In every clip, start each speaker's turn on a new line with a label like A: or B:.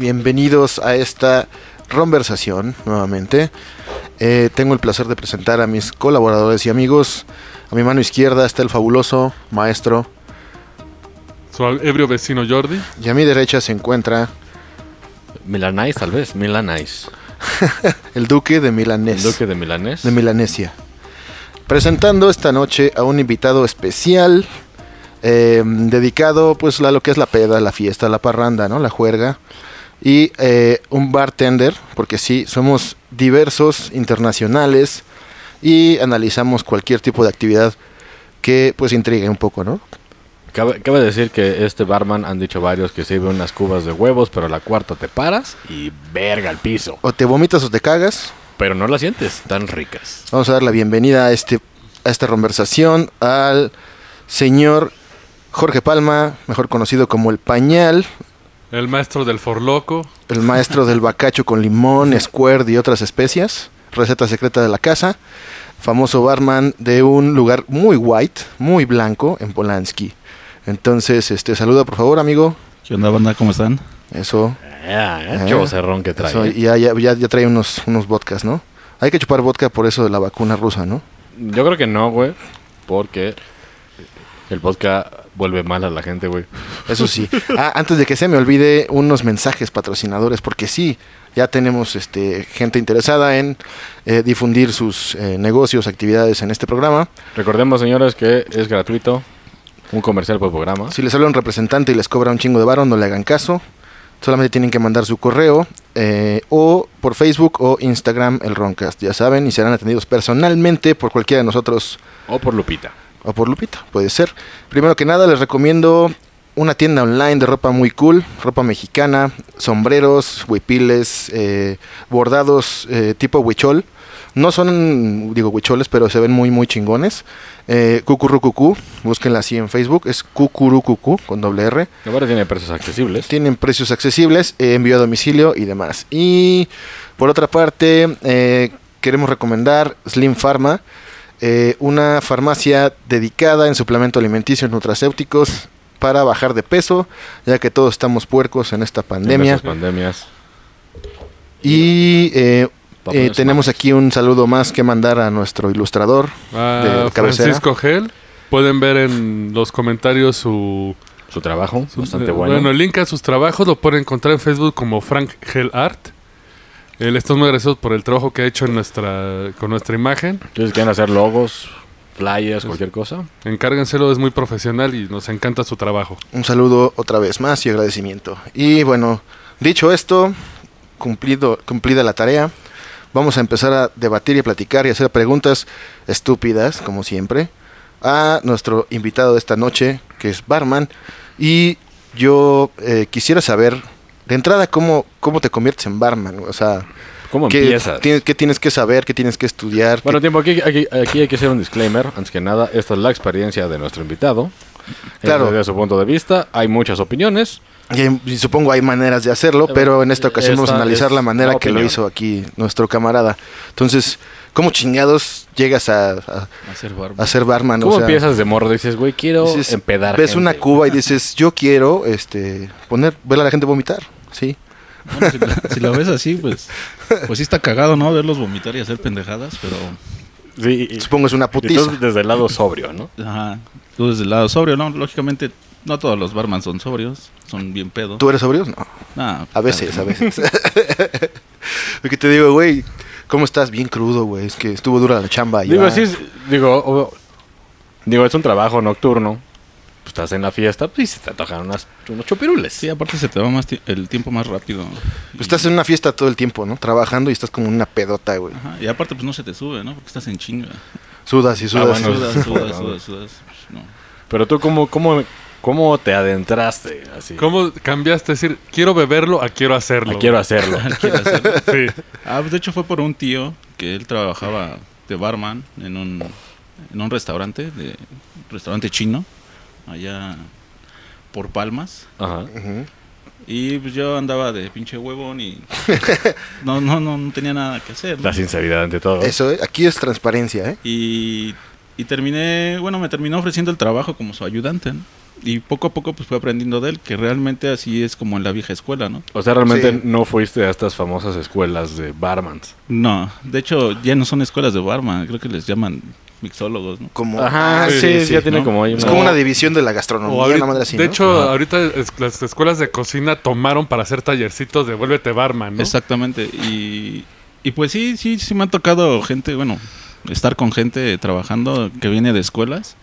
A: bienvenidos a esta conversación nuevamente. Eh, tengo el placer de presentar a mis colaboradores y amigos. A mi mano izquierda está el fabuloso maestro.
B: Su ebrio vecino Jordi.
A: Y a mi derecha se encuentra
C: Milanais, tal vez. Milanais.
A: el duque de Milanés.
C: El duque de Milanés.
A: De Milanesia. Presentando esta noche a un invitado especial. eh, dedicado pues a lo que es la peda, la fiesta, la parranda, ¿no? La juerga y eh, un bartender, porque sí, somos diversos, internacionales y analizamos cualquier tipo de actividad que pues intrigue un poco, ¿no?
C: Cabe, cabe decir que este barman han dicho varios que sirve unas cubas de huevos, pero la cuarta te paras y verga al piso.
A: O te vomitas o te cagas.
C: Pero no la sientes tan ricas.
A: Vamos a dar la bienvenida a este a esta conversación al señor Jorge Palma, mejor conocido como el Pañal,
B: El maestro del forloco.
A: el maestro del bacacho con limón, squirt y otras especias, receta secreta de la casa, famoso barman de un lugar muy white, muy blanco en Polanski. Entonces, este saluda por favor, amigo.
D: ¿Qué onda, banda? ¿Cómo están?
A: Eso.
C: Ah, qué vocerrón que
A: ¿Eh?
C: trae.
A: eso,
C: eh.
A: ya, ya, ya, ya trae unos, unos vodkas, ¿no? Hay que chupar vodka por eso de la vacuna rusa, ¿no?
C: Yo creo que no, güey. Porque el vodka vuelve mal a la gente, güey.
A: Eso sí. Ah, antes de que se me olvide, unos mensajes patrocinadores, porque sí, ya tenemos este, gente interesada en eh, difundir sus eh, negocios, actividades en este programa.
C: Recordemos, señores, que es gratuito. Un comercial por programa.
A: Si les habla un representante y les cobra un chingo de varo, no le hagan caso. Solamente tienen que mandar su correo eh, o por Facebook o Instagram el Roncast, ya saben, y serán atendidos personalmente por cualquiera de nosotros
C: O por Lupita.
A: o por Lupita, puede ser. Primero que nada, les recomiendo una tienda online de ropa muy cool, ropa mexicana, sombreros, huipiles, eh, bordados eh, tipo huichol. No son, digo, huicholes, pero se ven muy, muy chingones. Eh, Cucurucucú, búsquenla así en Facebook, es Cucurucucú con doble R.
C: Ahora tiene precios accesibles.
A: Tienen precios accesibles, eh, envío a domicilio y demás. Y por otra parte, eh, queremos recomendar Slim Pharma, eh, una farmacia dedicada en suplemento alimenticio y nutracéuticos para bajar de peso, ya que todos estamos puercos en esta pandemia.
C: Diversas pandemias.
A: Y eh, eh,
C: Papeles
A: tenemos
C: malos.
A: aquí un saludo más que mandar a nuestro ilustrador
B: A
A: de cabecera.
B: Francisco Gel. Pueden ver en los comentarios su...
C: Su trabajo,
B: su-
C: bastante
B: eh,
C: bueno.
B: el link a sus trabajos lo pueden encontrar en Facebook como Frank Gel Art. Eh, le estamos muy agradecidos por el trabajo que ha hecho en nuestra, con nuestra imagen.
C: ¿Ustedes quieren hacer logos, flyers, cualquier cosa?
B: Encárguenselo, es muy profesional y nos encanta su trabajo.
A: Un saludo otra vez más y agradecimiento. Y bueno, dicho esto, cumplido, cumplida la tarea, vamos a empezar a debatir y a platicar y hacer preguntas estúpidas, como siempre, a nuestro invitado de esta noche, que es Barman. Y yo eh, quisiera saber, de entrada, cómo, cómo te conviertes en Barman. O sea,
C: ¿Cómo
A: ¿qué,
C: empiezas?
A: tienes, qué tienes que saber? ¿Qué tienes que estudiar?
C: Bueno,
A: ¿Qué-
C: tiempo, aquí, aquí, aquí hay que hacer un disclaimer. Antes que nada, esta es la experiencia de nuestro invitado.
A: Claro.
C: Claro. Desde su punto de vista, hay muchas opiniones.
A: y- y supongo hay maneras de hacerlo, pero en esta ocasión vamos a
C: Esta
A: analizar
C: es
A: la manera
C: la
A: que lo
C: opinión.
A: hizo aquí nuestro camarada. Entonces, ¿cómo chingados llegas a, a-
D: A ser
A: a ser barman?
C: ¿Cómo
A: Ah, O sea,
C: empiezas de morro? Dices, güey, quiero
A: dices,
C: empedar.
A: Ves
C: gente,
A: una
C: güey.
A: cuba y dices, yo quiero este, poner, ver a la gente vomitar. Sí,
D: pues, si, la- si lo ves así, pues, pues sí está cagado, ¿no? Verlos vomitar y hacer pendejadas, pero
C: Sí, y- y-
A: supongo es una
C: y tú
A: putiza.
C: desde el lado sobrio, ¿no?
D: ajá, tú desde el lado sobrio, ¿no? Lógicamente, no todos los barman son sobrios, son bien pedos.
A: ¿Tú eres sobrio? No,
D: Nah,
A: a veces, a veces. Porque te digo, güey, ¿cómo estás? Bien crudo, güey. Es que estuvo dura la chamba. y
C: Digo,
A: va.
C: sí, es- digo, o- digo, es un trabajo nocturno. Pues, Estás en la fiesta, pues y se te antojan unas- unos chupirules.
D: Sí, aparte se te va más ti- el tiempo más rápido.
A: Pues estás en una fiesta todo el tiempo, ¿no? Trabajando y estás como una pedota, güey.
D: Ajá, y aparte, pues no se te sube, ¿no? Porque estás en chinga. Ah,
A: Sudas y sudas.
C: Ah, bueno,
D: Sudas, sudas,
C: No.
D: sudas, sudas. pues, no.
C: Pero tú, ¿cómo, cómo, ¿Cómo te adentraste? Así.
B: ¿Cómo cambiaste? a decir, quiero beberlo a quiero hacerlo.
C: Ah, Quiero hacerlo.
D: Quiero hacerlo.
B: Sí.
D: Ah, pues de hecho fue por un tío que él trabajaba de barman en un, en un restaurante, de restaurante chino, allá por Palmas.
C: Ajá.
A: Ujú.
D: Y pues yo andaba de pinche huevón y no, no, no, no tenía nada que hacer. ¿no?
C: La sinceridad ante todo.
A: Eso, eh, aquí es transparencia, ¿eh?
D: Y, y terminé, bueno, me terminó ofreciendo el trabajo como su ayudante, ¿no? Y poco a poco pues fui aprendiendo de él, que realmente así es como en la vieja escuela, ¿no?
C: O sea, realmente
A: Sí.
C: no fuiste a estas famosas escuelas de barmans.
D: No, de hecho ya no son escuelas de barman, creo que les llaman mixólogos, ¿no?
A: Como, Ah,
C: Ajá, sí,
A: sí,
C: ya
A: sí,
C: tiene
D: ¿no?
C: como ahí
A: Es
C: una-
A: como una división de la gastronomía,
B: O ahorita-
A: una madre así,
B: de
A: ¿no?
B: hecho,
C: Ajá.
B: ahorita es- las escuelas de cocina tomaron para hacer tallercitos de vuélvete barman, ¿no?
D: Exactamente. Y, y pues sí, sí, sí me ha tocado gente, bueno, estar con gente trabajando que viene de escuelas.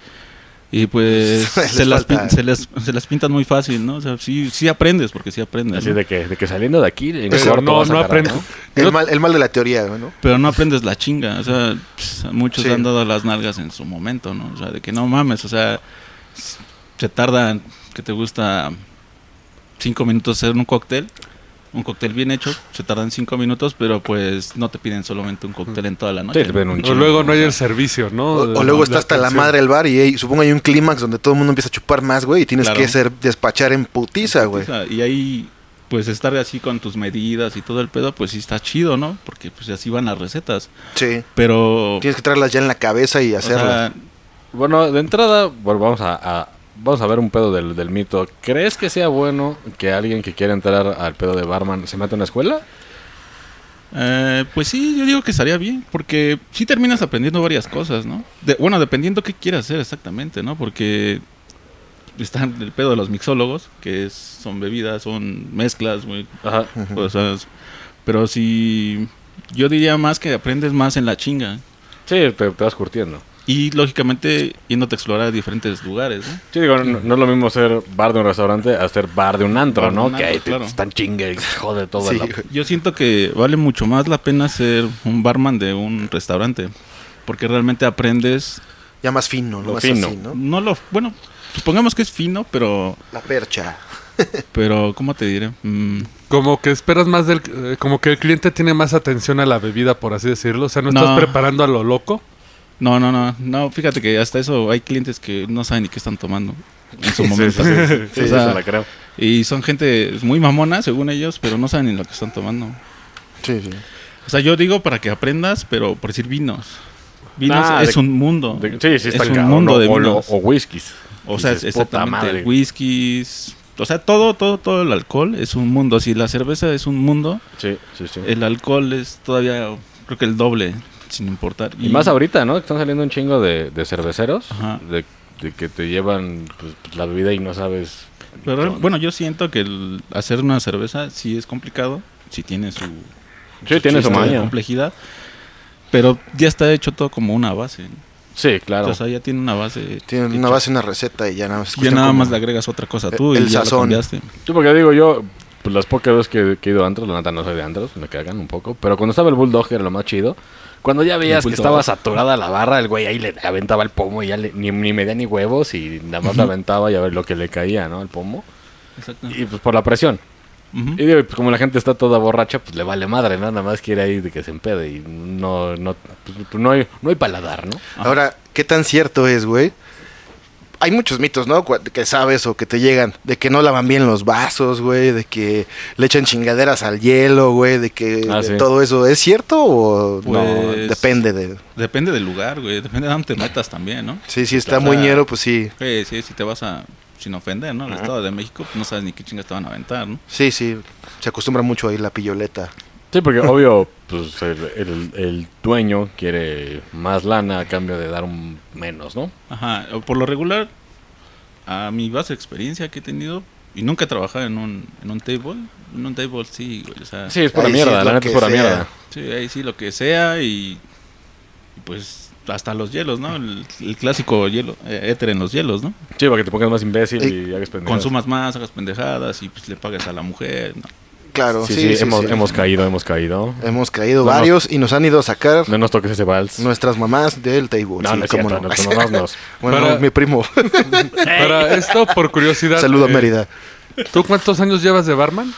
D: Y pues
A: Les
D: se, las,
A: falta.
D: pin- se, las, se las pintan muy fácil, ¿no? O sea, sí, sí aprendes, porque sí aprendes.
C: Así
D: ¿no?
C: de que, de que saliendo de aquí, en
B: Pero
C: corto
B: no,
C: vas a
B: no
C: agarrar,
B: aprendo.
C: ¿no?
A: el,
B: no-
A: mal, el mal de la teoría, ¿no?
D: Pero no aprendes la chinga. O sea, pues, a muchos
A: Sí.
D: han dado las nalgas en su momento, ¿no? O sea, de que no mames, o sea, s- se tardan, que te gusta cinco minutos hacer un cóctel. Un cóctel bien hecho, se tardan cinco minutos, pero pues no te piden solamente un cóctel en toda la noche.
C: Sí, te ven un
B: O
C: chingo.
B: luego no hay el servicio, ¿no?
A: O, o luego está hasta la
B: atención.
A: madre el bar y hey, supongo hay un clímax donde todo el mundo empieza a chupar más, güey, y tienes
D: Claro.
A: que ser despachar en putiza, güey.
D: O sea, Y ahí, pues estar así con tus medidas y todo el pedo, pues sí está chido, ¿no? Porque pues así van las recetas.
A: Sí.
D: Pero...
A: Tienes que traerlas ya en la cabeza y
D: o
A: hacerlas.
D: sea,
C: Bueno, de entrada, bueno, vamos a, a- vamos a ver un pedo del, del mito. ¿Crees que sea bueno que alguien que quiera entrar al pedo de barman se meta en la escuela?
D: eh, pues sí, yo digo que estaría bien, porque sí terminas aprendiendo varias cosas, ¿no? De- bueno, dependiendo qué quieras hacer exactamente, ¿no? Porque está el pedo de los mixólogos, que es- son bebidas, son mezclas, güey,
C: Ajá.
D: O sea, es- pero si yo diría más que aprendes más en la chinga
C: Sí, te, te vas curtiendo.
D: y lógicamente yéndote a explorar a diferentes lugares, ¿no?
C: Sí, digo, no, no es lo mismo ser bar de un restaurante a ser bar de un antro,
D: Bar de
C: ¿no?
D: un
C: que ahí
D: antro,
C: te
D: claro.
C: están chingue, jode todo.
A: Sí,
C: la-
A: güey.
D: Yo siento que vale mucho más la pena ser un barman de un restaurante. Porque realmente aprendes.
A: Ya más fino, ¿no?
C: Lo
A: Más
C: fino.
A: así, ¿no?
D: No lo. Bueno, supongamos que es fino, pero.
A: La percha.
D: Pero, ¿cómo te diré? Mm,
B: Como que esperas más del... eh, Como que el cliente tiene más atención a la bebida, por así decirlo. O sea, no estás
D: No.
B: preparando a lo loco.
D: no, no, no. No, fíjate que hasta eso hay clientes que no saben ni qué están tomando en su momento.
C: Sí, sí,
D: O
C: sí,
D: sea,
C: se la creo.
D: Y son gente muy mamona, según ellos, pero no saben ni lo que están tomando.
A: Sí, sí.
D: O sea, yo digo para que aprendas, pero por decir vinos. Vinos
C: Ah,
D: es
C: de-
D: un mundo.
C: De- sí, sí, está
D: es un
C: cabrón,
D: mundo
C: ¿no?
D: de
C: o, lo-
D: vinos.
C: o whiskies.
D: O sea,
C: Dices,
D: es
C: puta
D: exactamente.
C: madre.
D: Whiskies. O sea, todo, todo, todo el alcohol es un mundo. Si la cerveza es un mundo,
C: Sí, sí, sí.
D: el alcohol es todavía, creo que el doble, sin importar.
C: Y más ahorita, ¿no? Que Están saliendo un chingo de, de cerveceros.
D: Ajá.
C: De, de que te llevan pues, pues, la bebida y no sabes.
D: Pero,
C: qué onda.
D: bueno, yo siento que el hacer una cerveza sí es complicado. Sí tiene su.
C: Sí, tiene su
D: chiste de
C: maña.
D: complejidad. Pero ya está hecho todo como una base. ¿no?
C: Sí, claro.
D: O sea, ya tiene una base.
A: Tienen
D: hecha.
A: una base, una receta y ya nada más. es
D: Ya
A: cuestión
D: nada
A: como-
D: más le agregas otra cosa tú
A: el
D: y ya lo
A: sazón.
D: cambiaste.
C: Sí, porque digo yo, pues las pocas veces que, que he ido a antros, la neta no soy de antros, me cagan un poco. Pero cuando estaba el Bulldog, que era lo más chido. Cuando ya veías que
D: Bulldog.
C: estaba saturada la barra, el güey ahí le aventaba el pomo y ya le- ni, ni medía ni huevos y nada más le aventaba y a ver lo que le caía, ¿no? El pomo.
D: Exacto.
C: Y pues por la presión. Y digo, pues, como la gente está toda borracha, pues le vale madre, ¿no? Nada más quiere ahí de que se empede y no, no, pues, no, hay, no hay paladar, ¿no?
A: Ahora, ¿qué tan cierto es, güey? Hay muchos mitos, ¿no? Cu- Que sabes o que te llegan. De que no lavan bien los vasos, güey. De que le echan chingaderas al hielo, güey. De que
C: Ah,
A: de
C: sí.
A: todo eso. ¿Es cierto o no?
D: Pues-
A: Depende de...
D: Depende del lugar, güey. Depende de dónde te metas también, ¿no?
A: Sí, sí, está
D: O sea,
A: muy ñero, pues sí.
D: Eh, sí, si te vas a, sin ofender, ¿no? Al Estado de México, pues no sabes ni qué chingas te van a aventar, ¿no?
A: Sí, sí. Se acostumbra mucho ahí la pilloleta.
C: Sí, porque obvio, pues el, el- el dueño quiere más lana a cambio de dar un menos, ¿no?
D: Ajá. o Por lo regular, a mi base de experiencia que he tenido, y nunca he trabajado en un, en un table, en un table sí, güey. O sea,
C: Sí, es pura
A: Ahí sí
C: mierda,
A: es
C: la
A: lo
C: neta es
A: que
C: pura
A: sea.
C: mierda.
D: sí, ahí sí, lo que sea y, y pues hasta los hielos, ¿no? El, el clásico hielo, eh, éter en los hielos, ¿no?
C: Sí, para que te pongas más imbécil
A: Y
C: y hagas pendejadas.
D: Consumas más, hagas pendejadas y pues le pagas a la mujer, ¿no?
A: Claro,
C: Sí, sí, hemos, hemos caído, hemos caído.
A: Hemos caído
C: No, no.
A: varios y nos han ido a sacar
C: No nos toques ese vals.
A: nuestras mamás del table.
C: no,
A: Sí,
C: no es
A: cómo
C: cierto,
A: no.
C: no, no, no, no, no.
A: Bueno,
B: Para-
A: no, mi primo.
B: Para esto, por curiosidad.
A: Saludo a
B: eh,
A: Mérida.
B: ¿Tú cuántos años llevas de barman?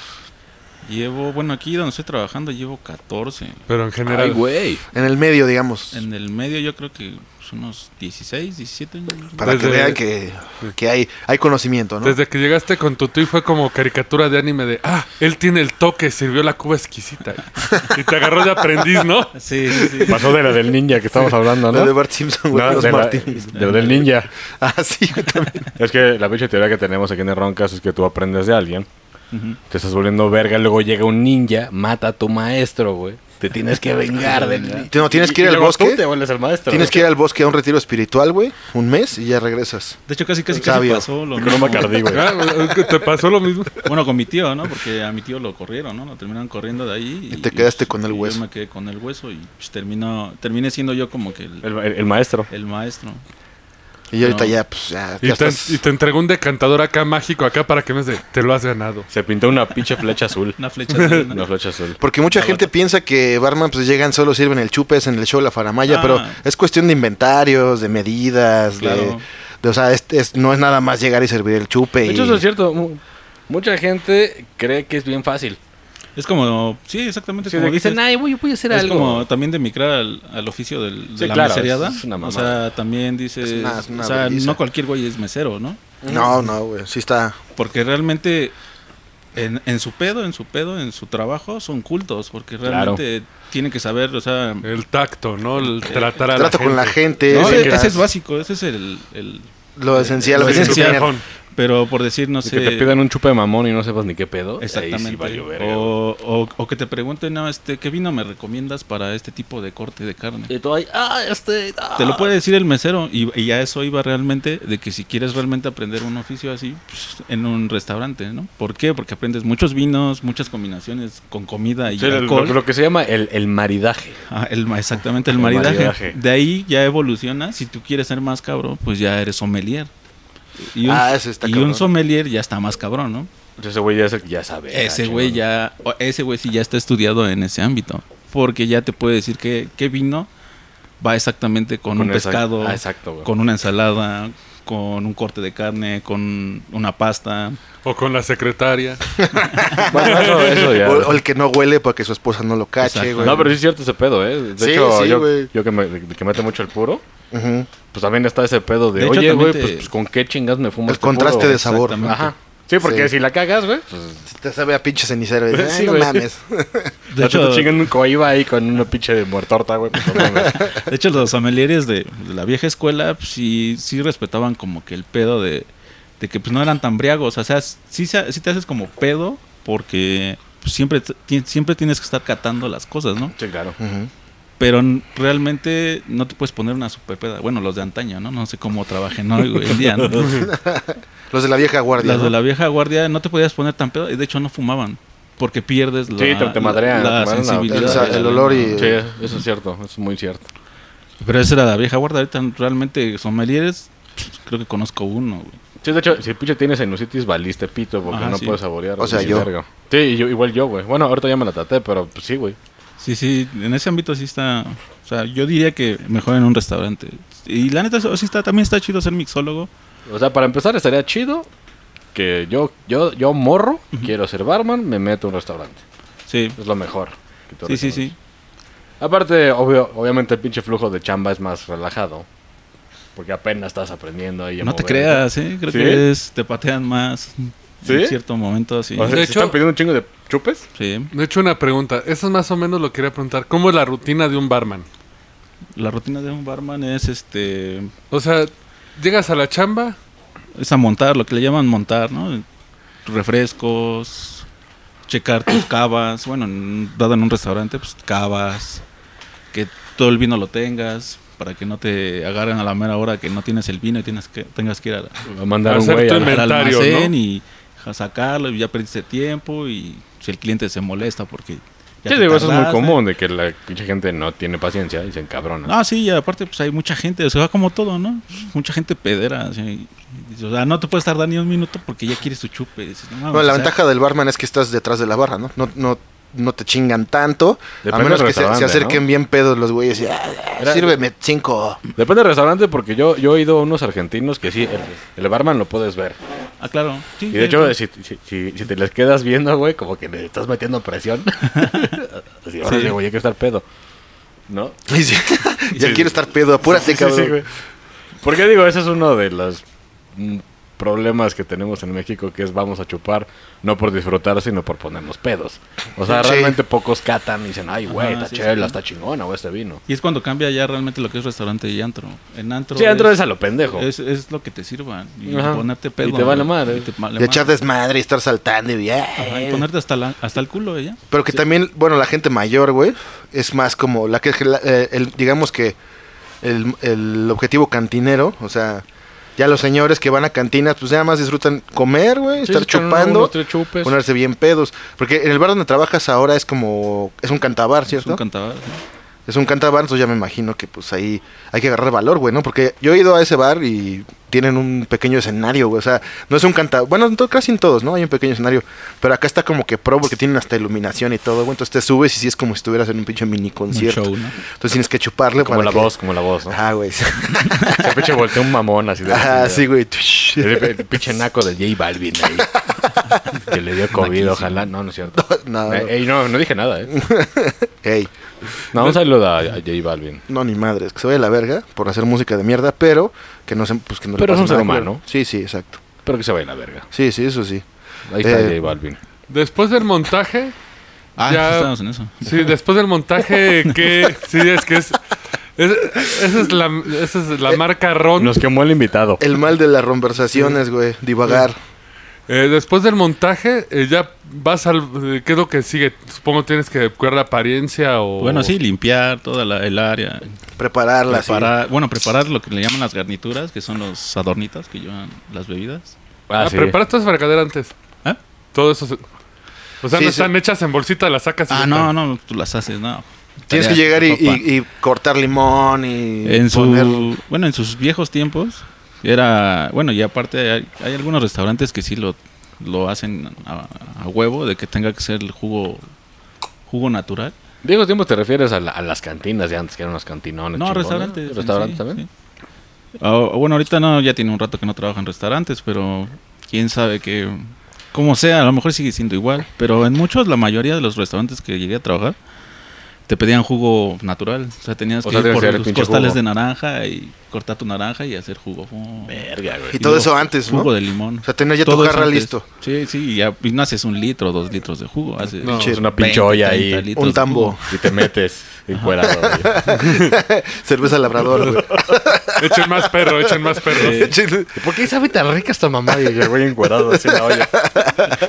D: Llevo, bueno, aquí donde estoy trabajando llevo 14.
B: Pero en
C: Ay,
B: general.
C: güey.
A: En el medio, digamos.
D: En el medio yo creo que pues, unos 16, 17 años.
A: Para que
B: desde-
A: vean que, que hay, hay conocimiento, ¿no?
B: Desde que llegaste con tu tui fue como caricatura de anime de, ah, él tiene el toque, sirvió la cuba exquisita. Y te agarró de aprendiz, ¿no?
D: Sí, sí, sí.
C: Pasó de la del ninja que estamos hablando,
A: La
C: ¿no?
A: de Bart Simpson, güey,
C: No,
A: los
C: de la,
A: martinis.
C: de la del ninja.
A: Ah, sí, güey, también.
C: Es que la pinche teoría que tenemos aquí en el Roncas es que tú aprendes de alguien,
D: Ujú.
C: te estás volviendo verga, luego llega un ninja, mata a tu maestro, güey. Te tienes que vengar del ninja.
A: No, tienes que ir
C: Y- y
A: al
C: luego
A: bosque.
C: Tú te vuelves el maestro.
A: Tienes que ir al bosque a un retiro espiritual, güey. Un mes y ya regresas.
D: De hecho, casi, casi, casi
A: Sabio.
D: pasó lo
C: Con un
D: mismo.
C: Bacardí, güey.
B: Ah, ¿Te pasó lo mismo?
D: Bueno, con mi tío, ¿no? Porque a mi tío lo corrieron, ¿no? Lo terminaron corriendo de ahí.
A: Y te quedaste con el
D: y
A: hueso.
D: Yo me quedé con el hueso y pues, terminó, terminé siendo yo como que el,
C: El, el- el maestro.
D: el maestro.
A: Y ahorita
D: No.
A: ya, pues, ya,
B: Y
A: ya
B: te,
A: estás-
B: y te entregó un decantador acá mágico, acá para que me dice, te lo has ganado.
C: Se pintó una pinche flecha azul.
D: Una flecha de
C: Una flecha azul.
A: Porque mucha gente piensa que barman pues llegan solo sirven el chupes en el show la faramaya,
D: Ah.
A: pero es cuestión de inventarios, de medidas, de,
D: Claro.
A: de- o sea, es- es- no es nada más llegar y servir el chupe.
C: De
A: y-
C: hecho, eso es cierto. mu- Mucha gente cree que es bien fácil.
D: Es como, sí, exactamente
C: Sí,
D: como
C: de que dicen,
D: dices.
C: ay, voy, voy a hacer
D: Es
C: algo.
D: como también de migrar al, al oficio del, de
C: Sí,
D: la
C: claro,
D: mesereada.
C: es una
D: o
C: mamada.
D: sea, también dices,
A: Es una- es una
D: o sea,
A: belleza.
D: no cualquier güey es mesero, ¿no?
A: No, no, güey, sí está.
D: Porque realmente en, en su pedo, en su pedo, en su trabajo son cultos, porque
C: Claro.
D: realmente tienen que saber, o sea,
B: El tacto, ¿no? El tratar a la
A: Trato con la gente,
D: no, ese,
A: ventas,
D: ese es básico, ese es el, el-
A: lo esencial, lo
D: Lo
B: Sí,
A: tienes que
D: esencial.
A: tener.
B: cajón.
D: pero por decir, no
C: Y
D: sé,
C: que te pidan un chupe de mamón y no sepas ni qué pedo. Ahí sí
D: exactamente,
C: valió verga, güey.
D: o, o- o que te pregunten, no, este, ¿qué vino me recomiendas para este tipo de corte de carne?
C: Y tú ahí, ah, este. ah".
D: Te lo puede decir el mesero y, y a eso iba realmente, de que si quieres realmente aprender un oficio así, pues, en un restaurante, ¿no? ¿Por qué? Porque aprendes muchos vinos, muchas combinaciones con comida y
C: Sí, el- lo,
D: alcohol.
C: lo que se llama el, el maridaje.
D: Ah, el, ma- exactamente, el
C: El
D: maridaje.
C: maridaje.
D: De ahí ya evoluciona. Si tú quieres ser más cabrón, pues ya eres sommelier. Y un,
A: Ah, ese está
D: y
A: cabrón.
D: un sommelier ya está más cabrón, ¿no?
C: Pues Ese güey ya, es el que ya sabe. ah,
D: ese güey ya, o ese güey sí ya está estudiado en ese ámbito. Porque ya te puede decir que, qué vino va exactamente con, un pescado,
C: ah, exacto, güey.
D: con una ensalada, con un corte de carne, con una pasta.
B: O con la secretaria.
C: Bueno, eso, eso ya.
A: O, o el que no huele para que su esposa no lo cache,
D: Exacto.
A: güey.
C: No, pero sí es cierto ese pedo, ¿eh? De
A: Sí,
C: hecho,
A: sí,
C: yo,
A: güey.
C: yo que, me, que mete mucho el puro,
A: Ujú.
C: pues también está ese pedo de,
D: De hecho,
C: oye,
D: también
C: güey,
D: te-
C: pues, pues, con qué chingas me fumo
A: El
C: este
A: contraste
C: puro,
A: de
C: güey?
A: sabor.
D: Exactamente.
C: Ajá. Sí, porque
A: Sí.
C: si la cagas, güey, pues
A: Te sabe a pinche cenicero. dices,
C: Sí,
A: "Ay, no
C: güey.
A: mames.
D: De hecho,
C: te chingan un coiba ahí con una pinche de muertorta, güey. Pues, no mames.
D: De hecho, los sommeliers de, de la vieja escuela pues, sí, sí respetaban como que el pedo de, de que pues no eran tan briagos. O sea, sí, se- sí te haces como pedo porque pues, siempre, t- ti- siempre tienes que estar catando las cosas, ¿no?
C: sí, claro.
A: Ujú.
D: Pero n- realmente no te puedes poner una super peda. Bueno, los de antaño, ¿no? No sé cómo trabajen hoy güey, en día, ¿no?
A: Los de la vieja guardia.
D: Las
A: ¿no?
D: de la vieja guardia no te podías poner tan pedo y de hecho no fumaban porque pierdes la,
C: te- te madrean, te madrean la-
D: la sensibilidad.
A: el sa- el olor y-
C: Sí, eso es cierto, eso es muy cierto.
D: Pero esa era la vieja guardia. Ahorita realmente sommeliers pff, creo que conozco uno, güey.
C: Sí, de hecho, si pinche tienes sinusitis, valiste pito porque
D: Ajá,
C: no
D: sí.
C: puedes saborear.
A: O
C: güey,
A: sea,
C: ni
A: yo.
C: verga. Sí, y yo, igual yo, güey. Bueno, ahorita ya me la traté, pero pues, sí, güey.
D: Sí, sí, en ese ámbito sí está. O sea, yo diría que mejor en un restaurante. Y la neta, sí está, también está chido ser mixólogo.
C: O sea, para empezar estaría chido que yo, yo, yo morro, quiero ser barman, me meto a un restaurante.
D: Sí,
C: Es lo mejor. que tú
D: sí, sí,
C: reconoces.
D: sí.
C: Aparte, obvio, obviamente el pinche flujo de chamba es más relajado. Porque apenas estás aprendiendo ahí. a
D: No te
C: mover.
D: creas, ¿eh? Creo
C: ¿Sí?
D: que es, te patean más
C: ¿Sí?
D: en cierto momento, sí.
C: O sea,
B: De
C: si
B: hecho-
C: están pidiendo un chingo de chupes.
D: Sí,
B: De hecho, una pregunta. Eso es más o menos lo que quería preguntar. ¿Cómo es la rutina de un barman?
D: la rutina de un barman es este
B: O sea, llegas a la chamba,
D: es a montar, lo que le llaman montar, ¿no? Refrescos, checar tus cavas, bueno, en- dado en un restaurante, pues cavas, que todo el vino lo tengas, para que no te agarren a la mera hora que no tienes el vino y tienes que, tengas que ir a la-
C: A mandar un
B: Hacer
C: güey
B: tu
C: a la-
B: inventario.
D: al
B: ¿no?
D: almacén y a sacarlo y ya perdiste tiempo y si el cliente se molesta porque Ya
C: Sí,
D: te
C: digo, eso es muy
D: tardaste.
C: común, de que la pinche gente no tiene paciencia y se encabrona.
D: No, sí, y aparte, pues hay mucha gente, o sea, como todo, ¿no? Mucha gente pedera, así, y- O sea, no te puedes tardar ni un minuto porque ya quieres tu chupe. dices, no mames,
A: Bueno, la
D: o sea,
A: ventaja del barman es que estás detrás de la barra, ¿no? No, no, no te chingan tanto.
C: Depende
A: a menos
C: del
A: que se, se
C: restaurante,
A: acerquen
C: ¿no?
A: bien pedos los güeyes. Y, "Ah,
C: Era-
A: sírveme cinco.
C: Depende del restaurante, porque yo, yo he ido a unos argentinos que sí, el, el barman lo puedes ver.
D: Ah, claro. Sí,
C: Y de
D: sí,
C: hecho,
D: sí.
C: si, si, si- si te les quedas viendo, güey, como que le estás metiendo presión. Así, órale, güey, hay que estar pedo. ¿No?
A: Y sí, ya
C: sí.
A: quiero estar pedo, apúrate,
C: Sí, sí,
A: cabrón.
C: sí, güey. Porque digo, ese es uno de los mm, problemas que tenemos en México, que es vamos a chupar, no por disfrutar, sino por ponernos pedos. O sea,
A: Sí.
C: realmente pocos catan y dicen, ay, güey,
D: Ajá,
C: esta
D: sí,
C: chela,
D: sí.
C: está chingona, o este vino.
D: Y es cuando cambia ya realmente lo que es restaurante y antro. En antro.
C: Sí, adentro es a lo pendejo.
D: es, es lo que te sirvan. Y
C: Ajá.
D: ponerte
C: Y
D: pedo.
C: te vale
D: ¿no?
C: madre.
D: Y te vale
A: Y echar
D: madre.
A: desmadre y estar saltando y, "Ah".
D: Ajá, y ponerte hasta, la- hasta el culo, ¿eh? ya.
A: Pero que también, bueno, la gente mayor, güey, es más como la que, la- eh, el, digamos que el, el objetivo cantinero, o sea, ya los señores que van a cantinas, pues nada más disfrutan comer, güey,
C: Sí,
A: estar
C: se echan
A: chupando,
C: unos tres chupes.
A: ponerse bien pedos. Porque en el bar donde trabajas ahora es como, es un cantabar,
D: Es un
A: ¿cierto?
D: cantabar, ¿no?
A: Es un cantabar, entonces ya me imagino que pues ahí hay que agarrar valor, güey, ¿no? Porque yo he ido a ese bar y tienen un pequeño escenario, güey, o sea, no es un cantabar, bueno, en to- casi en todos, ¿no? Hay un pequeño escenario, pero acá está como que pro porque tienen hasta iluminación y todo, güey, entonces te subes y sí es como si estuvieras en un pinche mini
D: Un
A: concierto.
D: show, ¿no?
A: Entonces tienes que chuparle
C: Como
A: para
C: la
A: que-
C: voz, como la voz, ¿no?
A: Ajá, güey.
C: Se pinche voltea un mamón así de.
A: Ajá, sí, güey.
C: El, el pinche naco de J Balvin ahí. que le dio COVID, ojalá. No, no es cierto.
A: No, no.
C: Eh, ey, no, no dije nada, ¿eh?
A: Ey,
C: No, un saludo a, a J Balvin.
A: no ni madres, que se vaya a la verga por hacer música de mierda, pero que no se pues que no le
C: Pero
A: pase
C: es un ser
A: nada,
C: humano.
A: güey. Sí, sí, exacto.
C: Pero que se vaya a la verga.
A: Sí, sí, eso sí.
C: Ahí está
A: Eh,
C: J Balvin.
B: Después del montaje,
D: Ah,
B: Ya-
D: sí, estábamos en eso.
B: sí, después del montaje, que sí, es que es, es- esa es la, esa es
A: Eh,
B: la marca Ron.
C: Nos quemó el invitado.
A: El mal de las conversaciones, güey, divagar.
B: Eh, después del montaje, eh, ya vas al, eh, ¿qué es lo que sigue? Supongo tienes que cuidar la apariencia o.
D: Bueno, sí, limpiar toda la, el área.
A: Prepararla, sí.
D: Preparar, bueno, preparar lo que le llaman las garnituras, que son los adornitos que llevan las bebidas.
B: Ah,
C: Ah, sí.
B: prepara esta fregadera antes.
D: ¿Ah?
B: Todo eso. se- O sea,
A: Sí,
B: no
A: sí.
B: están hechas en bolsita, las sacas. y
D: Ah,
B: ya
D: no,
B: están.
D: no, tú las haces, no.
A: Tienes que
D: Tarea
A: llegar
D: de
A: y,
D: ropa.
A: y- y cortar limón y
D: en su
A: poner-
D: bueno en sus viejos tiempos era bueno y aparte hay, hay algunos restaurantes que sí lo, lo hacen a, a huevo de que tenga que ser el jugo jugo natural
C: Diego, tiempo te refieres a, la- a las cantinas de antes, que eran los cantinones.
D: no
C: chingones?
D: restaurantes en
C: ¿Restaurantes
D: sí,
C: también?
D: sí. Ah, bueno ahorita no ya tiene un rato que no trabaja en restaurantes pero quién sabe que como sea a lo mejor sigue siendo igual pero en muchos la mayoría de los restaurantes que llegué a trabajar te pedían jugo natural, o sea, tenías
C: O
D: que
C: sea,
D: ir
C: tienes
D: por
C: que hacer el
D: los
C: pinche
D: costales
C: jugo.
D: de naranja y cortar tu naranja y hacer jugo. Oh.
C: Verga, güey.
A: y todo
D: luego
A: eso antes, ¿no?
D: Jugo de limón.
A: O sea, tener ya tu
D: Todo es
A: jarra
D: antes.
A: listo.
D: Sí, sí, y ya y no haces un litro, dos litros de jugo. Haces
B: No,
C: es una
D: 20,
C: pinche olla
D: 30
C: ahí.
D: litros
A: Un
D: de
A: tambo.
D: jugo.
C: Y te metes encuerado. güey.
A: Cerveza labrador, güey.
B: Echen más perro, echen más perro.
C: ¿Y ¿Por qué sabe tan rica esta mamá? Y el güey encuerado así en la olla.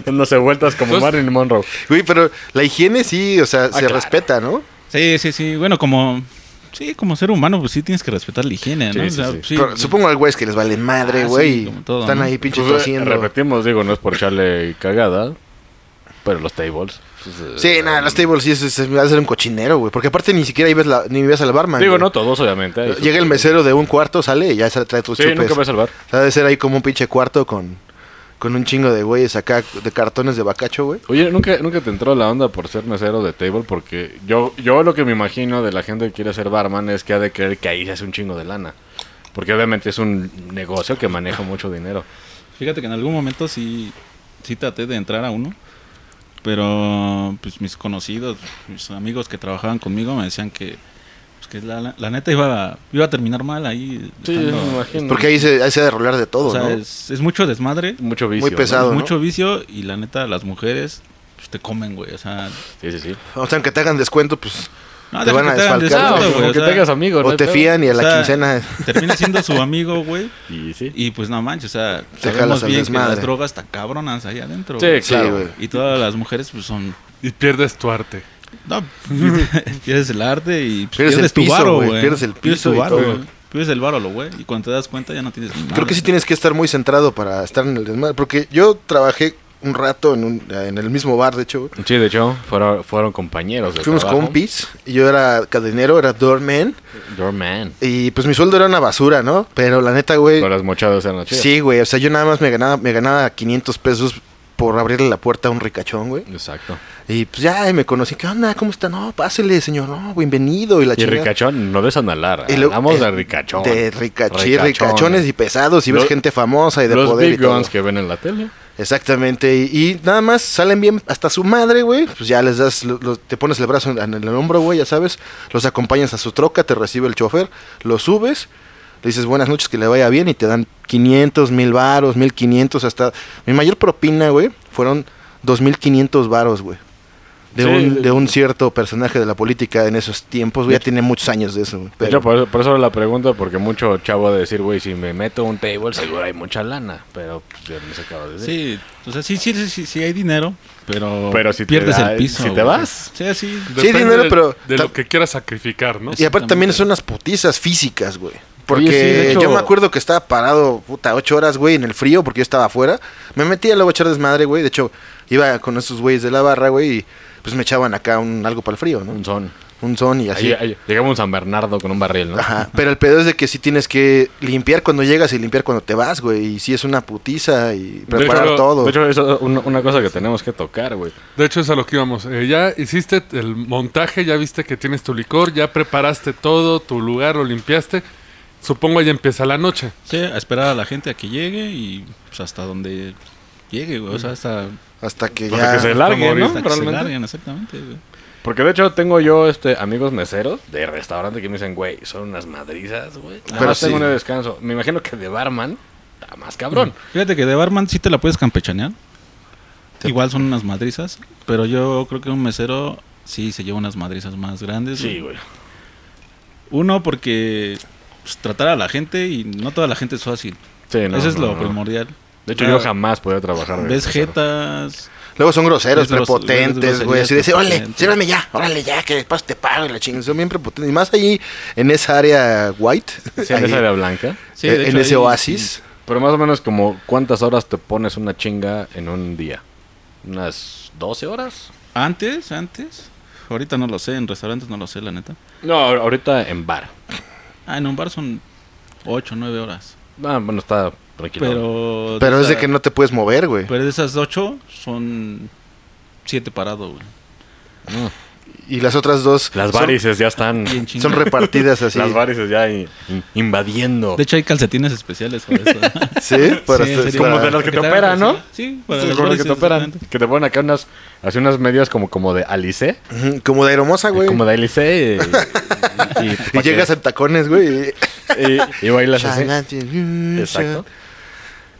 C: Dándose vueltas como
B: Entonces-
C: Marilyn Monroe.
A: Güey, pero la higiene sí, o
D: Ah,
A: sea, se
C: claro.
A: respeta, ¿no?
D: Sí, sí, sí. Bueno, como. Sí, como ser humano, pues sí tienes que respetar la higiene,
C: Sí,
D: ¿no? O
C: sí,
D: sea,
C: sí.
D: sí.
A: Pero supongo al güey es que les vale
D: Ah,
A: madre,
D: sí,
A: güey.
D: como todo,
A: Están
D: ¿no?
A: ahí pinche
C: Pues, eh,
A: tosiendo.
C: repetimos, digo, no es por echarle cagada, pero los tables. pues, eh,
A: Sí, nada, los tables sí se, se va a hacer un cochinero, güey. Porque aparte ni siquiera ahí ves la, ni ves al barman.
C: Digo,
A: güey.
C: no todos, obviamente. hay sus-
A: Llega el mesero de un cuarto, sale y ya se trae tus
C: Sí,
A: chupes.
C: nunca voy a salvar.
A: O sea, debe ser ahí como un pinche cuarto con, con un chingo de güeyes acá, de cartones de bacacho, güey.
C: Oye, ¿nunca, nunca te entró la onda por ser mesero de table, porque yo, yo lo que me imagino de la gente que quiere ser barman es que ha de creer que ahí se hace un chingo de lana. Porque obviamente es un negocio que maneja mucho dinero.
D: Fíjate que en algún momento sí, sí traté de entrar a uno. Pero pues mis conocidos, mis amigos que trabajaban conmigo me decían que, pues, que la, la neta iba, iba a terminar mal ahí. estando-
C: imagino.
A: Porque ahí se, ahí se ha de rolar de todo,
D: Mm. o sea,
A: ¿no?
D: es, es mucho desmadre.
C: Mucho vicio.
A: Muy
C: ¿no?
A: pesado. ¿no?
D: mucho vicio y la neta las mujeres pues, te comen, güey. O sea,
C: Sí, sí, sí.
A: O sea, aunque te hagan descuento, pues. Te
D: no, Ah, deja
A: van
D: que
A: a desfalcar,
D: hagan descuento,
A: güey,
D: güey, Ah, o
C: que
D: sea,
C: tengas amigos. no
A: o
C: hay
A: te
C: pedo.
A: fían y a la
D: O sea,
A: quincena.
D: Termina siendo su amigo, güey.
C: Y sí.
D: Y pues no manches, o sea,
A: Te jalas
D: sabemos
A: al
D: bien que
A: desmadre.
D: las drogas están cabronas ahí adentro.
C: Sí,
D: güey.
A: Sí,
C: claro.
A: güey.
D: Y todas las mujeres pues son...
B: Y pierdes tu arte.
D: No, pierdes el arte y pues,
A: Pierdes
D: pierdes,
A: el
D: tu
A: piso,
D: varo,
A: güey,
D: güey.
A: pierdes el piso
D: tu
A: y
D: varo,
A: todo.
D: güey. Pierdes el varo, lo güey. Y cuando te das cuenta ya no tienes ni
A: Creo
D: madre,
A: que sí
D: ¿no?
A: tienes que estar muy centrado para estar en el desmadre. Porque yo trabajé un rato en, un- en el mismo bar, de hecho.
C: Sí, de hecho, fueron, fueron compañeros. De
A: Fuimos
C: trabajo.
A: compis y yo era cadenero, era doorman.
C: Doorman.
A: Y pues mi sueldo era una basura, ¿no? Pero la neta, güey.
C: Pero las mochadas eran las chidas.
A: Sí, güey. O sea, yo nada más me ganaba, me ganaba 500 pesos por abrirle la puerta a un ricachón, güey.
C: Exacto.
A: Y pues ya, y me conocí. ¿Qué onda? ¿Cómo está? No, pásele, señor. No, bienvenido. Y la
C: Y el
A: chingada.
C: ricachón, no desanalar.
A: Y luego-
C: Hablamos de
A: eh,
C: ricachón.
A: De ricach- sí, ricachones y pesados. Y ves
C: Los-
A: gente famosa y de
C: Los
A: poder
C: big
A: y todo.
C: guns que ven en la tele.
A: Exactamente, y, y nada más salen bien hasta su madre, güey. Pues ya les das, lo- lo- te pones el brazo en, en el hombro, güey, ya sabes. Los acompañas a su troca, te recibe el chofer, los subes, le dices buenas noches, que le vaya bien, y te dan 500, 1000 varos, 1500, hasta. Mi mayor propina, güey, fueron 2500 varos, güey. De,
C: Sí,
A: un,
C: sí.
A: de un cierto personaje de la política en esos tiempos, güey. Ya tiene muchos años de eso, güey.
C: De
A: pero-
C: hecho, por eso, por eso la pregunta, porque mucho chavo de decir, güey, si me meto a un table, seguro hay mucha lana. Pero pues, ya me acaba de decir.
D: Sí, o sea, sí, sí, sí, sí hay dinero, pero,
C: Pero si te
D: pierdes
C: da-
D: el piso.
C: si te
D: güey.
C: vas.
D: Sí, sí.
A: Sí, dinero,
B: de,
A: pero-
B: De
A: ta-
B: lo que quieras sacrificar, ¿no?
A: Y aparte también
D: Exactamente.
A: son unas putizas físicas, güey. Porque
C: Oye, sí, de hecho-
A: yo me acuerdo que estaba parado, puta, ocho horas, güey, en el frío, porque yo estaba afuera. Me metía luego a echar desmadre, güey. De hecho, iba con estos güeyes de la barra, güey, y pues me echaban acá un algo para el frío, ¿no?
C: Un son.
A: Un son y así.
C: Ahí- ahí- llegamos a San Bernardo con un barril, ¿no?
A: Ajá. Pero el pedo es de que sí tienes que limpiar cuando llegas y limpiar cuando te vas, güey. Y sí es una putiza y
C: De
A: preparar
C: hecho,
A: todo.
C: De hecho, eso es una, una cosa que tenemos que tocar, güey.
B: De hecho, es a lo que íbamos. Eh, ya hiciste el montaje, ya viste que tienes tu licor, ya preparaste todo, tu lugar lo limpiaste. Supongo ya empieza la noche.
D: Sí, a esperar a la gente a que llegue y pues hasta donde llegue, güey. O sea, hasta,
A: hasta que
C: Hasta
A: ya.
C: que se larguen, ¿no?
D: hasta que se
C: Realmente.
D: larguen, exactamente, güey.
C: Porque de hecho tengo yo este amigos meseros de restaurante que me dicen, güey, son unas madrizas, güey. Nada
A: Pero
C: más tengo
A: sí.
C: un descanso. Me imagino que de barman, está más cabrón.
D: Fíjate que de barman sí te la puedes campechanear. Igual son unas madrizas, pero yo creo que un mesero sí se lleva unas madrizas más grandes.
C: Sí, güey.
D: Uno, porque pues, tratar a la gente y no toda la gente es fácil.
C: Sí, no,
D: Eso es
C: no,
D: lo
C: no.
D: primordial.
C: De hecho,
D: O sea,
C: yo jamás podía trabajar. de
D: Ves
C: mesero.
D: jetas.
A: Luego son groseros,
D: Es gros-
A: prepotentes,
D: es
A: güey. Así de decir,
D: groserías,
A: órale,
D: prepotentes.
A: sírveme ya, órale ya, que después te pago y la chingada. Son bien prepotentes. Y más ahí, en esa área white,
C: Sí, en
A: ahí,
C: esa era blanca.
D: Sí,
A: eh,
D: de
A: en
D: hecho,
A: ese
D: ahí-
A: oasis.
C: Pero más o menos como cuántas horas te pones una chinga en un día. Unas 12 horas.
D: Antes, antes. Ahorita no lo sé, en restaurantes no lo sé, la neta.
C: No, ahorita en bar.
D: Ah, en un bar son 8, 9 horas.
C: Ah, bueno, está tranquilo.
D: Pero.
A: Pero es de
D: pues, esa- Pues,
A: que no te puedes mover, güey.
D: Pero de esas 8 son 7 parados, güey.
A: Y las otras dos
C: Las
A: son-
C: varices ya están.
D: Bien
A: son,
D: chingón.
A: repartidas así.
C: Las varices ya in- in- invadiendo.
D: De hecho, hay calcetines especiales para eso.
A: ¿Sí? Para
D: Sí, en
A: hacer-
D: serio.
A: para-
C: Como de las que te
D: Porque
C: operan, ¿no?
D: Sí, para
C: Sí,
D: las
C: como las que te
D: varices,
C: operan.
D: exactamente.
C: Que te ponen acá unas. Así unas medias como, como de Alice.
A: Ujú, como de aeromosa, Ah, güey.
C: Como de Alice. Y, y- y-
A: Y llegas en tacones, güey. y-
C: Y, y bailas así. Exacto.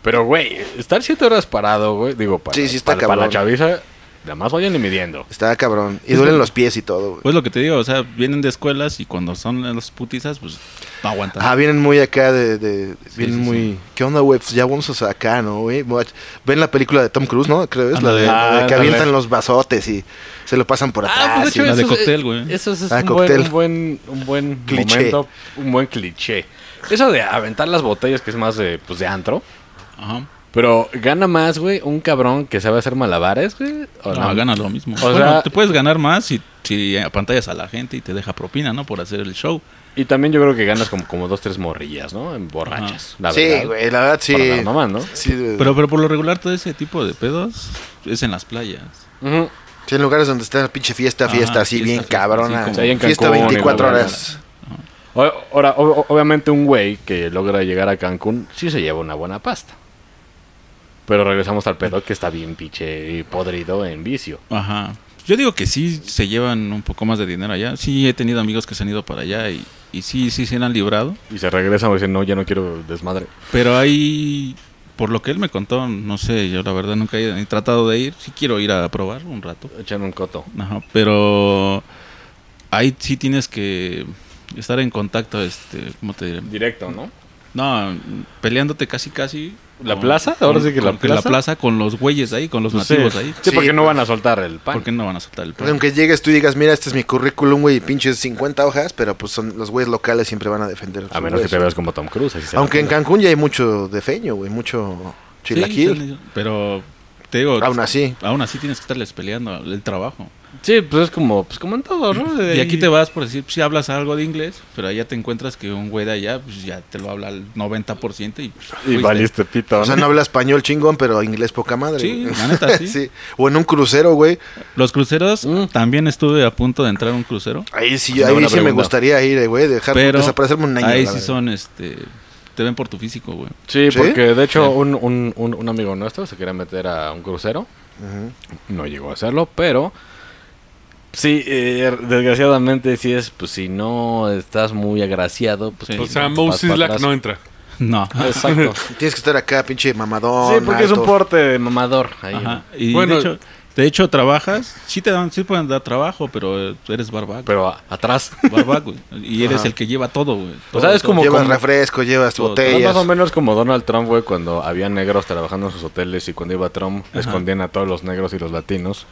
C: Pero, güey, estar siete horas parado, güey. Digo, para,
A: Sí, sí está
C: para, para la
A: cabrón.
C: chaviza, nada más vayan midiendo.
A: Está cabrón. Y duelen los pies y todo, güey.
D: Pues lo que te digo, o sea, vienen de escuelas y cuando son las putizas, pues no aguantan.
A: Ah, vienen muy acá de... de- vienen
D: sí,
A: muy... ¿Qué onda, güey? Pues ya vamos hasta acá, ¿no, güey? Watch- Ven la película de Tom Cruise, ¿no? Creo es la de,
C: Ándale.
A: la de
C: Ah,
A: que
C: ándale.
A: avientan los vasotes y se lo pasan
C: Ah, pues,
A: por atrás. y-
D: hecho, la Ah, pues, de eso es- cóctel, güey.
C: Eso es
A: Ah,
C: un, buen,
A: cóctel.
C: un buen, un buen
A: Cliché.
C: momento, un buen cliché. Eso de aventar las botellas, que es más de, pues, de antro.
D: Ajá.
C: Pero gana más, güey, un cabrón que sabe hacer malabares, güey. ¿o
D: No, gana lo mismo.
C: O
D: bueno,
C: sea-
D: te puedes ganar más si, si apantallas a la gente y te deja propina, ¿no? Por hacer el show.
C: Y también yo creo que ganas como, como dos, tres morrillas, ¿no? En borrachas. La
A: sí,
C: verdad.
A: güey, la verdad sí.
C: Para las mamás, ¿no?
A: Sí, güey.
D: Pero, pero por lo regular, todo ese tipo de pedos es en las playas.
C: Ujú.
A: Sí, en lugares donde está la pinche fiesta,
D: Ajá,
A: fiesta así
D: fiesta,
A: bien
D: fiesta,
A: cabrona.
D: sí, como-
A: Sí,
C: Sí, en
A: fiesta
C: Cancún,
A: 24
C: igual.
A: horas.
C: O- Ahora, o- o- obviamente un güey que logra llegar a Cancún sí se lleva una buena pasta. Pero regresamos al pedo que está bien pinche podrido en vicio.
D: Ajá. Yo digo que sí se llevan un poco más de dinero allá. Sí, he tenido amigos que se han ido para allá y, y sí, sí se han librado.
C: Y se regresan y dicen, no, ya no quiero desmadre.
D: Pero hay, por lo que él me contó, no sé, yo la verdad nunca he, he tratado de ir. Sí quiero ir a probar un rato.
C: Echan un coto.
D: Ajá, pero ahí sí tienes que estar en contacto, este, ¿cómo te diré?
C: Directo, ¿no?
D: No, peleándote casi casi.
C: ¿La plaza? Ahora sí que la
D: con-
C: plaza.
D: con los güeyes ahí, con los
C: Pues
D: nativos ahí.
A: Sí,
C: Sí, porque no
A: pues.
C: van a soltar el pan.
D: Porque no van a soltar el
A: Pues
D: pan?
A: aunque llegues tú y digas, mira, este es mi currículum, güey, y pinches 50 hojas, pero pues son los güeyes locales siempre van a defender. sus
C: A menos que
A: güeyes.
C: te veas como Tom Cruise. así se la
A: Aunque en
C: pela.
A: Cancún ya hay mucho defeño, güey, mucho
D: Sí,
A: chilaquil.
D: sí, pero te digo,
A: Aún así,
D: aún así tienes que estarles peleando el trabajo.
C: Sí, pues es como, pues como en todo, ¿no?
D: Y aquí te vas por decir, si hablas algo de inglés, pero allá te encuentras que un güey de allá, pues ya te lo habla al 90% y... pues,
C: Y
D: fuiste.
C: valiste pito.
A: o sea, no habla español chingón, pero inglés poca madre.
D: Sí,
A: güey.
D: la neta, sí.
A: O en un crucero, güey.
D: Los cruceros,
C: Mm.
D: también estuve a punto de entrar a un crucero,
A: Ahí sí,
C: Pues, Una
A: ahí
C: buena
A: sí me
C: pregunta.
A: gustaría ir, eh, güey. Dejar
D: pero
A: desaparecerme un año.
D: ahí
A: la
D: sí
A: verdad.
D: son, este... Te ven por tu físico, güey.
C: Sí,
A: ¿Sí?
C: porque de hecho un, un- un- un amigo nuestro se quería meter a un crucero.
A: Ujú.
C: No llegó a hacerlo, pero... Sí, eh, desgraciadamente sí es, pues si no estás muy agraciado, pues...
D: Sí.
C: pues,
B: O sea,
C: vas
B: Moses
C: para
B: Lack
C: atrás.
B: no entra.
D: No.
C: Exacto.
A: Tienes que estar acá, pinche mamadón.
C: sí, porque es un
A: alto.
C: porte de mamador. Ahí,
D: Ajá.
C: ¿no?
D: Y
B: Bueno.
D: de, hecho, de hecho, trabajas, sí te dan, sí pueden dar trabajo, pero eh, eres barbaco.
C: Pero a- atrás.
D: barbaco, y eres el que lleva todo, güey.
B: Pues,
C: O sea, es como...
A: Llevas
C: como-
A: refresco, llevas
D: Todo, todo.
C: No,
A: botellas.
C: más o menos como Donald Trump, güey, cuando había negros trabajando en sus hoteles y cuando iba Trump escondían a todos los negros y los latinos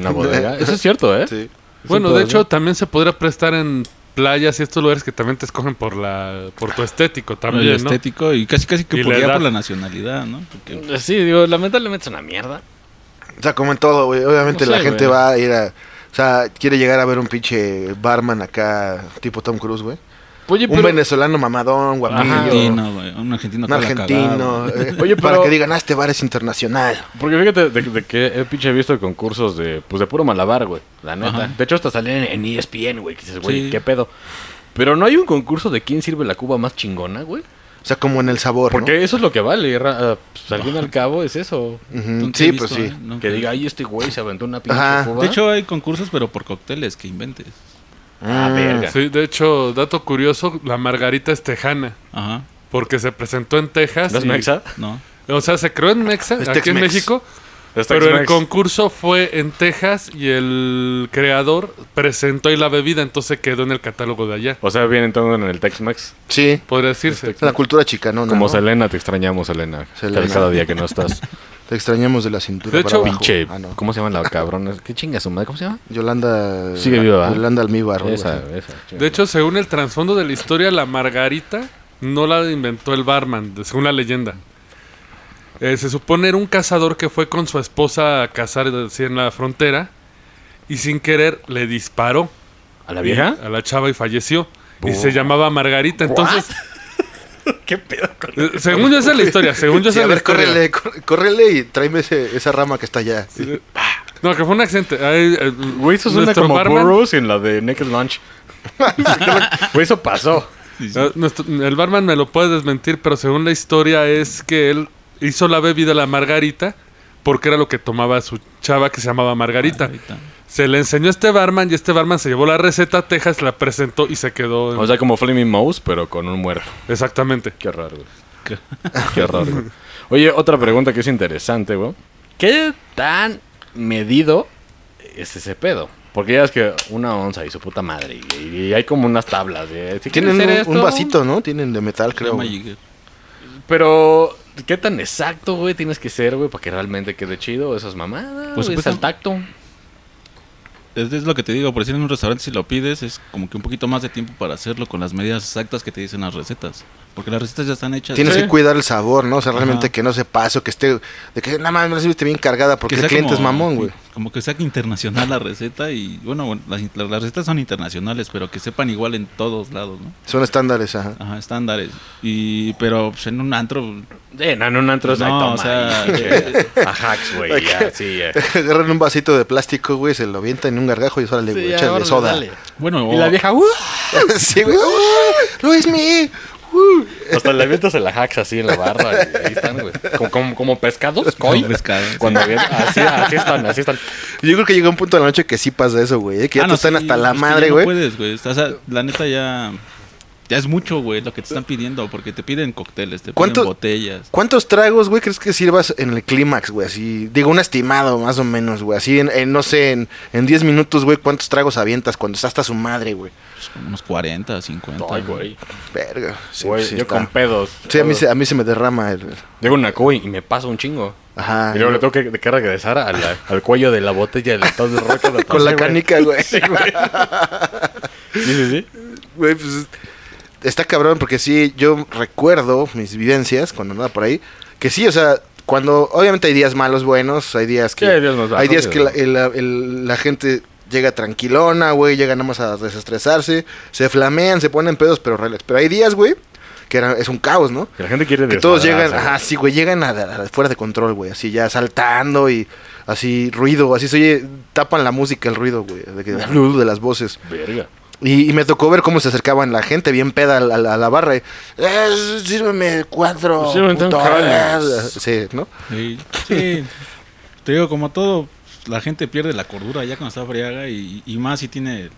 C: una bodega. Eso es cierto, ¿eh?
A: Sí.
B: Bueno,
C: puede
B: de
C: ser.
B: hecho, también se podría prestar en playas y estos lugares que también te escogen por la por tu estético
D: el
B: también, ¿no?
D: estético y casi casi que
B: Y la
D: por, ya
B: edad.
D: por la nacionalidad, ¿no? Porque
C: Sí, digo, lamentablemente es una mierda.
A: O sea, como en todo, güey. Obviamente
C: No sé,
A: la gente
C: güey.
A: va a ir a. O sea, quiere llegar a ver un pinche barman acá, tipo Tom Cruise, güey.
C: Oye,
A: Un
C: pero,
A: venezolano mamadón,
D: un
C: Ajá.
A: guapillo.
D: argentino, güey, un argentino
A: Un
D: acá la cagaba.
A: argentino. eh,
C: Oye,
A: Para
C: pero-
A: que digan, ah, este bar es internacional.
C: porque fíjate de, de que he pinche visto concursos de, pues de puro malabar, güey. La neta.
D: Ajá.
C: De hecho, hasta salían en E ESPN, güey. Que dices, güey,
D: Sí.
C: qué pedo. Pero no hay un concurso de quién sirve la cuba más chingona, güey.
A: O sea, como en el sabor. ¿no?
C: Porque eso es lo que vale. ra- ah, Pues, al fin y al cabo es eso.
A: Ujú,
D: Nunca he
A: Sí,
D: visto,
A: pues sí.
D: ¿eh? Nunca.
C: Que diga, ay, este güey se aventó una pinche
A: Ajá.
C: cuba.
D: De hecho, hay concursos, pero por cócteles que inventes.
C: ah,
A: Mm,
C: verga.
B: Sí, de hecho, dato curioso, la margarita es tejana.
D: Ajá,
B: Porque se presentó en Texas.
C: ¿No es
B: y-
C: mexa?
D: no.
B: O sea, se creó en Mexa,
A: Es
B: aquí en
A: Tex-Mex.
B: México.
C: Es
B: Pero el
C: Tex-Mex.
B: concurso fue en Texas y el creador presentó ahí la bebida, entonces quedó en el catálogo de allá.
C: O sea, viene entonando en el Tex-Mex.
A: Sí.
B: Podría decirse.
A: Es la cultura chicanona.
C: Como
A: ¿no?
C: Selena, te extrañamos, Selena.
A: Selena.
C: Cada- Cada día que no estás.
A: Te extrañamos de la cintura.
B: De
A: para
B: hecho-
A: abajo.
C: Pinche.
A: Ah, no.
C: ¿Cómo se llama la cabrona? ¿Qué chinga su madre? ¿Cómo se llama?
A: Yolanda.
C: Sigue viva, ¿verdad?
A: Yolanda Almíbar. güey.
C: Esa, esa. chinga.
B: De hecho, según el trasfondo de la historia, la margarita no la inventó el barman, de- según la leyenda. Eh, se supone era un cazador que fue con su esposa a cazar así, en la frontera y sin querer le disparó
C: ¿A la vieja?
B: a la chava y falleció.
C: Oh.
B: Y se llamaba Margarita. Entonces,
C: ¿Qué pedo? con-
B: eh, según yo esa es la historia, según yo
A: Sí,
B: esa
A: a
B: es la
A: ver,
B: historia.
A: córrele, cór- córrele y tráeme ese- esa rama que está allá.
B: No, que fue un accidente. Ahí, eh,
C: Güey, eso suena
B: nuestro
C: como
B: barman-
C: Burroughs en la de Naked Lunch. Güey, eso pasó.
B: Eh, nuestro- el barman me lo puede desmentir, pero según la historia es que él hizo la bebida la margarita porque era lo que tomaba su chava que se llamaba Margarita.
D: Margarita.
B: Se le enseñó a este barman y este barman se llevó la receta a Texas, la presentó y se quedó. en-
C: O sea, como Flaming Mouse, pero con un muerto.
B: Exactamente.
C: Qué raro, güey.
D: ¿Qué?
C: Qué raro. güey. Oye, otra pregunta que es interesante, güey. ¿Qué tan medido es ese pedo? Porque ya es que una onza y su puta madre. Y, y hay como unas tablas. ¿eh? Si
A: Tienen
C: quieres
A: un,
C: hacer
A: un
C: esto,
A: vasito, ¿no? Tienen de metal, creo.
D: Llama
A: güey.
D: Jigger.
C: Pero, ¿qué tan exacto, güey, tienes que ser, güey, para que realmente quede chido esas mamadas?
D: Por
C: Pues es
D: supuesto.
C: al tacto.
D: Es, es lo que te digo, por decir en un restaurante si lo pides es como que un poquito más de tiempo para hacerlo con las medidas exactas que te dicen las recetas. Porque las recetas ya están hechas.
A: Tienes
C: Sí.
A: que cuidar el sabor, ¿no? O sea, realmente
D: Ajá.
A: que no se pase o que esté. De que nada más me la sirviste bien cargada porque
D: Que
A: el
D: sea
A: cliente
D: como-
A: es mamón, güey.
D: Como que sea internacional la receta y bueno, bueno, las, las- las recetas son internacionales, pero que sepan igual en todos lados, ¿no?
A: Son estándares, ajá.
D: Ajá, estándares. Y pero pues, en un antro
C: Eh, no, en un antro es
D: No,
C: ahí, toma,
D: o sea,
C: y, pinche, A hacks, güey, ya, sí, ya.
A: Agarran un vasito de plástico, güey, se lo avientan en un gargajo y sale,
C: Sí,
A: güey,
C: ya,
A: échale
C: órale,
A: soda.
C: dale.
D: bueno,
C: Y la
D: o-
C: vieja, ¡uh!
A: sí, güey. ¡Uh! ¡Luis mi! ¡Uh!
C: Hasta le avientas el ajax así en la barra. y ahí están, güey. Como, como, como pescados, koi.
D: Como pescados, sí.
C: Cuando avientas- así, así están, así están.
A: Yo creo que llega un punto de la noche que sí pasa eso, güey. eh, Que ya
D: Ah,
A: te
D: no,
A: están
D: sí,
A: hasta la
D: es que
A: madre,
D: ya
A: güey.
D: No puedes, güey. O sea, la neta ya ya es mucho, güey, lo que te están pidiendo porque te piden cócteles, te
A: ¿Cuánto-
D: piden botellas.
A: ¿Cuántos tragos, güey, crees que sirvas en el clímax, güey? Así, digo, un estimado, más o menos, güey. Así, en, en, no sé, en en 10 minutos, güey, ¿cuántos tragos avientas cuando está hasta su madre, güey?
D: Pues, como unos 40, 50.
C: Ay, güey.
A: Verga. Sí,
C: Güey,
A: sí
C: yo
A: está.
C: con pedos.
A: Sí, a mí, se, a mí se me derrama el...
C: Llego una koi y me pasa un chingo.
A: Ajá.
C: y luego le tengo que, que regresar a la- al cuello de la botella del estado de roca. de
A: Con
C: atrás,
A: la
C: güey.
A: canica, güey.
C: Sí, sí, sí.
A: Güey, pues... Está cabrón porque sí, yo recuerdo mis vivencias cuando andaba por ahí. Que sí, o sea, cuando obviamente hay días malos, buenos, hay días que
C: Sí, hay días más bajos,
A: hay días que la,
C: pero-
A: el- el- la gente llega tranquilona, güey, llega nada más a desestresarse, se flamean, se ponen pedos, pero relax. Pero hay días, güey, que era- es un caos, ¿no?
C: Que la gente quiere
A: Que todos llegan,
C: desmadrarse,
A: ajá,
C: güey.
A: sí, güey, llegan a, a- fuera de control, güey, así ya saltando y así ruido, así se oye, tapan la música, el ruido, güey, de, que- de las voces.
C: Verga.
A: Y, y me tocó ver cómo se acercaban la gente bien peda a la, a la- a la barra. y, "Eh, sírveme cuatro.
C: Sírveme un
A: puto".
C: Tecate.
A: Sí, ¿no?
D: Sí, sí. te digo, como todo, la gente pierde la cordura ya cuando está friaga y, y más si tiene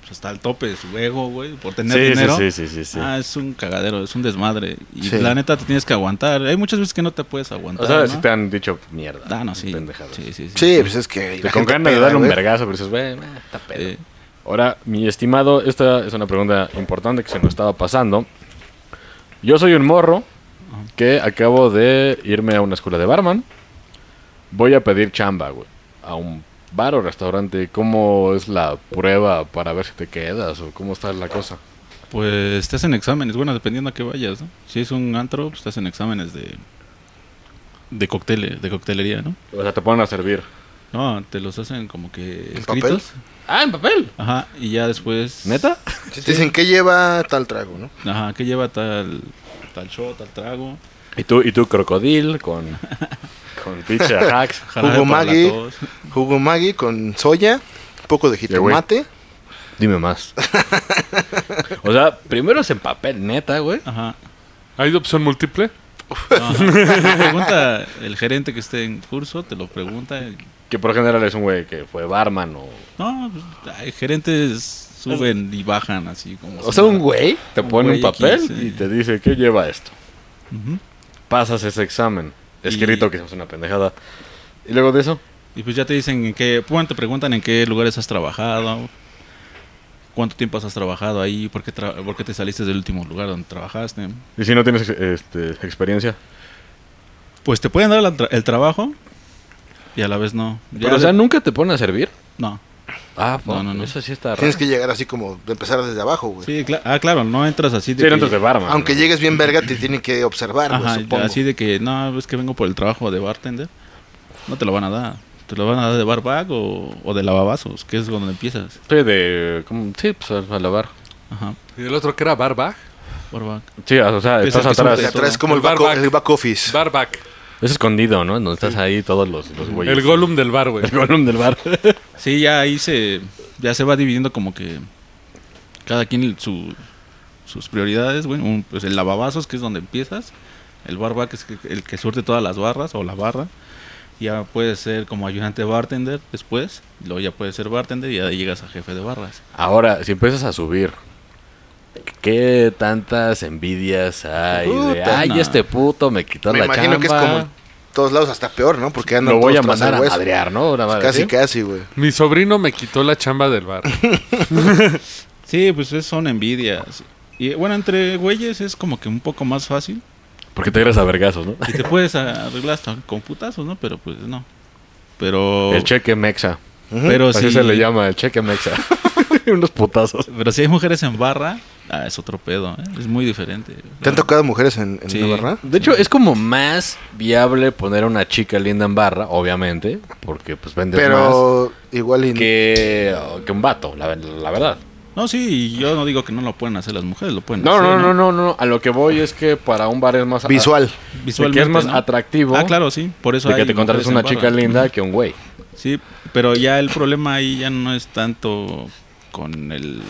D: pues, hasta el tope de su ego, güey, por tener
C: Sí, sí,
D: dinero.
C: sí, sí, sí, sí.
D: Ah, es un cagadero, es un desmadre. Y
A: Sí.
D: la neta te tienes que aguantar. Hay muchas veces que no te puedes aguantar.
C: o sea,
D: ¿no?
C: si te han dicho mierda.
D: Ah, no, sí.
C: Pendejadas.
D: Sí, sí, sí.
A: Sí, pues es que.
C: Te
A: la
C: con
A: gente
C: ganas de
A: peda,
C: darle un
A: güey.
C: vergazo, pero dices, güey, eh, está pedo.
D: Sí.
C: Ahora, mi estimado, esta es una pregunta importante que se nos estaba pasando. Yo soy un morro que acabo de irme a una escuela de barman. Voy a pedir chamba, güey. A un bar o restaurante. ¿Cómo es la prueba para ver si te quedas o cómo está la cosa?
D: Pues te hacen exámenes, bueno, dependiendo a qué vayas, ¿no? Si es un antro, pues te hacen exámenes de de cócteles, de coctelería, ¿no?
C: O sea, te ponen a servir.
D: No, te los hacen como que
A: ¿En
D: escritos.
A: papel?
C: Ah, en papel.
D: Ajá, y ya después
C: ¿Neta?
A: Te Dicen que lleva tal trago, ¿no?
D: Ajá, que lleva tal tal shot, tal trago,
C: Y tú, y tú crocodil con, con pinche hacks.
D: jarabe para la
A: Maggi.
D: tos.
A: Jugo Maggi con soya, un poco de
C: Ya, güey.
A: jitomate.
C: Dime más. O sea, primero es en papel, neta, güey.
D: Ajá.
B: ¿Hay de opción múltiple?
D: No, te pregunta el gerente que esté en curso, te lo pregunta. y-
C: Que por lo general es un güey que fue barman o...
D: No, pues, ay, gerentes suben y bajan así como
C: O
D: si
C: sea, un
D: nada.
C: güey te
D: Un
C: pone un
D: güey aquí,
C: papel
D: sí.
C: y te dice, ¿qué lleva esto?
D: Ujú.
C: Pasas ese examen. Escrito,
D: Y-
C: que es una pendejada. Y luego de eso,
D: Y pues ya te dicen en qué, bueno, te preguntan en qué lugares has trabajado, cuánto tiempo has trabajado ahí, por qué, tra- por qué te saliste del último lugar donde trabajaste.
C: y si no tienes este, experiencia.
D: Pues te pueden dar la tra- el trabajo y a la vez no. Ya
C: Pero, o sea,
D: le-
C: ¿nunca te ponen a servir?
D: no.
C: Ah,
D: No, no, no.
C: Eso sí está raro.
A: Tienes que llegar así como de empezar desde abajo, güey.
D: Sí, cla- ah, claro, no entras así de
C: Sí,
D: que-
C: no entras de pues, barman.
A: Aunque
C: ¿no?
A: llegues bien verga, te tienen que observar, güey,
D: Ajá,
A: supongo.
D: así de que, no, es que vengo por el trabajo de bartender. No te lo van a dar. Te lo van a dar de barback o, o de lavabazos, que es donde empiezas.
C: Sí, de... ¿cómo? Sí, pues a, a lavar.
D: Ajá,
B: Y el otro que era barback.
D: barback.
C: Sí, o sea,
D: Piensa
C: estás
D: que son
A: O sea,
C: atrás.
D: de-
A: atrás como el,
B: El bar
A: back, o-
B: back.
A: el back office.
B: Barback.
C: Es escondido, ¿no? En Donde estás ahí todos los, los güeyes.
B: El Gollum del bar, güey.
C: El golem del bar.
D: Sí, ya ahí se, ya se va dividiendo como que cada quien su- sus prioridades. Bueno, un- pues el lavabazos, que es donde empiezas. El barback es que- el que surte todas las barras o la barra. Ya puedes ser como ayudante bartender después. Luego ya puedes ser bartender y ya llegas a jefe de barras.
C: Ahora, si empiezas a subir, ¿qué tantas envidias hay? de,
A: Puta,
C: Ay,
D: no.
C: este puto me quitó
A: Me
C: la
A: imagino
C: chamba.
A: que es como en todos lados hasta peor, ¿no? Porque andan
C: Lo voy a
A: todos tras el
C: mandar a
A: hueso.
C: madrear, ¿no? Una madre
A: Casi,
C: así.
A: casi, güey.
B: Mi sobrino me quitó la chamba del bar.
D: Sí, pues es- son envidias. Y bueno, entre güeyes es como que un poco más fácil.
C: Porque te agarras a vergazos, ¿no?
D: Y te puedes arreglar hasta con putazos, ¿no? Pero pues no.
A: Oh.
D: Pero.
C: El cheque mexa.
A: Ujú.
D: pero
C: Así
D: sí-
C: se le llama, el cheque mexa. Unos putazos.
D: Pero si hay mujeres en barra, ah, es otro pedo, ¿eh? es muy diferente.
A: ¿Te han tocado mujeres en, en
D: Sí.
A: la barra?
C: De hecho, es como más viable poner a una chica linda en barra, obviamente, porque pues vendes
A: Pero igual y
C: más que, que un vato, la, la verdad.
D: No, sí, y yo no digo que no lo pueden hacer las mujeres, lo pueden
C: No,
D: hacer.
C: no, no, no, no. A lo que voy es que para un bar es más
A: visual.
D: Visualmente.
C: que es más
D: ¿no?
C: atractivo
D: Ah, claro, sí, por eso
C: de
D: hay
C: que te
D: mujeres
C: contrates
D: en
C: una
D: barra.
C: chica linda que un güey.
D: Sí, pero ya el problema ahí ya no es tanto con el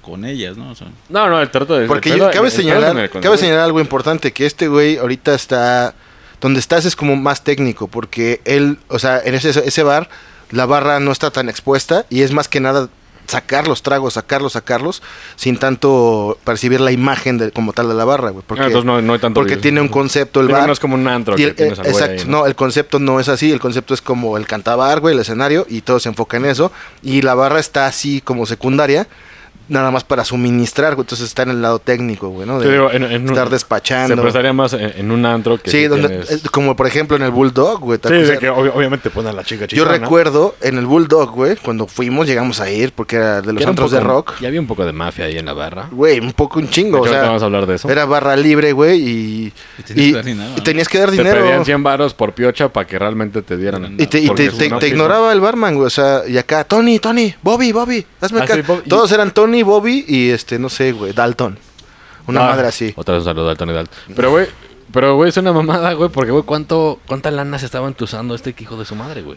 D: con ellas, ¿no? O sea,
C: No, no, el trato de...
A: Porque
C: el
A: yo-
C: pedo-
A: cabe,
C: el pedo en el
A: señalar,
C: control.
A: cabe señalar algo importante, que este güey ahorita está... Donde estás es como más técnico, porque él, o sea, en ese, ese bar, la barra no está tan expuesta y es más que nada sacar los tragos, sacarlos, sacarlos, sin tanto percibir la imagen de- como tal de la barra, güey.
C: Ah,
A: Porque,
C: entonces no, no hay tanto
A: porque
C: video.
A: tiene un concepto el
C: Sí, no,
A: bar.
C: No es como un antro
A: y
C: que
A: el-
C: tienes al
A: eh,
C: güey
A: exacto,
C: ahí,
A: ¿no? el concepto no es así, el concepto es como el cantabar, güey, el escenario y todo se enfoca en eso y la barra está así como secundaria nada más para suministrar, güey. Entonces está en el lado técnico, güey, ¿no? De
C: Yo digo, en- en un-
A: estar
C: Se
A: despachando.
C: prestaría más en, en un antro que.
A: Sí,
C: si
A: donde-
C: tienes-
A: eh, como por ejemplo en el Bulldog, güey.
C: Sí,
A: tal cosa.
C: de que ob- obviamente te ponen a la chica
A: Yo
C: chingona.
A: recuerdo en el Bulldog, güey, cuando fuimos, llegamos a ir porque era de los
C: Que era un
A: antros de
C: poco-
A: rock.
C: Ya había un poco de mafia ahí en la barra.
A: Güey, un poco un
C: De
A: chingo, o
C: hecho, ahorita
A: sea,
C: vamos a hablar de eso.
A: era barra libre, güey, y,
D: Y tenías
A: y-
D: que dar dinero,
A: y
D: ¿no?
A: tenías que dar
C: te
A: dinero.
C: pedían 100 varos por piocha para que realmente te dieran.
A: Y te, y
C: Porque
A: te-
C: es
A: te-
C: una
A: te
C: piocha.
A: ignoraba el barman, güey. O sea, y acá, Tony, Tony, Bobby, Bobby, hazme
C: Ah,
A: acá.
C: sí, Bob- y-
A: Todos eran Tony, Bobby y este, no sé, güey, Dalton. Una
C: Ah,
A: madre así.
C: Otra vez un saludo al Tony Dalt. Pero, güey. Pero, güey, es una mamada, güey, porque, güey, ¿cuánto, ¿cuánta lana se estaba entusando este hijo de su madre, güey?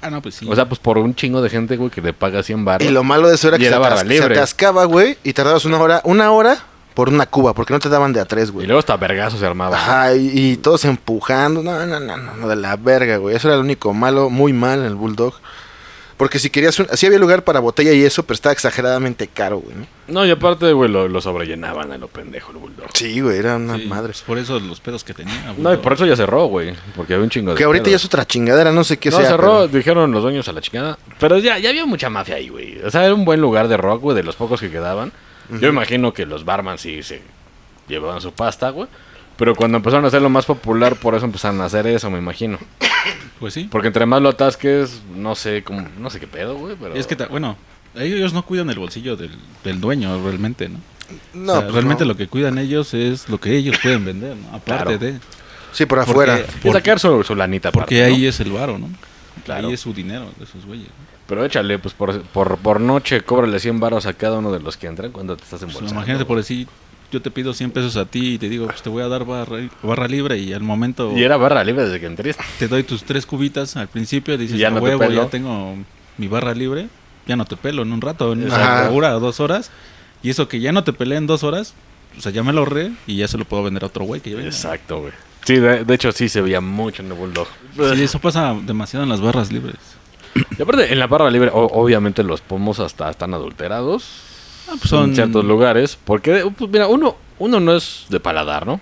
D: Ah, no, pues sí.
C: O sea, pues por un chingo de gente, güey, que le paga 100 baros.
A: Y lo malo de eso era
C: Y
A: que se,
C: era barra
A: atas- se
C: libre.
A: atascaba, güey, y tardabas una hora, una hora por una cuba, porque no te daban de a tres,
C: Y
A: güey.
C: luego ah, hasta vergazo se armaba.
A: Ajá, y, y todos empujando. No, no, no, no, no, de la verga, güey. Eso era el único malo, muy mal en el Bulldog. Porque si querías, un- sí había lugar para botella y eso, pero estaba exageradamente caro, güey. ¿no?
C: No, y aparte, güey, lo, lo sobrellenaban a lo pendejo el bulldog.
A: Sí, güey, era una
D: Sí,
A: madre.
D: pues por eso los pedos que tenía.
C: No, y
D: boludo.
C: por eso ya cerró, güey. Porque había un chingo de.
A: Que ahorita ya
C: pedos.
A: es otra chingadera, no sé qué
C: no,
A: sea.
C: cerró,
A: pero-
C: dijeron los dueños a la chingada. Pero ya, ya había mucha mafia ahí, güey. O sea, era un buen lugar de rock, güey, de los pocos que quedaban. Yo imagino que los barman sí se llevaban su pasta, güey. Pero cuando empezaron a hacerlo más popular, por eso empezaron a hacer eso, me imagino.
D: Pues sí.
C: Porque entre más lo atasques, no sé cómo, no sé qué pedo, güey, pero...
D: Es que, ta- bueno, ellos no cuidan el bolsillo del, del dueño realmente, ¿no?
A: No,
D: O sea,
A: pues
D: realmente
A: no.
D: lo que cuidan ellos es lo que ellos pueden vender, ¿no? Aparte
C: Claro.
D: de...
A: Sí, por
D: Porque-
A: afuera.
C: Y sacar su, su lanita
D: Porque
C: aparte, ¿no?
D: ahí es el varo, ¿no?
C: Claro.
D: Ahí es su dinero de esos güeyes. ¿no?
C: Pero échale, pues por, por, por noche cóbrale 100 baros a cada uno de los que entran cuando te estás
D: Pues,
C: embolsando.
D: imagínate por
C: güey.
D: decir, yo te pido 100 pesos a ti y te digo, pues te voy a dar barra, barra libre y al momento
C: Y era barra libre desde que entré.
D: te doy tus tres cubitas al principio, dices,
C: Y ya
D: "A
C: no te
D: huevo,
C: pelo".
D: ya tengo mi barra libre, ya no te pelo en un rato, en
A: Ajá.
D: una hora o dos horas. Y eso que ya no te peleé en dos horas, o sea, ya me lo ahorré y ya se lo puedo vender a otro güey que ya venga.
C: Exacto, güey. Sí, de, de hecho sí se veía mucho en el Bulldog.
D: Sí, eso pasa demasiado en las barras libres.
C: Y aparte, en la barra libre, o- obviamente los pomos hasta están adulterados
D: Ah, pues son
C: en ciertos lugares. Porque, pues, mira, uno, uno no es de paladar, ¿no?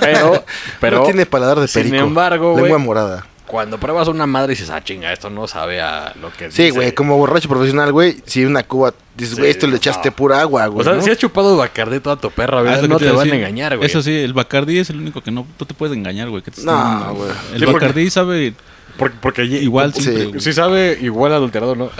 C: Pero, pero
A: no tiene paladar de
C: sin
A: perico.
C: embargo, güey.
A: Lengua morada.
C: cuando pruebas una madre y dices, ah, chinga, esto no sabe a lo que
A: Sí,
C: dice".
A: güey, como borracho profesional, güey, si una cuba, dices, güey, esto le echaste
C: no.
A: pura agua, güey.
C: O sea,
A: ¿no?
C: si has chupado Bacardí toda tu perra,
D: Ah,
C: vida,
D: es lo
C: no te
D: que iba
C: van a
D: decir.
C: engañar, güey.
D: Eso sí, el Bacardí es el único que no, no te puedes engañar, güey. que te está
A: No,
D: dando.
A: güey.
D: El
C: Sí, porque-
D: Bacardí sabe
C: Porque, porque ye-
D: igual
A: sí.
D: siempre, güey.
C: Sí sabe igual adulterado, ¿no?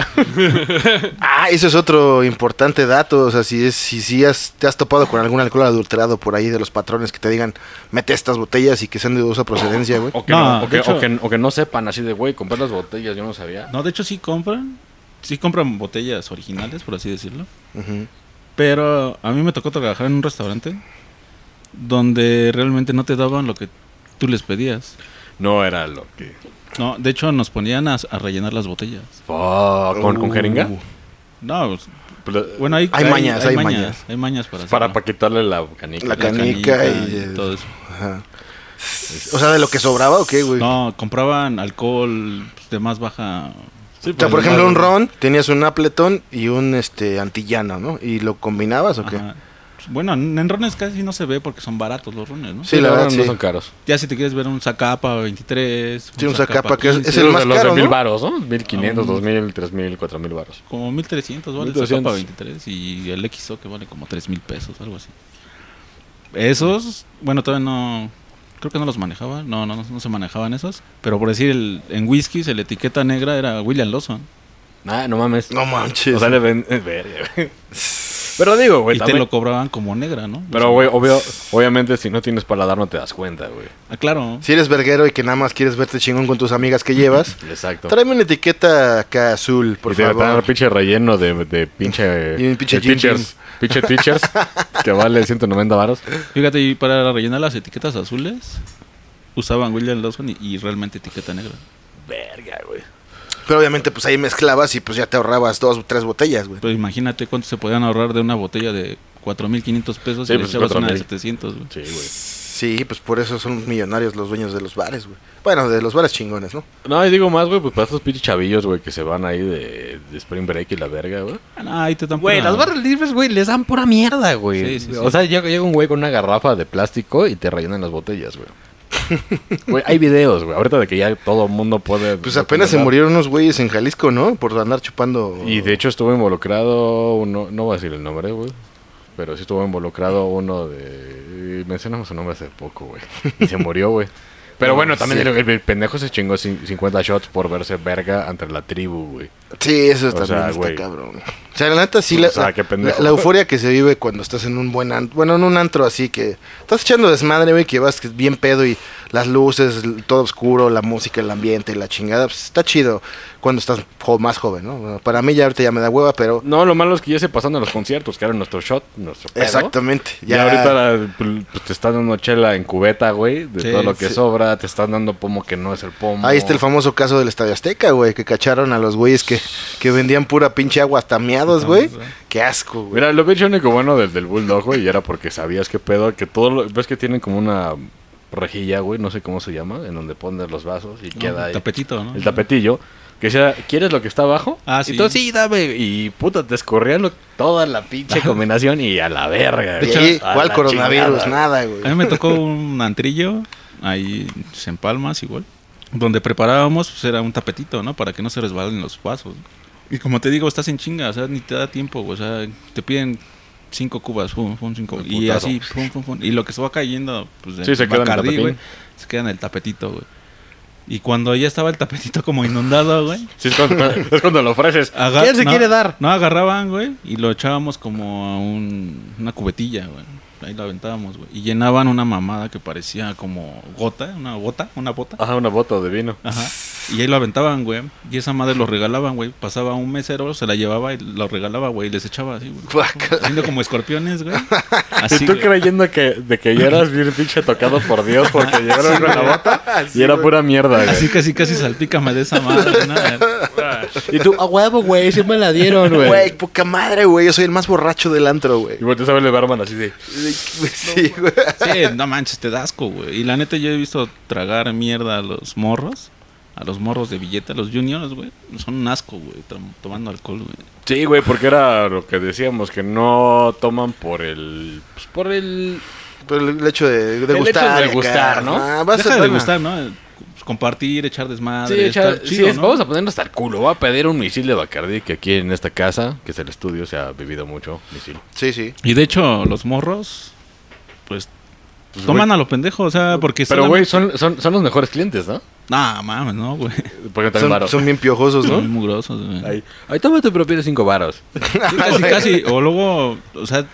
A: Ah, eso es otro importante dato. O sea, si, es, si, si has, te has topado con algún alcohol adulterado por ahí de los patrones que te digan, mete estas botellas y que sean de dudosa procedencia, güey.
C: O que
D: No,
C: no, o que,
D: de hecho-
C: o que- o que no sepan así de, güey, comprar las botellas, yo no sabía.
D: No, de hecho sí compran. Sí compran botellas originales, por así decirlo.
A: Ujú.
D: Pero a mí me tocó trabajar en un restaurante donde realmente no te daban lo que tú les pedías.
C: No era lo que...
D: No, de hecho nos ponían a, a rellenar las botellas.
C: Fuck, ¿con, con
A: Uh,
C: jeringa?
D: No, pues,
C: Pues,
D: bueno, hay,
A: Hay mañas, hay mañas.
D: Hay mañas para
C: Para,
D: hacerlo.
C: para quitarle la canica.
A: La
D: La
A: canica y-
D: todo eso.
A: Ajá. O sea, de lo que sobraba o qué, güey.
D: No, compraban alcohol pues, de más baja.
C: Sí,
A: O sea, por ejemplo, un ron, tenías un apletón y un este antillano, ¿no? ¿Y lo combinabas o qué?
D: Ajá. Bueno, en en rones casi no se ve porque son baratos los rones, ¿no?
A: Sí, la verdad,
C: no
A: sí.
C: son caros.
D: Ya si te quieres ver un Zacapa 23.
A: Sí, un Zacapa que
D: 15,
A: Es el
C: los
A: más
C: de los
A: caro,
C: de mil
A: ¿no?
C: varos, ¿no? 1500,
D: Ah,
C: 2000, 3000, 4000 varos.
D: Como 1300 vale
C: 1200.
D: el Zacapa 23 y el XO que vale como 3000 pesos, algo así. Esos, bueno, todavía no. Creo que no los manejaba. No, no, no, no se manejaban esos. Pero por decir, el- en whisky, la etiqueta negra era William Lawson.
C: Ah, no mames.
A: No manches.
C: O sea, le ven... es verga, güey. Pero digo, güey,
D: y
C: también...
D: te lo cobraban como negra, ¿no?
C: Pero, güey, obvio, obviamente si no tienes paladar no te das cuenta, güey.
D: Ah, claro.
A: si eres verguero y que nada más quieres verte chingón con tus amigas que llevas,
C: Exacto.
A: tráeme una etiqueta acá azul, por
C: y te van a dar
A: favor.
C: pinche relleno de, de pinche...
A: Y un pinche
C: de
A: gin gin.
C: teachers. Pinche teachers que vale 190 varos.
D: Fíjate, y para rellenar las etiquetas azules, usaban William Lawson y, y realmente etiqueta negra.
C: Verga, güey.
A: Pero obviamente, pues ahí mezclabas y pues ya te ahorrabas dos o tres botellas, güey.
D: Pero imagínate cuánto se podían ahorrar de una botella de 4.500 pesos
C: Sí,
D: y le
C: pues,
D: echabas una
C: 4,000.
D: de 700. güey.
C: Sí, güey.
A: Sí, pues por eso son millonarios los dueños de los bares, güey. Bueno, de los bares chingones, ¿no?
C: No, y digo más, güey, pues para estos pinches chavillos, güey, que se van ahí de, de Spring Break y la verga, güey.
D: Ah, no, ahí te dan
C: Güey,
D: pura-
C: las barras libres, güey, les dan pura mierda, Ah, güey.
D: Sí, sí, sí.
C: O sea, llega, llega un güey con una garrafa de plástico y te rellenan las botellas, güey. Güey, hay videos, güey. Ahorita de que ya todo el mundo puede.
A: Pues apenas se murieron unos güeyes en Jalisco, ¿no? Por andar chupando.
C: Y de hecho estuvo involucrado uno. No voy a decir el nombre, güey. Pero sí estuvo involucrado uno de. Mencionamos su nombre hace poco, güey. Y se murió, güey. Pero bueno, también
A: Sí.
C: el, el pendejo se chingó cin- 50 shots por verse verga ante la tribu, güey.
A: Sí, eso
C: O
A: también
C: sea,
A: está
C: güey.
A: cabrón. O sea, la neta sí, la,
C: O sea,
A: la-
C: qué pendejo.
A: la- la euforia que se vive cuando estás en un buen antro, bueno, en un antro así que estás echando desmadre, güey, que vas bien pedo y las luces, l- todo oscuro, la música, el ambiente y la chingada, pues está chido cuando estás jo- más joven, ¿no? Bueno, para mí ya ahorita ya me da hueva, pero
C: No, lo malo es que ya se pasaron a los conciertos, que era nuestro shot, nuestro pedo.
A: exactamente.
C: Ya, ahorita la- pues, te están dando chela en cubeta, güey, de
D: Sí,
C: todo lo que
A: sí.
C: sobra, te están dando pomo que no es el pomo.
A: Ahí está el famoso caso del Estadio Azteca, güey, que cacharon a los güeyes que, que vendían pura pinche agua hasta miados, güey. Qué asco, güey.
C: Mira, lo pinche único bueno del, del Bulldog, güey, y era porque sabías qué pedo, que todo lo- ves que tienen como una rejilla, güey, no sé cómo se llama, en donde pones los vasos y
D: No,
C: queda ahí.
D: el tapetito, ¿no?
C: el tapetillo. Que sea, ¿quieres lo que está abajo?
D: Ah, sí.
C: Y tú, sí, dame. Y puta, te escurrían lo- toda la pinche combinación y a la verga.
A: Y
C: güey.
A: ahí,
C: A
A: ¿cuál
C: la
A: coronavirus?
C: chingada.
A: Nada, güey.
D: A mí me tocó un antrillo ahí en Palmas igual, donde preparábamos, pues era un tapetito, ¿no? Para que no se resbalen los vasos. Y como te digo, estás en chinga, o sea, ni te da tiempo, o sea, te piden cinco cubas, pum, pum, cinco,
C: El
D: y
C: putazo.
D: así, pum, pum, pum, y lo que se va cayendo, pues
C: Sí, se queda en el
D: Bacardí,
C: tapetín.
D: güey, se queda en el tapetito, güey. Y cuando ya estaba el tapetito como inundado, güey,
C: Sí, es cuando, es cuando lo ofreces.
D: Agar-
C: ¿Quién se
D: no,
C: quiere dar?
D: No, agarraban, güey, y lo echábamos como a un- una cubetilla, güey. Ahí la aventábamos, güey. Y llenaban una mamada que parecía como gota, una bota, una bota.
C: Ajá, Ah, una bota de vino.
D: Ajá. Y ahí lo aventaban, güey. Y esa madre lo regalaban, güey. Pasaba un mesero, se la llevaba y lo regalaba, güey. Y les echaba así, güey.
A: Guácala.
D: Haciendo como escorpiones, güey.
C: Si
D: Así,
C: tú
D: güey.
C: creyendo que, de que ya eras bien pinche tocado por Dios porque llegaron con la bota y era pura mierda, güey.
D: Así casi, casi salpícame de esa madre. ¿no?
C: Y tú, a huevo, güey, sí me la dieron,
A: Güey, poca madre, güey. Yo soy el más borracho del antro, güey.
C: Y volteas a verle barman así de...
A: Sí, güey.
D: Sí, no manches, te das asco, güey. Y la neta, yo he visto tragar mierda a los morros. A los morros de billete, a los juniors, güey. Son un asco, güey, tom- tomando alcohol, güey.
C: Sí, güey, porque era lo que decíamos, que no toman por el... Pues por el...
A: Pero el hecho de, de
C: El
A: gustar.
C: hecho de
A: acá,
C: gustar, ¿no?
A: ah, vas
D: Deja
A: a
D: de
A: bueno,
D: gustar, ¿no? Eh, Compartir, echar desmadre.
C: Sí, echar-
D: estar
C: sí,
D: chido,
C: es-
D: ¿no?
C: vamos a ponernos hasta el culo. Voy a pedir un misil de Bacardi que aquí en esta casa, que es el estudio, se ha vivido mucho misil.
A: Sí, sí.
D: Y de hecho, los morros, pues,
C: Pues,
D: toman
C: güey,
D: a lo pendejo, o sea, porque
C: Pero,
D: solamente-
C: güey, son, son, son los mejores clientes, ¿no?
D: Nah, mames, no, güey.
C: Porque también
A: Son,
C: varo.
A: son bien piojosos,
D: Son
A: ¿no?
C: Mm.
D: mugrosos, güey.
C: Ahí, ahí toma tu propio de cinco varos.
D: Sí, casi, casi. O luego, o sea,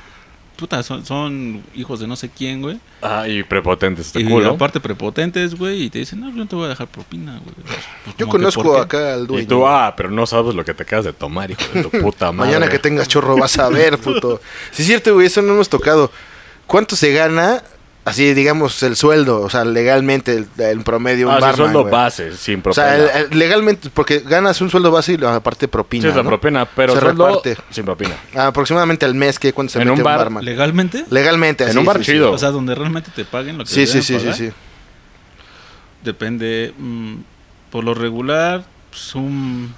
D: puta, son, son hijos de no sé quién, güey.
C: Ah, y prepotentes este
D: Y
C: culo.
D: aparte prepotentes, güey, y te dicen, no, yo no te voy a dejar propina, güey. Pues, pues,
A: Yo
D: como que,
A: conozco
D: ¿por qué?
A: acá al dueño.
C: Y tú, ah, pero no sabes lo que te acabas de tomar, hijo de tu puta madre.
A: Mañana que tengas chorro vas a ver, puto. Sí, es cierto, güey, eso no hemos tocado. ¿Cuánto se gana, así digamos, el sueldo? O sea, legalmente, el, el promedio, un
C: Ah, sí,
A: barman,
C: sueldo
A: güey.
C: base, sin
A: O
C: propina.
A: sea, el- el- legalmente, porque ganas un sueldo base y la- aparte
C: Sí,
A: propina,
C: es la
A: ¿no?
C: propina, pero
A: Se
C: sueldo
A: reparte.
C: sin propina.
A: Aproximadamente al mes, que ¿Cuánto se
C: En
A: mete
C: un
A: un,
C: bar,
A: barman?
D: ¿Legalmente?
A: legalmente,
C: en
A: así,
C: un bar
A: sí, sí.
C: chido.
D: O sea, donde realmente te paguen lo que
A: Sí, sí,
D: deben
A: sí, sí,
D: pagar.
A: sí.
D: Depende, mm, por lo regular, pues, un,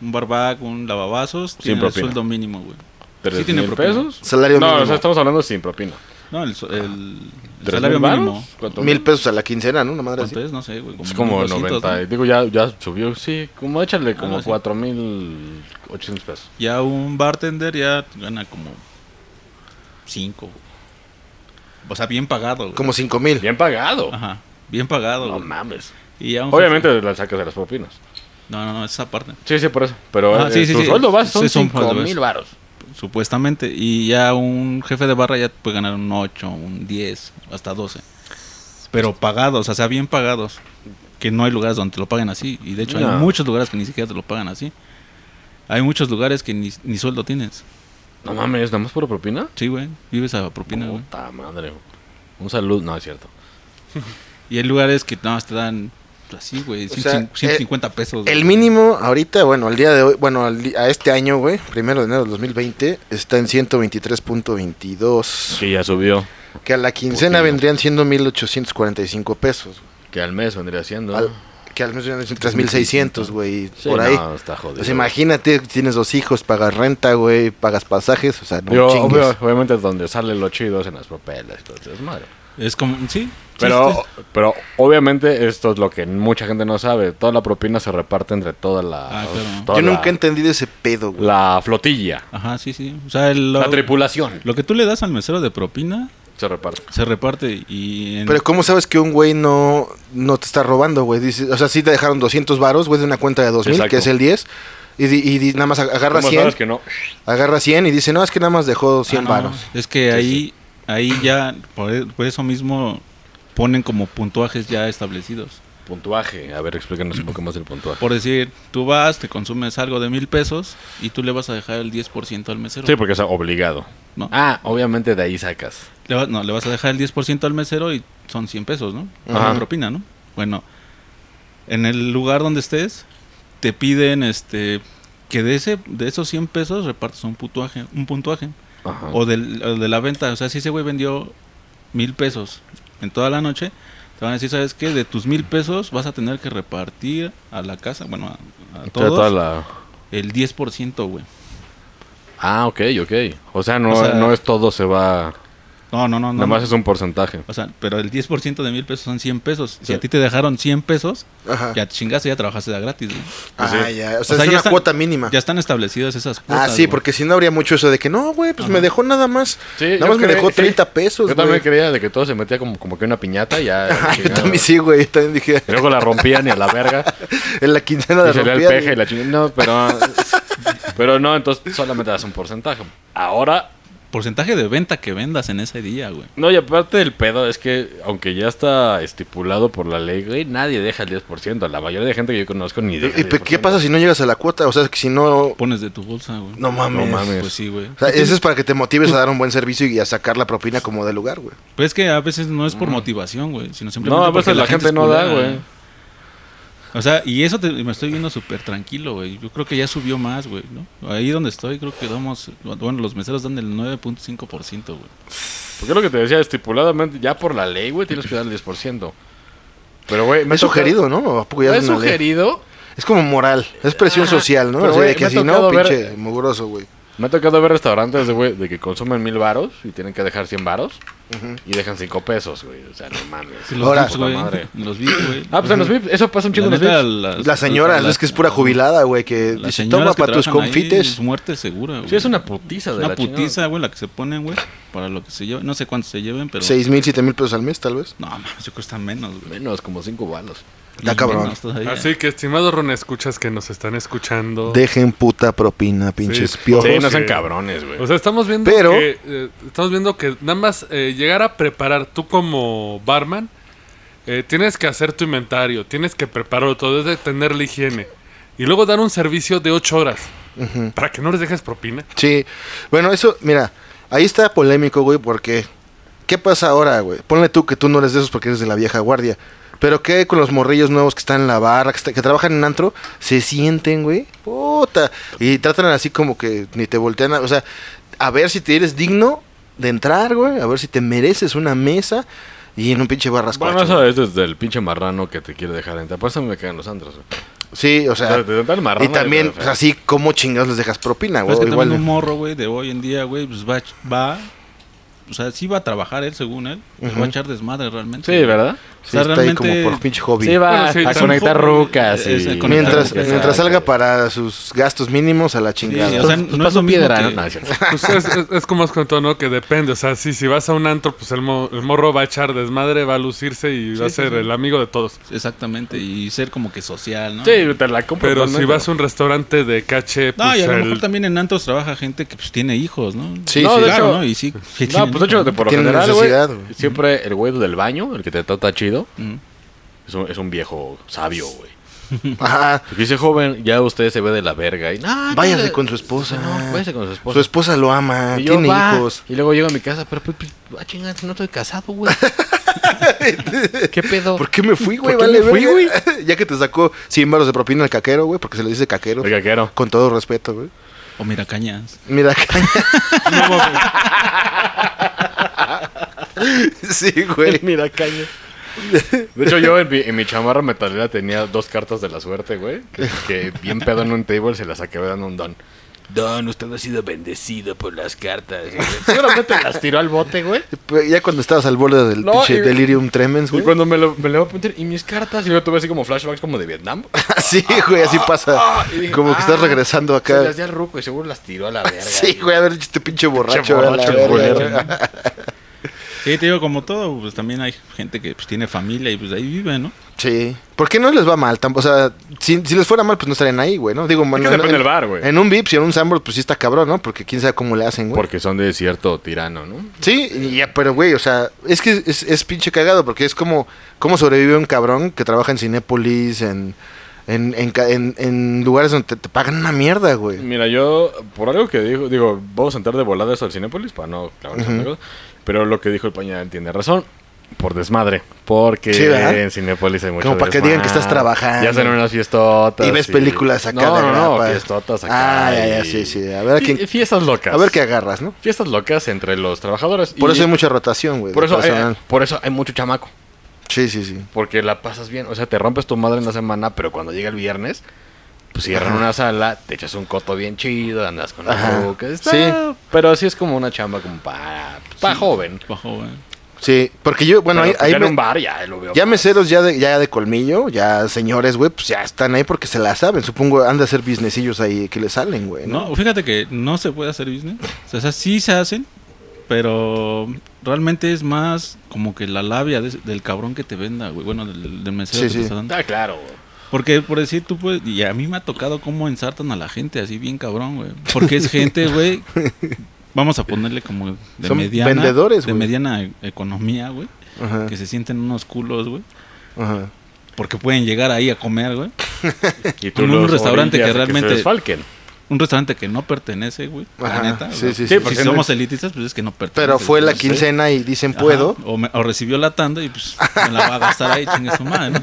D: un barback, un lavabazos, tiene el
C: propina.
D: sueldo mínimo, güey.
C: ¿Tres
D: sí tiene
C: mil
D: propina.
C: pesos?
A: Salario
C: no,
A: mínimo.
C: o sea, estamos hablando sin propina.
D: No, el, su- el- el
C: Ah. ¿Tres
D: salario
C: mil varos?
D: mínimo.
C: ¿Cuánto?
A: Mil pesos a la quincena, ¿no? Una madre así.
D: ¿Cuánto es? No sé, güey.
C: Es como
D: 1200,
C: 90.
D: ¿no?
C: y Digo, ya, ya subió, sí, como échale como
D: no, sí.
C: 4,800 pesos.
D: Ya un bartender ya gana como 5. O sea, bien pagado, güey.
A: Como cinco mil.
C: Bien pagado.
D: Ajá, bien pagado,
C: No
D: güey.
C: mames.
D: Y ya un
C: Obviamente las sacas de las propinas.
D: jefe- No, no, no, esa parte.
C: Sí, sí, por eso. Pero
D: Ah,
C: eh,
D: sí, sí,
C: tu
D: sí.
C: sueldo base
D: Sí,
C: son
D: son sueldo
C: 5
D: base.
C: mil varos.
D: Supuestamente. Y ya un jefe de barra ya puede ganar un 8, un 10, hasta 12. Pero pagados, o sea, bien pagados. Que no hay lugares donde te lo paguen así. Y de hecho
C: No.
D: hay muchos lugares que ni siquiera te lo pagan así. Hay muchos lugares que ni, ni sueldo tienes.
C: No mames, nada más por propina.
D: Sí, güey. Vives a propina, güey.
C: Puta madre. güey. Un saludo, no es cierto.
D: Y hay lugares que nada más te dan así, güey,
A: O
D: cien-
A: sea, eh,
D: cien- 150 pesos.
A: El
D: güey.
A: mínimo ahorita, bueno, al día de hoy, bueno, al di- a este año, güey, primero de enero del 2020, está en 123.22.
C: Que ya subió.
A: Que a la quincena
C: Putín.
A: vendrían siendo 1.845 pesos. güey.
C: Que al mes vendría siendo.
A: Al- que al mes vendrían siendo 3.600, güey,
C: Sí,
A: por ahí.
C: no, está jodido.
A: Pues imagínate, tienes dos hijos, pagas renta, güey, pagas pasajes, o sea, no
C: Digo,
A: chingues.
C: obvio- obviamente donde sale lo chido es en las propelas. Entonces, madre.
D: Es como, sí. sí, sí,
C: Pero, pero obviamente esto es lo que mucha gente no sabe. Toda la propina se reparte entre toda la...
D: Ah, claro.
C: toda
A: Yo nunca he
C: la,
A: entendido ese pedo, güey.
C: la flotilla,
D: Ajá, sí, sí. O sea, el-
C: la
D: lo,
C: tripulación
D: lo que tú le das al mesero de propina
C: se reparte.
D: se reparte y... en-
A: Pero ¿cómo sabes que un güey no, no te está robando, güey? Dice, o sea, sí te dejaron 200 varos, güey, de una cuenta de 2000,
C: Exacto.
A: que es el 10. Y, di- y di- nada más agarra
C: ¿Cómo sabes
A: 100,
C: que no?
A: agarra 100 y dice, no, es que nada más dejó 100
D: Ah, no,
A: varos.
D: Es que ahí, ahí ya, por, e- por eso mismo ponen como puntuajes ya establecidos.
C: Puntuaje. A ver, explícanos un poco más del puntuaje.
D: Por decir, tú vas, te consumes algo de mil pesos y tú le vas a dejar el 10% al mesero.
C: Sí, porque es obligado.
D: ¿no?
C: Ah, obviamente de ahí sacas.
D: Le va- no, le vas a dejar el 10% al mesero y son 100 pesos, ¿no?
C: Ajá.
D: Ajá. propina, ¿no? Bueno, en el lugar donde estés, te piden este que de ese de esos 100 pesos repartas un puntuaje, un puntuaje
C: Ajá.
D: o, del- o de la venta, o sea, si ese güey vendió mil pesos en toda la noche, te van a decir, ¿sabes qué? De tus mil pesos vas a tener que repartir a la casa, bueno, a- a,
C: O sea,
D: todos,
C: toda la-
D: el 10%, güey.
C: Ah, ok, ok. O sea, no,
D: O sea-
C: no es todo se va...
D: No, no, no, no.
C: Nada más es un porcentaje.
D: O sea, pero el 10% de mil pesos son 100 pesos. Si a ti te dejaron 100 pesos,
A: Ajá.
D: Ya te chingaste, ya trabajaste de gratis. güey.
A: Ah,
C: sí.
A: ya. O Ah. sea,
D: O sea,
A: es
D: ya
A: una
D: están-
A: cuota mínima.
D: Ya están establecidas esas
A: Ah,
D: cuotas.
A: sí,
D: güey.
A: porque si no habría mucho eso de que no, güey, pues me dejó nada más.
C: Sí, yo
A: nada más me
C: creí-
A: dejó
C: sí.
A: 30 pesos,
C: Yo también
A: güey.
C: creía de que todo se metía como, como que una piñata y
A: Ah,
C: ya...
A: yo
C: chingado.
A: también sí, güey. yo también dije,
C: Y luego la rompían y a la verga.
A: en la quincena
C: Y
A: de
C: salía el
A: rompía,
C: peje y la chingada. No, pero... Pero no, entonces solamente das un porcentaje. Ahora...
D: Porcentaje de venta que vendas en ese día, güey.
C: No, y aparte del pedo es que, aunque ya está estipulado por la ley, güey, nadie deja el 10%. La mayoría de gente que yo conozco ni deja
A: ¿Y
C: el
A: pe-
C: 10%.
A: qué pasa si no llegas a la cuota? O sea, que si no...
D: Pones de tu bolsa, güey.
A: No mames.
C: No mames.
D: Pues sí, güey.
A: O sea, eso es para que te motives a dar un buen servicio y a sacar la propina como de lugar, güey.
D: Pero Pues es que a veces no es por motivación, güey. Sino simplemente
C: No, a
D: porque
C: veces la gente,
D: es
C: no da,
D: culera,
C: güey.
D: eh. O sea, y eso te- me estoy viendo súper tranquilo, güey. Yo creo que ya subió más, güey, ¿no? Ahí donde estoy creo que damos... Bueno, los meseros dan el 9.5%, güey.
C: Porque es lo que te decía, estipuladamente, ya por la ley, güey, tienes que dar el 10%. Pero, güey,
A: Me
C: me
A: es sugerido, ¿no? ¿O a poco ya
C: Es
A: es una ley?
C: sugerido.
A: Es como moral, es presión
C: Ajá.
A: social, ¿no?
C: Pero,
A: o sea, de
C: güey, me
A: que
C: ha
A: si no,
C: tocado ver-
A: pinche mugroso, güey.
C: Me ha tocado ver restaurantes de, güey, de que consumen mil varos y tienen que dejar 100 varos y dejan 5 pesos, güey. O sea, no mames.
D: Y los
A: Ahora-
D: VIPs,
C: Puta
D: güey.
C: madre.
D: Los VIPs, güey.
C: Ah, pues en los VIPs, eso pasa un chingo en
D: La
C: los
D: neta,
C: VIPs.
D: las-
A: La señora,
D: las-
A: es que es pura jubilada, güey, que
D: Las
A: dice,
D: señoras
A: toma
D: que
A: para tus
D: trabajan ahí,
A: confites.
D: es muerte segura, güey.
C: Sí, es una putiza de
D: Una
C: la chingada.
D: putiza, güey, la que se ponen, güey, para lo que se lleven. No sé cuánto se lleven, pero...
A: Seis mil, siete mil pesos al mes, tal vez.
D: No, mames, yo creo que están menos, güey.
C: Menos, como 5 varos.
A: Está
D: Y
A: cabrón.
D: menos todavía.
B: Así que, estimado Ron, escuchas que nos están escuchando.
A: Dejen puta propina, pinches
B: Sí.
A: piojos.
C: Sí, no sean
B: que-
C: cabrones, güey.
B: O sea, estamos viendo
A: Pero-
B: que eh, estamos viendo que nada más eh, llegar a preparar tú como barman, eh, tienes que hacer tu inventario, tienes que prepararlo todo, es de tener la higiene y luego dar un servicio de 8 horas para que no les dejes propina.
A: Sí. Bueno, eso, mira, ahí está polémico, güey, porque ¿qué pasa ahora, güey? Ponle tú que tú no eres de esos porque eres de la vieja guardia. Pero ¿qué con los morrillos nuevos que están en la barra, que, está- que trabajan en antro? Se sienten, güey. Puta. Y tratan así como que ni te voltean. a- o sea, a ver si te eres digno de entrar, güey. A ver si te mereces una mesa y en un pinche barrascocho.
C: Bueno, eso es desde el pinche marrano que te quiere dejar entrar. Por eso me caen los antros, güey.
A: Sí, o sea.
C: Desde- desde el marrano
A: Y también,
C: desde-
A: pues, así, ¿cómo chingados les dejas propina,
D: Pero
A: güey?
D: es que
A: Igual.
D: también un morro, güey, de hoy en día, güey, pues va, va... O sea, sí va a trabajar él, según él. pero Va a echar desmadre realmente.
C: Sí, ¿verdad?
A: sí,
D: o sea,
A: está ahí como
D: realmente-
A: por pinche hobby.
B: Bueno, sí,
C: a
B: tampoco-
C: conectar rucas.
D: Es-
C: y-
D: conectar
A: Mientras,
D: Exacto.
A: mientras salga para sus gastos mínimos a la
D: Sí,
A: chingada.
D: o sea, no es lo mismo
C: piedra,
D: que-
C: ¿no? No, es cierto.
B: Pues es, es- es como has contado, ¿no? Que depende, o sea, sí, si vas a un antro, pues el, mo- el morro va a echar desmadre, va a lucirse y va a
D: sí,
B: ser
D: sí.
B: el amigo de todos.
D: Exactamente, y ser como que social, ¿no?
C: Sí, te la compro.
B: Pero si
C: totalmente.
B: vas a un restaurante de caché,
D: No,
B: pues,
D: y a lo
B: el-
D: mejor también en antros trabaja gente que pues tiene hijos, ¿no?
A: Sí,
C: No,
A: sí.
C: de
D: claro,
C: hecho-
D: ¿no? Y sí, sí
C: No,
D: tienen
C: pues de hecho, de por lo
A: Tienen
C: general, güey,
A: necesidad, güey.
C: siempre el güey del baño, el que te trata chido,
D: Ujú.
C: es un, es un viejo sabio, güey.
A: Ajá.
C: Porque dice, joven, ya usted se ve de la verga. Y, "No,
A: Váyase
C: vete-
A: con su esposa.
C: ah, No, váyase con su esposa.
A: Su esposa lo ama,
C: Y yo,
A: tiene
C: "Va".
A: hijos.
C: Y luego llego a mi casa, pero pues, pues, ah, chingada, no estoy casado, güey. ¿Qué pedo?
A: ¿Por qué me fui, güey?
C: ¿Por qué
A: Vale,
C: me fui,
A: güey. ya que te sacó 100 baros de propina el caquero, güey, porque se le dice caquero.
C: El caquero.
A: Con todo respeto, güey.
D: O mira cañas.
A: Mira, caña. sí, güey.
C: Mira, caña. De hecho, yo en mi, en mi chamarra metalera tenía dos cartas de la suerte, güey. Que, que bien pedo en un table se las acabé dando un don.
E: Don, usted ha sido bendecido por las cartas.
C: Seguramente las tiró al bote, güey.
A: Pues Ya cuando estabas al borde del
C: No,
A: pinche
C: y-
A: delirium tremens,
C: Y
A: güey.
C: cuando me lo, me lo voy a poner, y mis cartas, y yo tuve así como flashbacks como de Vietnam.
A: Sí, güey, así pasa.
C: Y dije,
A: Como que estás
C: "Ah,
A: regresando
C: Se
A: acá.
C: las di al ruco y seguro las tiró a la verga.
A: Sí, güey, a ver, este pinche borracho. a la
C: borracho,
A: verga,
C: culero.
A: güey.
D: Sí, te digo, como todo, pues también hay gente que pues, tiene familia y pues ahí vive, ¿no?
A: Sí. ¿Por qué no les va mal? Tamp- O sea, si, si les fuera mal, pues no estarían ahí, güey, ¿no? Digo, bueno, en,
C: depende
A: en-
C: del bar, güey.
A: en un Vips y en un Sambor, pues sí está cabrón, ¿no? Porque quién sabe cómo le hacen, güey.
C: Porque son de cierto tirano, ¿no?
A: Sí, y ya, pero güey, o sea, es que es, es pinche cagado, porque es como, como sobrevive un cabrón que trabaja en Cinépolis, en, en, en, ca- en- en lugares donde te, te pagan una mierda, güey.
C: Mira, yo, por algo que dijo, digo, vamos a entrar de volada eso al Cinépolis para no clavarnos en
A: Ujú.
C: algo, Pero lo que dijo el pañal tiene razón. Por desmadre. Porque
A: Sí, ¿verdad?
C: en Cinépolis hay mucho
A: Como para que digan que estás
C: desmadre.
A: trabajando.
C: Y hacen unas fiestotas.
A: Y ves películas acá
C: No,
A: de
C: no, no,
A: grapa.
C: fiestotas acá.
A: Ah, ya, ya,
C: y-
A: sí, sí. A ver a
C: y-
A: quién-
C: y Fiestas locas.
A: a ver qué agarras, ¿no?
C: Fiestas locas entre los trabajadores.
A: Por
C: y-
A: eso hay mucha rotación, güey.
C: por
A: de
C: eso, eh, hay,
A: personal.
C: por eso hay mucho chamaco.
A: Sí, sí, sí.
C: Porque la pasas bien. O sea, te rompes tu madre en la semana, pero cuando llega el viernes, pues cierran una sala, te echas un coto bien chido, andas con
A: Ajá.
C: la boca.
A: Sí.
C: Pero así es como una chamba como para, para joven.
D: Bajo, eh, güey.
A: Sí, porque yo, bueno,
C: Pero
A: ahí,
C: pues
A: ahí
C: ya en
A: me-
C: un bar ya lo veo.
A: ya meseros ya de, ya de colmillo, ya señores, güey, pues ya están ahí porque se la saben. Supongo han de hacer businessillos ahí que le salen, güey. ¿no?
D: No, fíjate que no se puede hacer business. O sea, o sea, sí se hacen, pero realmente es más como que la labia de- del cabrón que te venda, güey. Bueno, del, del mesero
A: Sí,
D: que
A: sí.
D: te está dando.
C: Está Ah, claro. güey.
D: Porque, por decir, tú puedes... Y a mí me ha tocado cómo ensartan a la gente así bien cabrón, güey. Porque es gente, güey... Vamos a ponerle como de
A: Son
D: mediana...
A: vendedores,
D: De
A: güey. Ah.
D: mediana e- economía, güey.
A: Ajá,
D: Que se sienten unos culos, güey.
A: ajá.
D: Porque pueden llegar ahí a comer, güey.
C: Y
D: En un
C: los
D: restaurante
C: orillas
D: que
C: a
D: realmente-
C: se desfalquen.
D: Un restaurante que no pertenece, güey. La
A: Ajá,
D: neta.
A: sí,
D: o sea,
A: sí, sí. Sí,
D: Si
C: porque
D: somos elitistas, pues es que no pertenece.
A: Pero fue la
D: ¿no?
A: quincena y dicen
D: Ajá,
A: puedo.
D: O, me- o recibió la tanda y pues me la va a gastar ahí, chingue su madre. ¿no?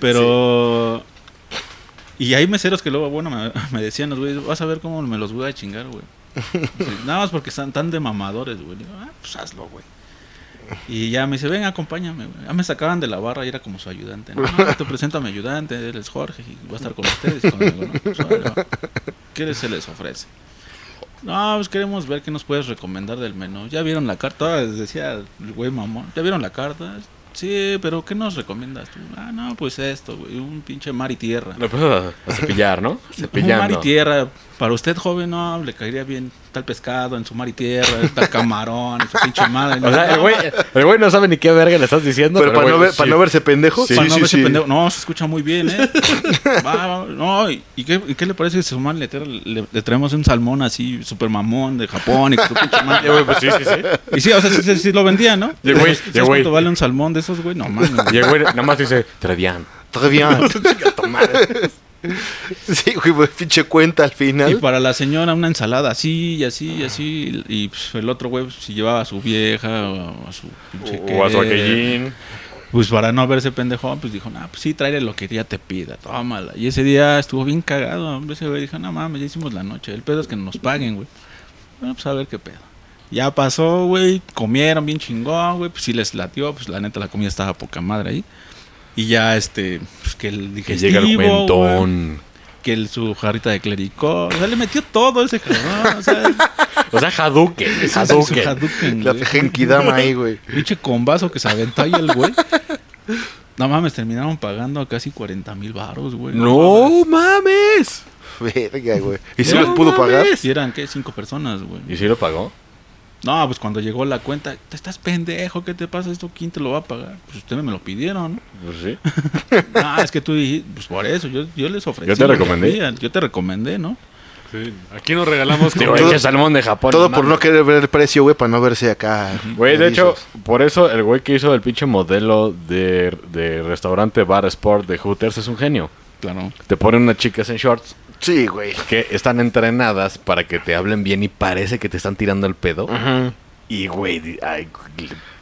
D: Pero. Y hay meseros que luego, bueno, me, me decían los güeyes, vas a ver cómo me los voy a chingar, güey. Sí, Nada más porque están tan de mamadores, güey. Digo, ah, pues hazlo, güey. Y ya me dice, ven, acompáñame, güey. Ya me sacaban de la barra y era como su ayudante. No, No, te presento a mi ayudante, él es Jorge y va a estar con ustedes. y conmigo, ¿no? Pues, órale, va. ¿Qué les- se les ofrece? No, pues queremos ver qué nos puedes recomendar del menú. ¿Ya vieron la carta? Ah, les decía el güey mamón. ¿Ya vieron la carta? Sí, pero ¿qué nos recomiendas tú? Ah, no, pues esto, güey. Un pinche mar y tierra.
C: Lo empiezas a, a cepillar, ¿no?
D: Un mar y
C: Cepillando.
D: tierra. Para usted, joven, no, le caería bien tal pescado en su mar y tierra, tal camarón, en su pinche madre.
C: O sea, el güey, el güey no sabe ni qué verga le estás diciendo.
A: Pero, para,
C: güey,
A: no ver-
C: sí.
A: para no verse pendejo.
D: Para no verse pendejo. No, se escucha muy bien, ¿eh? Va, va, no, ¿y y qué, y qué le parece si su madre le, tra- le- le traemos un salmón así, super mamón de Japón y que su pinche madre?
C: Y, güey, pues sí, sí, sí.
D: Y sí, o sea, sí, sí- sí lo vendían, ¿no?
C: Y el güey-
D: ¿Sabes
C: y el güey-
D: cuánto vale un salmón de esos, güey? No, mames.
C: Y el güey nada más dice, Trevian.
A: Très bien. sí, güey, pues, pinche cuenta al
D: Y
A: final.
D: para la señora una ensalada así y así y así. Y pues, el otro güey, pues, si llevaba a su vieja o a su pinche
C: O a su
D: querer.
C: aquellín.
D: Pues para no verse pendejón, pues dijo, nah, pues sí, tráele lo que ya te pida, tómala. Y ese día estuvo bien cagado, hombre, ese güey dijo, no mames, ya hicimos la noche, el pedo es que nos paguen, güey. Bueno, pues a ver qué pedo. Ya pasó, güey, comieron bien chingón, güey, pues sí les latió, pues la neta la comida estaba poca madre ahí. Y ya, este, pues que el
C: Que
D: digestivo,
C: llega el
D: güey,
C: cuentón.
D: que el, su jarrita de clericó, o sea, le metió todo ese cabrón, o sea,
C: O sea, Hadouken.
D: su- su
C: Hadouken.
D: Hadouken,
A: La
D: güey.
A: genkidama ahí, güey.
D: Pinche combazo que se aventó ahí el güey. No mames, terminaron pagando casi 40 mil baros, güey.
C: ¡No mames!
A: Verga, güey. ¿Y si
D: No
A: los pudo pagar?
C: mames.
D: Si eran, ¿qué? Cinco personas, güey.
C: ¿Y si lo pagó?
D: No, pues cuando llegó la cuenta, te estás pendejo, ¿qué te pasa? ¿Esto quién te lo va a pagar? Pues ustedes me lo pidieron,
C: Pues sí.
D: ¿no? Ah, es que tú dijiste, pues por eso, yo, yo les ofrecí.
C: Yo te
D: lo que
C: recomendé.
D: querían, Yo te recomendé, ¿no?
B: Sí, aquí nos regalamos
C: Digo,
B: comida.
C: es que salmón de Japón.
A: Todo por no querer ver el precio, güey, para no verse acá.
C: Güey, de hecho,
A: erizos.
C: por eso el güey que hizo el pinche modelo de, de restaurante bar sport de Hooters es un genio.
D: Claro.
C: Te ponen unas chicas en shorts
A: Sí, güey.
C: que están entrenadas para que te hablen bien y parece que te están tirando el pedo. Y, güey, di- ay,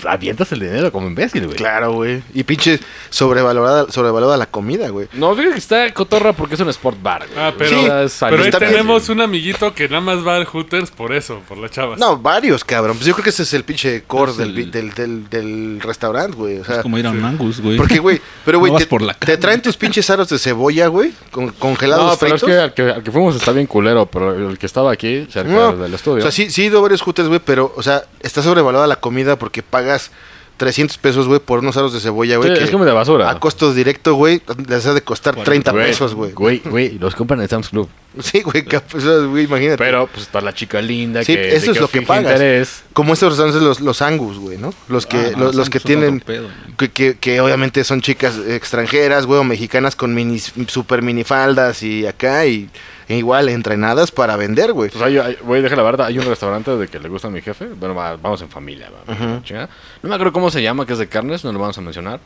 C: avientas el dinero como imbécil, güey.
A: Claro, güey. Y pinche sobrevalorada, sobrevalorada la comida, güey.
C: No, fíjate que está cotorra porque es un sport bar, güey.
B: Ah,
C: O sea,
B: pero,
C: es
B: pero ahí
C: alista-
B: tenemos un amiguito que nada más va al Hooters por eso, por las chavas.
A: No, varios, cabrón. Pues yo creo que ese es el pinche core
D: Es
A: del,
D: el-
A: pi- del, del, del restaurante, güey. O sea,
B: Ah,
D: Es como ir a un Angus, güey.
A: porque, güey, pero, güey,
D: No vas
A: te,
D: por la
A: te
D: carne.
A: traen tus pinches aros de cebolla, güey, con- congelados
C: No, pero es
A: fritos.
C: que al, que al que fuimos está bien culero, pero el que estaba aquí, cerca
A: No,
C: del estudio.
A: O sea, sí, sí he ido a varios hooters, güey, pero, o sea, está sobrevalorada la comida porque pagas 300 pesos, güey, por unos aros de cebolla, güey.
C: Sí,
A: que
C: es como de basura.
A: A costo directo, güey, les ha de costar 30 pesos, güey.
C: Güey, güey, los compran en Sam's Club.
A: Sí, güey, cap- o sea, güey, imagínate.
C: Pero pues está la chica linda
A: Sí,
C: que
A: eso es lo que
C: finge
A: pagas.
C: interés.
A: Como estos restaurantes, los, los Angus, güey, ¿no? Los que,
D: Ah, no,
A: los, los que
D: son otro
A: tienen.
D: pedo, güey.
A: Que, que, que obviamente son chicas extranjeras, güey, o mexicanas con minis, super minifaldas y acá, y e igual entrenadas para vender, güey.
C: Pues hay, hay- güey, deja la verdad, hay un restaurante de que le gusta a mi jefe. Bueno, va- vamos en familia, va,
A: Ujú.
C: chingada. No me acuerdo cómo se llama, que es de carnes, no lo vamos a mencionar.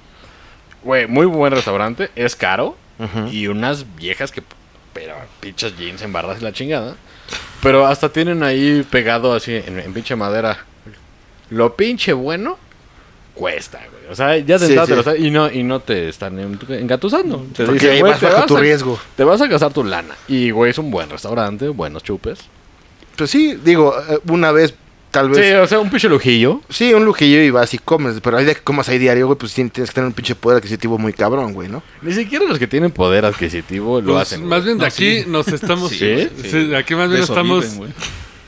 C: Güey, muy buen restaurante, es caro.
A: Ujú.
C: Y unas viejas que, pero pinches jeans en barras y la chingada. Pero hasta tienen ahí pegado así en, en pinche madera. Lo pinche bueno cuesta, güey. O sea, ya
A: Sí,
C: te
A: sí.
C: y no y no te están en- engatusando. Te
A: Porque
C: dicen,
A: ahí
C: güey,
A: vas
C: te
A: bajo
C: vas
A: tu
C: a-
A: riesgo.
C: Te vas a gastar tu lana. Y, güey, es un buen restaurante, buenos chupes.
A: Pues sí, digo, eh, una vez, tal vez.
C: Sí, o sea, un pinche lujillo.
A: Sí, un lujillo y vas y comes, pero hay de que comas ahí diario, güey, pues tien- tienes que tener un pinche poder adquisitivo muy cabrón, güey, ¿no?
C: Ni siquiera los que tienen poder adquisitivo lo
B: Pues,
C: hacen.
B: más bien de
D: No,
B: aquí
D: sí.
B: nos estamos.
D: Sí,
C: ¿Sí?
D: güey,
B: sí, de aquí más bien
D: De eso
B: estamos
D: viven, güey.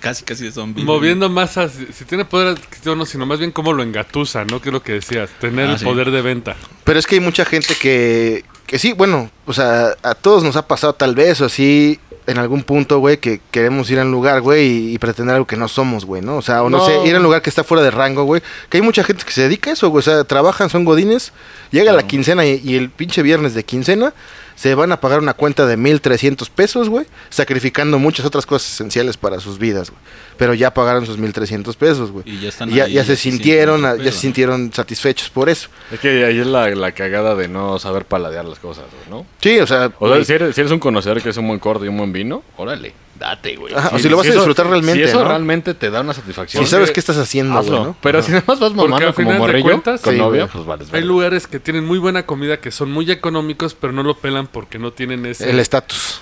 D: casi, casi de zombie.
B: moviendo más a- si tiene poder adquisitivo o no, sino más bien cómo lo engatusa, ¿no? Que es lo que decías, tener
D: Ah,
B: el
D: sí.
B: poder de venta.
C: Pues
A: Pero es que hay mucha gente que, que sí, bueno, o sea, a todos nos ha pasado tal vez o así en algún punto, güey, que queremos ir a un lugar, güey, y, y pretender algo que no somos, güey, ¿no? O sea, o no,
C: No.
A: sé, ir a un lugar que está fuera de rango, güey, que hay mucha gente que se dedica a eso, güey, o sea, trabajan, son godines, llega la quincena y, y el pinche viernes de quincena se van a pagar una cuenta de 1.300 pesos, güey, sacrificando muchas otras cosas esenciales para sus vidas, güey. Pero ya pagaron sus 1.300 pesos, güey.
D: Y ya están
A: Ya,
D: ahí,
A: ya se sintieron, ah,
D: sienten
A: ya
D: pedo,
A: se
D: ¿no?
A: sintieron satisfechos por eso.
C: Es que ahí es la, la cagada de no saber paladear las cosas, güey, ¿no?
A: Sí, o sea,
C: O sea, si eres, si eres un conocedor que es un buen corto y un buen vino, órale, date, güey.
A: Ajá, o si lo vas a disfrutar realmente,
C: Si eso
A: ¿no?
C: realmente te da una satisfacción.
A: Si sabes qué estás haciendo,
C: hazlo.
A: güey, ¿no?
C: Pero
A: Ajá.
C: si nada más vas
B: Porque
C: mamando
B: al
C: como
B: final de
C: morrillo
B: cuentas,
C: con
A: sí,
C: novia,
A: güey.
C: pues vales.
B: Hay
C: verga.
B: lugares que tienen muy buena comida, que son muy económicos, pero no lo pelan porque no tienen ese...
A: el estatus,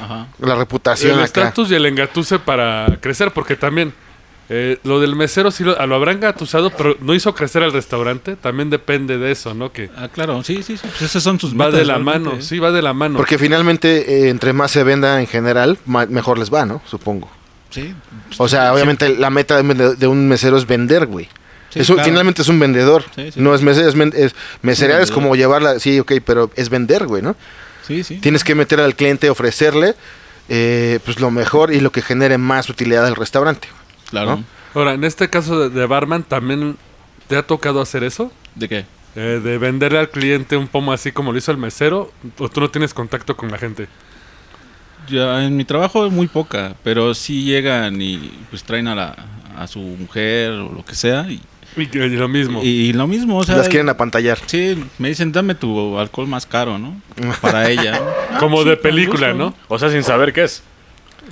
D: Ajá.
A: la reputación
B: el
A: acá.
B: estatus y el engatuse para crecer, porque también eh, lo del mesero sí lo, lo habrán engatusado, pero no hizo crecer al restaurante. También depende de eso, ¿no? Que
D: Ah, claro, sí, sí, sí. Pues esas son sus
B: va
D: metas,
B: de la
D: realmente,
B: mano,
D: ¿eh?
B: sí, va de la mano.
A: Porque finalmente, eh, entre más se venda en general, ma- mejor les va, ¿no? Supongo.
D: Sí.
A: O sea, obviamente la meta de un vende- de un mesero es vender, güey.
D: Sí,
A: Es un-
D: claro.
A: Finalmente es un vendedor.
D: Sí, sí.
A: No es mesero, es, men- es- meserear es como llevarla, sí, ok, pero es vender, güey, ¿no?
D: Sí, sí.
A: Tienes que meter al cliente, ofrecerle eh, pues lo mejor y lo que genere más utilidad al restaurante.
D: Claro.
A: ¿no?
B: Ahora, en este caso de, de barman, ¿también te ha tocado hacer eso?
D: ¿De qué?
B: Eh, de venderle al cliente un pomo así como lo hizo el mesero, o tú no tienes contacto con la gente.
D: Ya en mi trabajo es muy poca, pero sí llegan y pues traen a la a su mujer o lo que sea y,
B: Y, que- y lo mismo.
D: y lo mismo, o sea,
A: Las quieren apantallar.
D: sí, me dicen, "Dame tu alcohol más caro, ¿no?" Para ella. Ah,
B: como
D: sí,
B: de
D: con
B: película,
D: gusto.
B: ¿no?
C: O sea, sin saber qué es.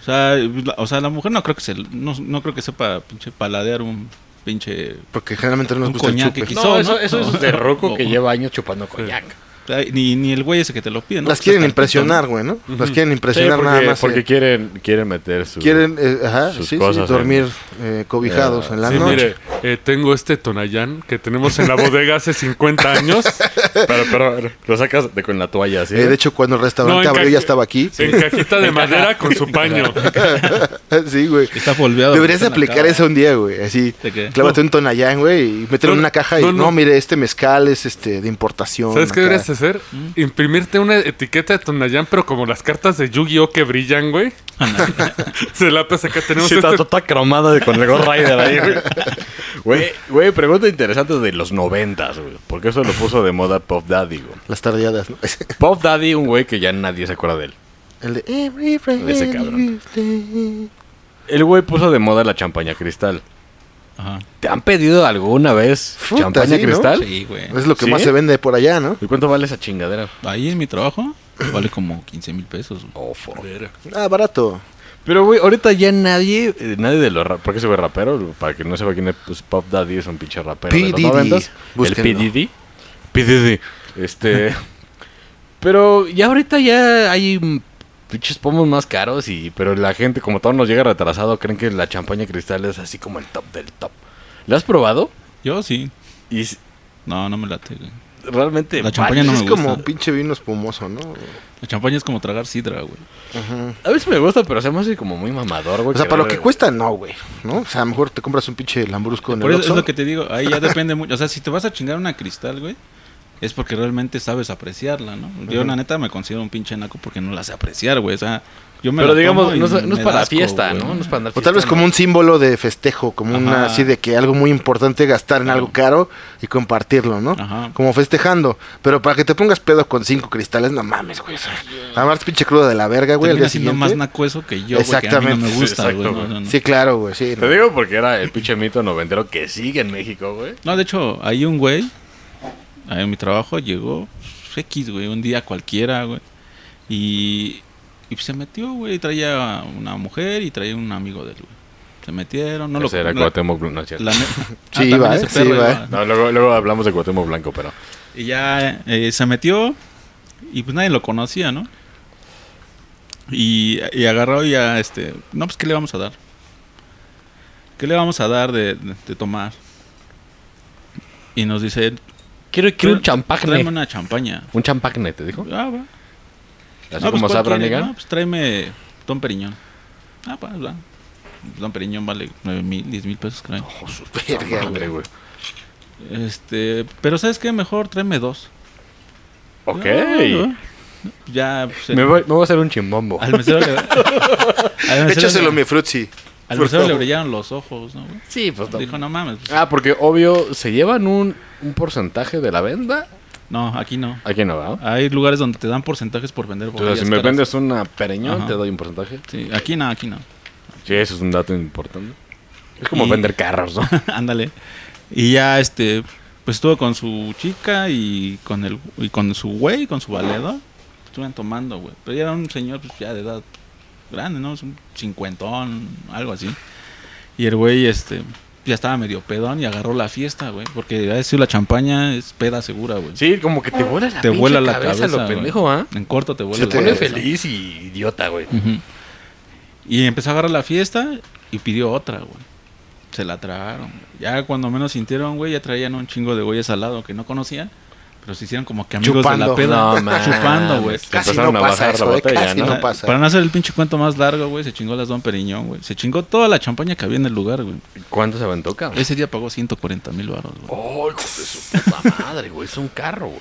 D: O sea, la, o sea, la mujer no creo que se no, no creo que sepa pinche paladear un pinche
A: Porque generalmente no nos
D: Un
A: gusta el
D: coñac
A: chupe.
D: X.
C: No,
D: Quizá,
C: eso,
D: ¿no?
C: eso es de roco que
D: No.
C: lleva años chupando coñac.
D: ni, ni el güey ese que te lo pide, ¿no?
A: Las
D: Pues
A: quieren
D: hasta-
A: impresionar, güey, ¿no? Las quieren
C: Sí,
A: impresionar
C: porque,
A: nada más.
C: porque
A: eh.
C: quieren, quieren meter su...
A: Quieren, eh, ajá,
C: sus
A: sí, sí,
C: cosas
A: dormir eh, cobijados
C: Eh,
A: en la
B: Sí,
A: noche.
B: mire, eh, tengo este Tonayán que tenemos en la bodega hace 50 años.
C: Pero, pero lo sacas de, con la toalla, ¿sí?
A: Eh, de hecho, cuando el restaurante
B: No, en
A: abrió
B: ca-
A: ya estaba aquí.
B: En cajita de madera con su paño.
A: sí, güey.
D: Está folveado.
A: Deberías de
D: está en la
A: aplicar
D: cara.
A: eso un día, güey. Así,
D: ¿De qué?
A: clávate un tonallán, güey, y mételo en
B: No,
A: una caja y,
B: no,
A: no,
B: no.
A: mire, este mezcal es este de importación.
B: ¿Sabes qué
A: acá".
B: deberías hacer? Imprimirte una etiqueta de Tonayán, pero como las cartas de Yu-Gi-Oh que brillan, güey. Se la pasa acá tenemos
C: Sí, está
B: este...
C: toda cromada de- con el Ghost Rider ahí, güey. güey. Güey, pregunta interesante de los noventas, güey. Porque eso lo puso de moda Pop Daddy, güey.
A: Las tardeadas, ¿no?
C: Pop Daddy, un güey que ya nadie se acuerda de él.
A: el de Every Friday
C: Ese cabrón.
A: is the-
C: El güey puso de moda la champaña cristal.
D: Ajá.
C: ¿Te han pedido alguna vez
A: Puta,
C: champaña
A: sí, ¿no?
C: cristal?
D: Sí, güey.
A: Es lo que
C: ¿Sí?
A: más se vende por allá, ¿no?
C: ¿Y cuánto vale esa chingadera?
D: Ahí en mi trabajo vale como 15 mil pesos. güey.
C: Oh, fuck.
A: Ah, barato.
C: Pero, güey, ahorita ya nadie, eh, nadie de los raperos, porque ese güey rapero, para que no sepa quién es pues, Pop Daddy, es un pinche rapero de los
A: PDD,
C: noventas. El
A: búsquenlo.
C: PDD. PDD. Este, pero ya ahorita ya hay mm, pinches pomos más caros y, pero la gente, como todo nos llega retrasado, creen que la champaña cristal es así como el top del top. ¿La has probado?
D: Yo sí.
C: Y s-
D: No, no me late, güey.
C: realmente...
D: La champaña no
A: es
D: me
A: como
D: gusta.
A: pinche vino espumoso, ¿no?
D: La champaña es como tragar sidra, güey.
A: Ajá.
C: A veces me gusta, pero se me hace como muy mamador, güey.
A: O sea, para lo que
C: vale-
A: cuesta, no, güey. ¿No? O sea, a lo mejor te compras un pinche lambrusco en
D: Por
A: el
D: eso es
A: Oxxo.
D: lo que te digo, ahí ya depende mucho. O sea, si te vas a chingar una cristal, güey, es porque realmente sabes apreciarla, ¿no? Yo, la neta, me considero un pinche naco porque no la sé apreciar, güey. O sea, yo me
C: Pero
D: la
C: digamos,
D: tomo y
C: no, es- no
D: me
C: es
D: da
C: para la
D: asco,
C: fiesta,
D: güey.
C: ¿no? No es para andar
A: O tal vez
C: fiesteando.
A: como un símbolo de festejo, como una
D: Ajá.
A: así de que algo muy importante gastar en algo caro y compartirlo, ¿no?
D: Ajá.
A: Como festejando. Pero para que te pongas pedo con cinco cristales, no mames, güey. o sea, Además, pinche crudo de la verga, güey. El
D: Termina
A: día
D: siendo
A: siguiente.
D: más naco eso que yo, güey, que a mí no
A: Exactamente.
D: me
A: Sí,
D: gusta, güey.
C: exacto,
D: No,
C: güey.
D: no, no.
A: Sí, claro, güey. Sí,
C: Te
A: no.
C: digo porque era el pinche mito noventero que sigue en México, güey.
D: No, de hecho, hay un güey, ahí en mi trabajo, llegó pues, X, güey, un día cualquiera, güey. Y, y se metió, güey, traía una mujer y traía un amigo de él, güey. Se metieron, no
C: No
D: lo
C: lo era
D: la-
C: Cuauhtémoc Blanco, no es cierto.
D: la ne-
A: Sí
D: también
A: iba,
D: ese
A: ¿eh? Sí iba,
D: iba.
C: No, luego, luego hablamos de Cuauhtémoc Blanco, pero...
D: Y ya eh, se metió y pues nadie lo conocía, ¿no? Y, y agarró y ya, este, no, pues ¿qué le vamos a dar? ¿Qué le vamos a dar de, de- de tomar? Y nos dice,
C: Quiero,
D: "Tra- Tráeme una champaña.
C: Un champagne, te dijo.
D: Ah, va.
C: Así
D: No, pues,
C: como
D: ¿cuál
C: sabrán
D: quieres?
C: negar.
D: No, pues tráeme Don Periñón. Ah, va, va. Don Periñón vale 9 mil, 10 mil pesos, creo.
A: Verga, güey.
C: Madre, Oh, güey.
D: Este, pero ¿sabes qué? Mejor tráeme dos.
C: Ok.
D: Ah, va. Ya, pues,
C: Me voy, me voy a hacer un chimbombo.
D: Al mesero le, al mesero
A: Échaselo,
D: le-
A: mi frutzi.
D: al
A: por
D: mesero le
A: favor.
D: brillaron los ojos, ¿no? güey?
C: Sí, pues
D: Dijo, no mames. pues,
C: Ah, porque obvio, ¿se llevan un, un porcentaje de la venta?
D: no, aquí no.
C: Aquí no va.
D: Hay lugares donde te dan porcentajes por vender
C: Entonces,
D: botellas
C: si me
D: Ah, caras.
C: vendes una pereñón,
D: Ajá.
C: te doy un porcentaje.
D: Sí, aquí no, aquí no.
C: Sí, eso es un dato importante. Es como
D: Y-
C: vender carros, ¿no?
D: Ándale. Y ya, este, pues estuvo con su chica y con el y con su güey, con su valedor. Estuvieron tomando, güey. Pero ya era un señor, pues ya de edad grande, ¿no? Es un cincuentón, algo así. Y el güey, este, ya estaba medio pedón y agarró la fiesta, güey. Porque a decir la champaña es peda segura, güey.
C: Sí, como que te vuela la
D: te
C: pinche
D: vuela la cabeza,
C: lo
D: güey.
C: pendejo, ¿ah?
D: En corto te vuela
A: Se
D: la
A: te
C: Pone
D: cabeza.
C: feliz y idiota, güey.
D: Ujú. Y empezó a agarrar la fiesta y pidió otra, güey. Se la tragaron. güey. Ya cuando menos sintieron, güey, ya traían un chingo de güeyes al lado que no conocían. Pero se hicieron como que amigos de
A: Chupando.
D: la peda.
C: No, mames.
D: chupando, güey.
C: Se
A: Casi
C: empezaron
A: no
C: a
A: pasa
C: bajar la
A: eso, eh,
C: botella,
A: casi
C: ¿no?
A: no
D: Ah,
A: pasa.
D: Para no hacer el pinche cuento más largo, güey, se chingó las Don Periñón, güey. Se chingó toda la champaña que había en el lugar, güey.
C: ¿Cuánto se aventó, cabrón?
D: Ese día pagó 140 mil baros, güey.
C: Oh, hijo de su puta madre, güey. Es un carro, güey.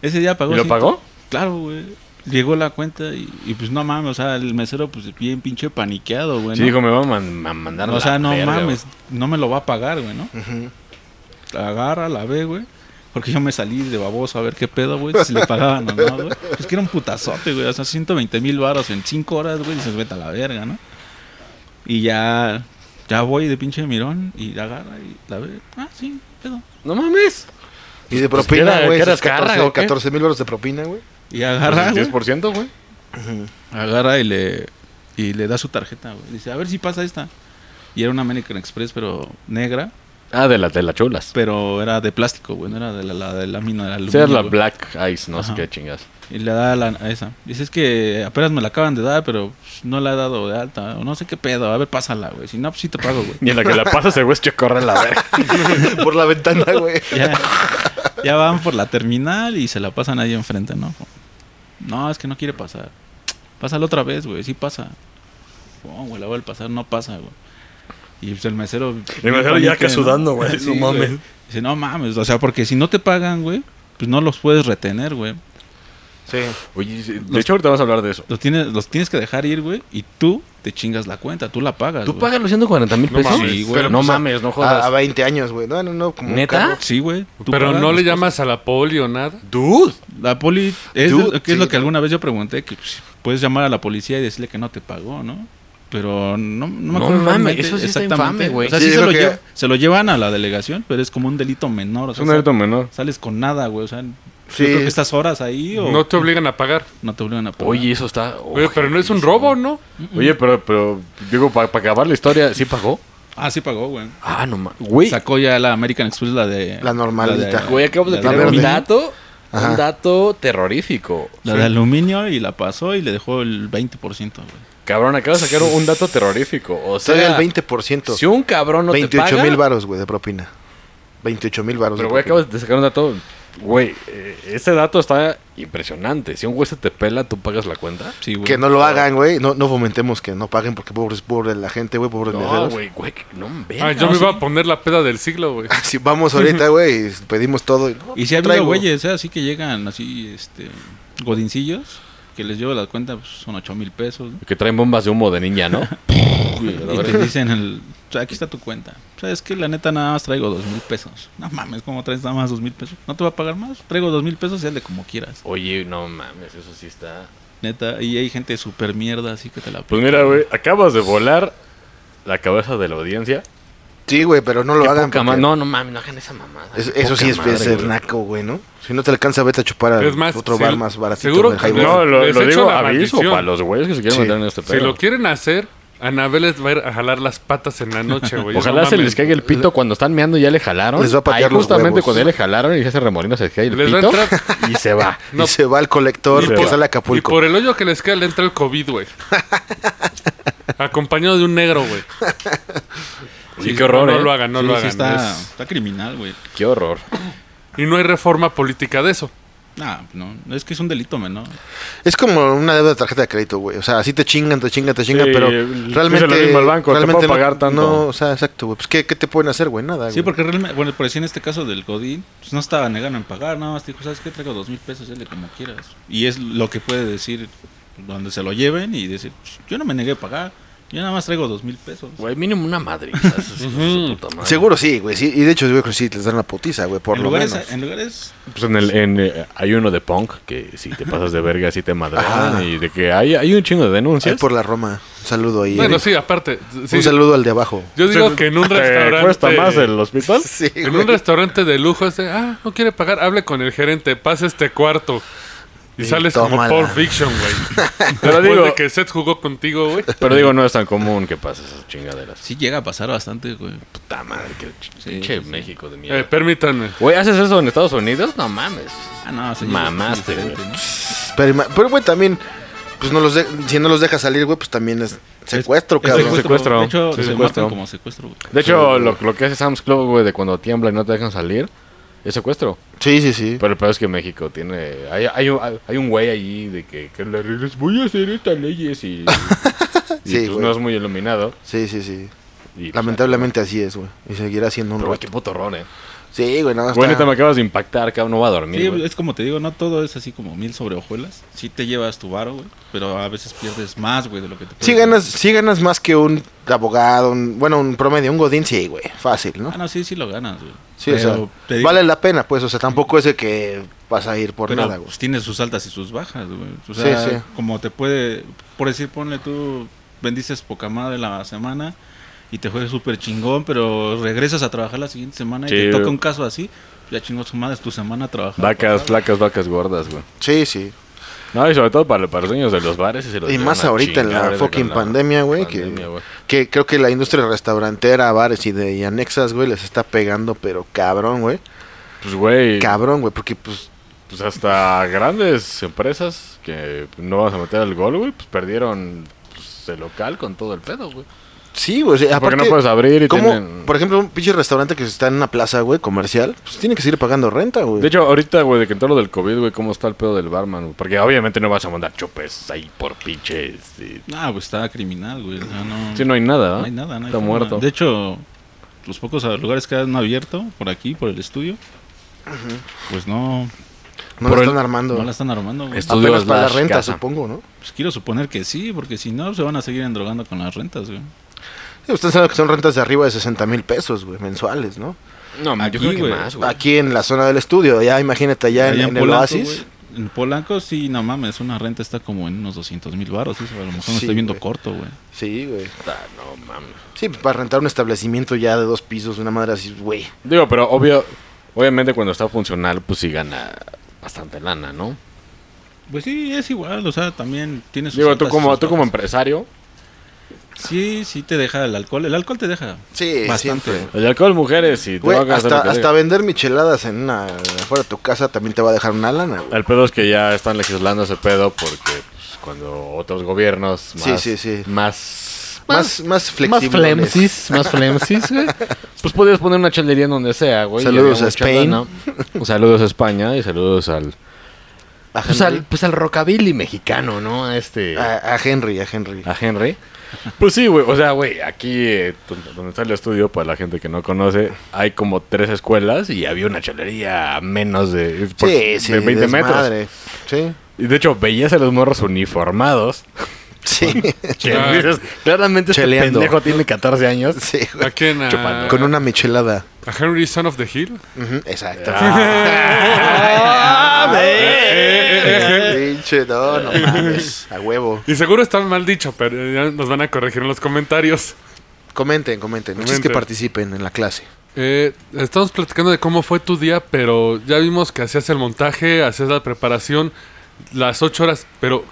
D: Ese día pagó.
C: ¿Y lo
D: ciento-
C: pagó?
D: Claro, güey. Llegó la cuenta y, y, pues no mames, o sea, el mesero pues bien pinche paniqueado, güey.
C: Sí,
D: ¿no?
C: dijo, me va a man- a mandar
D: O
C: la
D: sea, no
C: verga,
D: mames, no me lo va a pagar, güey, ¿no?
A: Ujú.
D: La agarra, la ve, güey. Porque yo me salí de baboso a ver qué pedo, güey, si le pagaban o no, güey. Es que era un putazote, güey. O sea, 120 mil baros en 5 horas, güey. Dices, vete a la verga, ¿no? Y ya, ya voy de pinche mirón y la agarra y la ve. Ah, sí, pedo.
C: güey. No mames.
A: Y de
C: Pues, ¿qué
A: propina,
C: era-
A: güey.
C: qué era
A: esos
C: carra, o qué?
A: 14 mil euros de propina, güey.
D: Y
C: Pues,
D: agarra,
C: el
D: güey.
C: 10%, güey.
D: Agarra y le, y le da su tarjeta, güey. Dice, a ver si pasa esta. Y era una American Express, pero negra.
C: Ah, de las de las chulas.
D: Pero era de plástico, güey. No era de la, la de lámina de aluminio.
C: Sí, es la
D: güey.
C: Black Ice, no sé
D: Ajá.
C: qué chingas.
D: Y le da la, a esa. Dice, es que apenas me la acaban de dar, pero pues, no la he dado de alta. O no sé qué pedo. A ver, pásala, güey. Si no, pues sí te pago, güey.
C: Y en la que la pasa ese güey se corre la verga.
A: Por la ventana, güey.
D: ya, ya van por la terminal y se la pasan ahí enfrente, ¿no? No, es que no quiere pasar. Pásala otra vez, güey. Sí pasa. No, güey, la vuelve a pasar. No pasa, güey. Y pues el mesero...
C: El mesero ya que sudando, güey,
D: Sí,
C: no mames.
D: Dice, no mames. O sea, porque si no te pagan, güey, pues no los puedes retener, güey.
A: Sí.
C: Oye, sí, de hecho, ahorita vamos a hablar de eso.
D: Los tienes, los tienes que dejar ir, güey, y tú te chingas la cuenta, tú la pagas.
C: Tú
D: güey.
C: pagas los 140 mil
B: No
C: pesos.
B: mames.
C: Sí, güey.
A: Pero,
C: no
A: pues, a-
C: mames, no
A: A, a
C: jodas.
A: 20 años, güey. No, no, no. Como un
C: ¿Neta?
A: carro.
D: Sí, güey. tú
B: Pero
D: pagas
B: no le
D: las
B: llamas a la poli o nada.
C: Dude.
D: cosas. La poli. Es,
A: Dude,
D: lo- que
A: sí.
D: es lo que alguna vez yo pregunté, que pues, puedes llamar a la policía y decirle que no te pagó, ¿no? Pero no, no me
C: No
D: acuerdo.
C: mames,
D: realmente
C: eso sí está
D: exactamente.
C: infame, güey.
D: O sea,
A: Sí,
D: sí,
A: yo
D: se, lo
A: creo que-
D: lle- se lo llevan a la delegación, pero es como un delito menor. O
C: Es
D: sea,
C: un
D: sal-
C: delito menor.
D: sales con nada, güey. O sea,
A: Sí.
D: Yo creo que estás horas ahí o
B: No te obligan a pagar.
D: no te obligan a pagar.
C: Oye, eso está.
B: Oye, pero no es un robo, ¿no?
C: Oye, pero, pero digo, para acabar la historia, ¿sí pagó?
D: Ah, sí pagó, güey.
C: Ah, no mames. Güey,
D: Sacó ya la American Express, la de.
A: La normalita.
D: la de-
C: güey, acabo de
D: la de
C: tener un
A: verde.
C: dato.
A: Ajá.
C: Un dato terrorífico.
D: La de aluminio y la pasó y le dejó el 20%, güey.
C: Cabrón, acabo de sacar un dato terrorífico. O sea,
A: Todavía el 20%.
C: si un cabrón no
A: 28
C: te paga...
A: mil varos, güey, de propina. 28 mil varos. de
C: Pero, güey,
A: propina.
C: acabas de sacar un dato. Güey, eh, este dato está impresionante. Si un güey se te pela, ¿tú pagas la cuenta?
D: Sí, güey.
A: Que no lo hagan, güey. No, no fomentemos que no paguen porque pobre es pobre la gente, güey, pobres
C: No,
A: meseros.
C: güey, güey, que- no me
B: Ah, yo me iba a poner la peda del siglo, güey.
A: Si vamos ahorita, güey, y pedimos todo. Y, no,
D: Y si ha habido
A: traigo.
D: güeyes, ¿eh? así que llegan así, este. Godincillos, que les llevo la cuenta, pues, son 8 mil pesos. ¿no?
C: Que traen bombas de humo de niña, ¿no? Güey, la
D: Y te
C: verdad.
D: dicen, el, o sea, aquí está tu cuenta. O sea, es que la neta nada más traigo 2 mil pesos. No mames, ¿cómo traes nada más 2 mil pesos? ¿No te va a pagar más? Traigo 2 mil pesos y hazle como quieras.
C: Oye, no mames, eso sí está...
D: Neta, y hay gente súper mierda, así que te la
C: Pues mira, güey, acabas de volar la cabeza de la audiencia.
A: Sí, güey, pero no lo
C: Qué
A: hagan.
C: poca ma-
A: porque
C: No, no mames, no hagan esa mamada.
A: es-
C: Qué
A: eso sí
C: poca
A: es,
C: madre,
A: es ser
C: güey.
A: naco, güey, ¿no? Si no te alcanza, vete a chupar a
B: Es más,
A: otro
B: si-
A: bar más baratito.
B: seguro
A: del
B: que
A: highball.
C: No, lo,
B: Les
C: lo
B: echo
C: digo
B: la
C: aviso
B: maldición.
C: para los güeyes que se quieren
A: Sí.
C: meter en este
B: Si
C: pedo.
B: lo quieren hacer, Anabel les va a ir a jalar las patas en la noche, güey.
C: Ojalá
B: No
C: se
B: mames.
C: les caiga el pito cuando están meando y ya le jalaron.
A: Les va a patear
C: Ahí
A: los
C: justamente
A: huevos.
C: cuando ya le jalaron y ya se remolino se les cae el
B: Les va a
C: pito
B: entrar-
C: y se va.
B: No.
A: Y se va al colector
C: Y
A: que
C: por-
A: sale a
B: Y
A: Acapulco.
B: por el hoyo que les queda le entra el COVID, güey. Acompañado de un negro, güey.
C: Sí, qué horror,
B: No, no
C: ¿eh?
B: lo hagan, no
D: Sí,
B: lo
D: sí
B: hagan.
D: está,
B: es-
D: está criminal, güey.
C: Qué horror.
B: Y no hay reforma política de eso.
D: Nah, no, es que es un delito menor.
A: Es como una deuda de tarjeta de crédito, güey. O sea, así te chingan, te chingan, te chingan,
C: Sí,
A: pero
C: el-
A: realmente.
C: dice lo mismo al banco, te
A: realmente
C: puedo
A: no-
C: pagar tanto.
A: No, o sea, exacto, güey. Pues, ¿qué, ¿qué te pueden hacer, güey? Nada,
D: Sí,
A: güey.
D: porque realmente, bueno, por decir en este caso del Godín, pues no estaba negando en pagar, nada más dijo, ¿sabes qué? Traigo dos mil pesos, hazle como quieras. Y es lo que puede decir donde se lo lleven y decir, pues, yo no me negué a pagar, yo nada más traigo dos mil pesos.
C: Güey, mínimo una madre. ¿sabes? Eso es su puta madre.
A: Seguro sí, güey. Sí, y de hecho, yo creo que sí les dan la putiza, güey, por
D: en,
A: lo
D: lugares,
A: menos.
D: en lugares,
C: Pues en el, en, eh, hay uno de punk que si te pasas de verga, si te madrean
A: Ajá.
C: y de que hay, hay un chingo de
A: Ahí
C: denuncias.
A: Ah. por la Roma. Un saludo ahí.
B: Bueno,
A: Eric.
B: sí, aparte. sí,
A: Un saludo al de abajo.
B: Yo digo
C: Sí,
B: que en un
C: ¿te
B: restaurante.
C: cuesta más el hospital?
A: Sí,
B: En
A: güey.
B: un restaurante de lujo, es de, ah, no quiere pagar, hable con el gerente, pasa este cuarto. Y
A: Y
B: sales
A: tómala.
B: como Paul Fiction, güey.
C: Pero
B: Después
C: digo-
B: de que Seth jugó contigo, güey.
C: Pero digo, no es tan común que pases esas chingaderas.
D: sí llega a pasar bastante, güey.
C: Puta madre, qué ch-
D: Sí,
C: pinche
D: sí, sí.
C: México de mierda.
B: Eh, permítanme.
C: Güey, ¿haces eso en Estados Unidos? No mames.
D: Ah, no, se
C: Mamaste, güey.
D: ¿no?
A: Pero, ima- pero, güey, también, pues no los de- si no los dejas salir, güey, pues también es secuestro,
D: Es
A: cabrón.
C: secuestro.
D: De hecho,
C: Sí,
D: se
C: secuestro.
D: matan como secuestro, güey.
C: De hecho, lo, lo que hace Sam's Club, güey, de cuando tiembla y no te dejan salir, es secuestro.
A: Sí, sí, sí.
C: Pero el peor es que México tiene. Hay, hay, un- hay un güey allí de que, que le dices, voy a hacer estas leyes y. y
A: Sí,
C: pues
A: güey.
C: no es muy iluminado.
A: Sí, sí, sí.
C: Y, pues,
A: Lamentablemente así es, güey. Y seguirá siendo un
C: Pero güey,
A: rato.
C: qué puto horror, eh.
A: Sí, güey, nada más.
C: Güey,
A: está-
C: neta, me acabas de impactar, cabrón. No va a dormir.
D: Sí,
C: güey.
D: es como te digo, no todo es así como mil sobre hojuelas. Sí te llevas tu varo, güey, pero a veces pierdes más, güey, de lo que te
A: Sí
D: puedes-
A: ganas, sí ganas más que un abogado, un, bueno, un promedio, un godín, sí, güey. Fácil, ¿no?
D: Ah, no, sí, sí lo ganas, güey.
A: Sí,
D: Pero
A: o
D: te
A: sea,
D: digo-
A: vale la pena, pues, o sea, tampoco es de que vas a ir por
D: Pero,
A: nada, güey.
D: pues, tiene sus altas y sus bajas, güey. O sea,
A: Sí, sí.
D: como te puede, por decir, ponle tú, bendices poca madre la semana y te juegas súper chingón, pero regresas a trabajar la siguiente semana
C: Sí,
D: y te toca
C: güey.
D: un caso así, ya chingó su madre, es tu semana trabajar.
C: Vacas, flacas, vacas gordas, güey.
A: Sí, sí.
C: No, y sobre todo para, para los niños de los bares. Y, se los
A: Y
C: llevan
A: más
C: a
A: ahorita en
C: chingar,
A: la
C: güey,
A: fucking
C: con la
A: pandemia, güey, que-
C: pandemia, güey.
A: Que creo que la industria restaurantera, bares y de y anexas, güey, les está pegando, pero cabrón, güey.
C: Pues, güey.
A: Cabrón, güey, porque pues
C: Pues hasta grandes empresas que no vas a meter al gol, güey, pues perdieron pues, el local con todo el pedo, güey.
A: sí, güey, o sea,
C: Porque
A: aparte
C: no puedes abrir y
A: ¿cómo?
C: tienen...
A: por ejemplo, un pinche restaurante que está en una plaza, güey, comercial, pues tiene que seguir pagando renta, güey.
C: De hecho, ahorita, güey, de que entró lo del COVID, güey, ¿cómo está el pedo del barman? güey? Porque obviamente no vas a mandar chopes ahí por pinches. y-
D: No, güey, está criminal, güey. o sea, no,
C: Sí, no hay nada, ¿ah?
D: no hay nada, no hay
C: Está
D: forma.
C: muerto.
D: De hecho, los pocos lugares que han abierto por aquí, por el estudio, pues no,
A: no
C: por
A: la
C: el-
A: están armando.
D: no la están armando, güey.
C: Esto-
A: Apenas
C: Estudio
A: para la
C: slash
A: renta,
C: casa.
A: supongo, ¿no?
D: Pues quiero suponer que sí, porque si no, se van a seguir endrogando con las rentas, güey.
A: Sí, ustedes saben que son rentas de arriba de 60 mil pesos, güey, mensuales, ¿no?
C: No,
D: yo creo que más,
A: Aquí en la zona del estudio, ya imagínate allá, en,
D: Allá
A: en el
D: Polanco,
A: oasis.
D: güey, En Polanco, sí, no mames, una renta está como en unos 200 mil baros. ¿sí? A lo mejor
A: Sí,
D: me estoy viendo
A: güey.
D: corto, güey.
A: Sí, güey.
C: Ah, No mames.
A: Sí, pues, para rentar un establecimiento ya de dos pisos, una madre así, güey.
C: Digo, pero obvio, obviamente cuando está funcional, pues sí gana bastante lana, ¿no?
D: Pues sí, es igual, o sea, también tienes
C: Digo, tú como, tú como empresario,
D: Sí, sí te deja el alcohol. El alcohol te deja.
A: Sí,
D: Bastante.
A: siempre.
C: el alcohol, mujeres, y
A: Güey,
C: drogas,
A: hasta,
C: lo que
A: hasta
C: sea.
A: vender micheladas en una, afuera de tu casa también te va a dejar una lana. güey.
C: El pedo es que ya están legislando ese pedo porque pues, cuando otros gobiernos más,
A: Sí, sí, sí.
C: más
A: Más, más
C: más
A: flexible.
C: flemsis, más flemsis, güey. Pues podías poner una chelería en donde sea, güey. y
A: Saludos
C: había
A: a
C: mucha
A: Spain.
C: lana. Saludos a España y saludos al pues, al pues al rockabilly mexicano, ¿no? A este
A: A, a Henry, a Henry.
C: a Henry. Pues sí, güey. O sea, güey, aquí eh, donde- donde está el estudio, para la gente que no conoce, hay como tres escuelas y había una chelería a menos de, por-
A: sí, sí,
C: de 20 metros.
A: desmadre. Sí,
C: Y de hecho, veías a los morros uniformados.
A: sí,
C: Que
B: Ah.
C: dices, claramente este
A: Cheleando.
C: pendejo tiene 14 años.
A: sí, güey.
B: ¿A quién? A,
C: Chupando.
A: Con una michelada.
B: ah, a Henry Son of the Hill.
A: Ujú, Exacto.
C: Ah,
A: Ah.
B: Eh, eh, eh, Henry.
A: Pinche, no, no mames. A huevo.
B: Y seguro está mal dicho, pero ya nos van a corregir en los comentarios.
A: Comenten, comenten. El chiste es que
B: Comenten.
A: participen en la clase.
B: Eh, estamos platicando de cómo fue tu día, pero ya vimos que hacías el montaje, hacías la preparación, las ocho horas, pero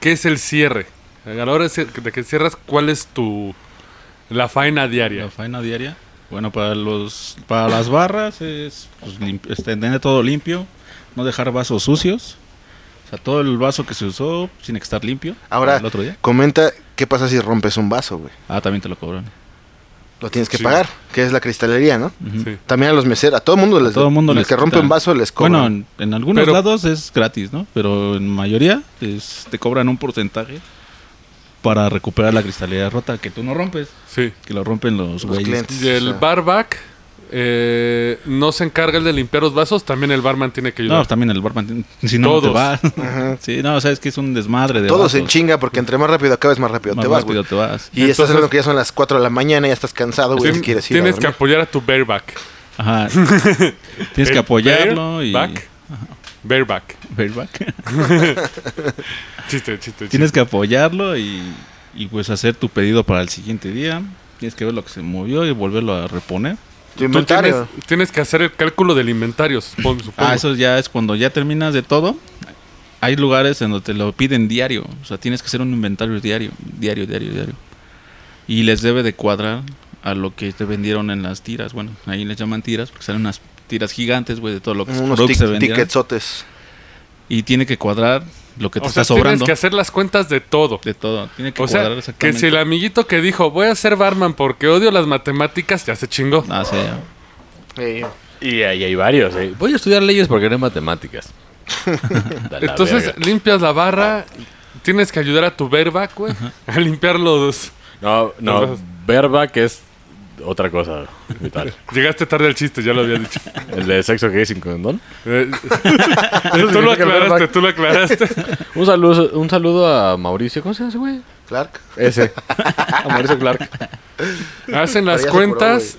B: ¿qué es el cierre? A la hora de cier- de que cierras, ¿cuál es tu... la faena
D: La
B: diaria?
D: faena diaria. Bueno, para los para las barras es pues, lim- este, tener todo limpio, no dejar vasos sucios. O sea, todo el vaso que se usó tiene que estar limpio.
A: Ahora,
D: el otro día.
A: comenta qué pasa si rompes un vaso, güey.
D: Ah, también te lo cobran.
A: Lo tienes que
B: Sí.
A: pagar, que es la cristalería, ¿no?
D: Ujú.
B: Sí.
A: También a los meseros, a todo mundo les
D: todo mundo
A: Pues, el
D: les
A: que rompe
D: quitan.
A: un vaso les cobra.
D: Bueno, en, en algunos
B: Pero-
D: lados es gratis, ¿no? Pero en mayoría es- te cobran un porcentaje para recuperar la cristalería rota que tú no rompes,
B: Sí.
D: que lo rompen los,
A: Los
D: güeyes.
A: clientes.
B: Y el
A: O sea.
B: barback eh, no se encarga el de limpiar los vasos, también el barman tiene que
D: No,
B: ayudar.
D: también el barman, si no,
B: Todos.
D: no te vas. sí, no, o sea, es que es un desmadre de
A: Todos en
D: vasos.
A: chinga porque entre más rápido acabes, más rápido
D: Más
A: te vas,
D: rápido
A: güey.
D: te vas.
A: Y estás
B: Entonces-
A: hablando que ya son las 4 de la mañana, ya estás cansado, güey,
B: Tien-
A: y quieres ir a
B: tienes que
A: dormir.
B: apoyar a tu bareback.
D: Ajá. Tienes que
B: El
D: apoyarlo y.
B: bareback. Bareback.
D: Bareback.
B: Chiste, chiste, chiste.
D: Tienes que apoyarlo y, y pues hacer tu pedido para el siguiente día. Tienes que ver lo que se movió y volverlo a reponer.
A: Tu
B: Tú tienes,
A: inventario.
B: tienes que hacer el cálculo del inventario, supongo. supongo.
D: Ah, eso ya es cuando ya terminas de todo. Hay lugares en donde te lo piden diario. O sea, tienes que hacer un inventario diario, diario, diario, diario. Y les debe de cuadrar a lo que te vendieron en las tiras. Bueno, ahí les llaman tiras porque salen unas tiras gigantes, güey, de todo lo que
A: Unos
D: productos se
A: tic-
D: vendieron.
A: ticketsotes.
D: Y tiene que cuadrar lo que te
B: o
D: está
B: sea,
D: sobrando.
B: tienes que hacer las cuentas de todo.
D: De todo. Tiene que
B: O
D: cuadrar
B: sea, que
D: exactamente.
B: si el amiguito que dijo, voy a ser barman porque odio las matemáticas, ya se chingó.
D: Ah, sí, ya.
C: Eh, Y ahí hay varios. eh. Voy a estudiar leyes porque no hay matemáticas. Da la
B: Entonces
C: verga.
B: limpias la barra, tienes que ayudar a tu bareback, güey, a limpiar los...
C: No, no, verba que es otra cosa vital.
B: Llegaste tarde al chiste, ya lo había dicho.
C: El de sexo gay sin condón.
B: Eh, tú lo
C: significa
B: aclaraste,
C: bareback.
B: tú lo aclaraste.
C: Un saludo, un saludo a Mauricio. ¿Cómo se llama ese güey?
A: Clark.
C: Ese. A Mauricio Clark.
B: Hacen
A: Pero ya se
B: las
A: curó,
B: cuentas.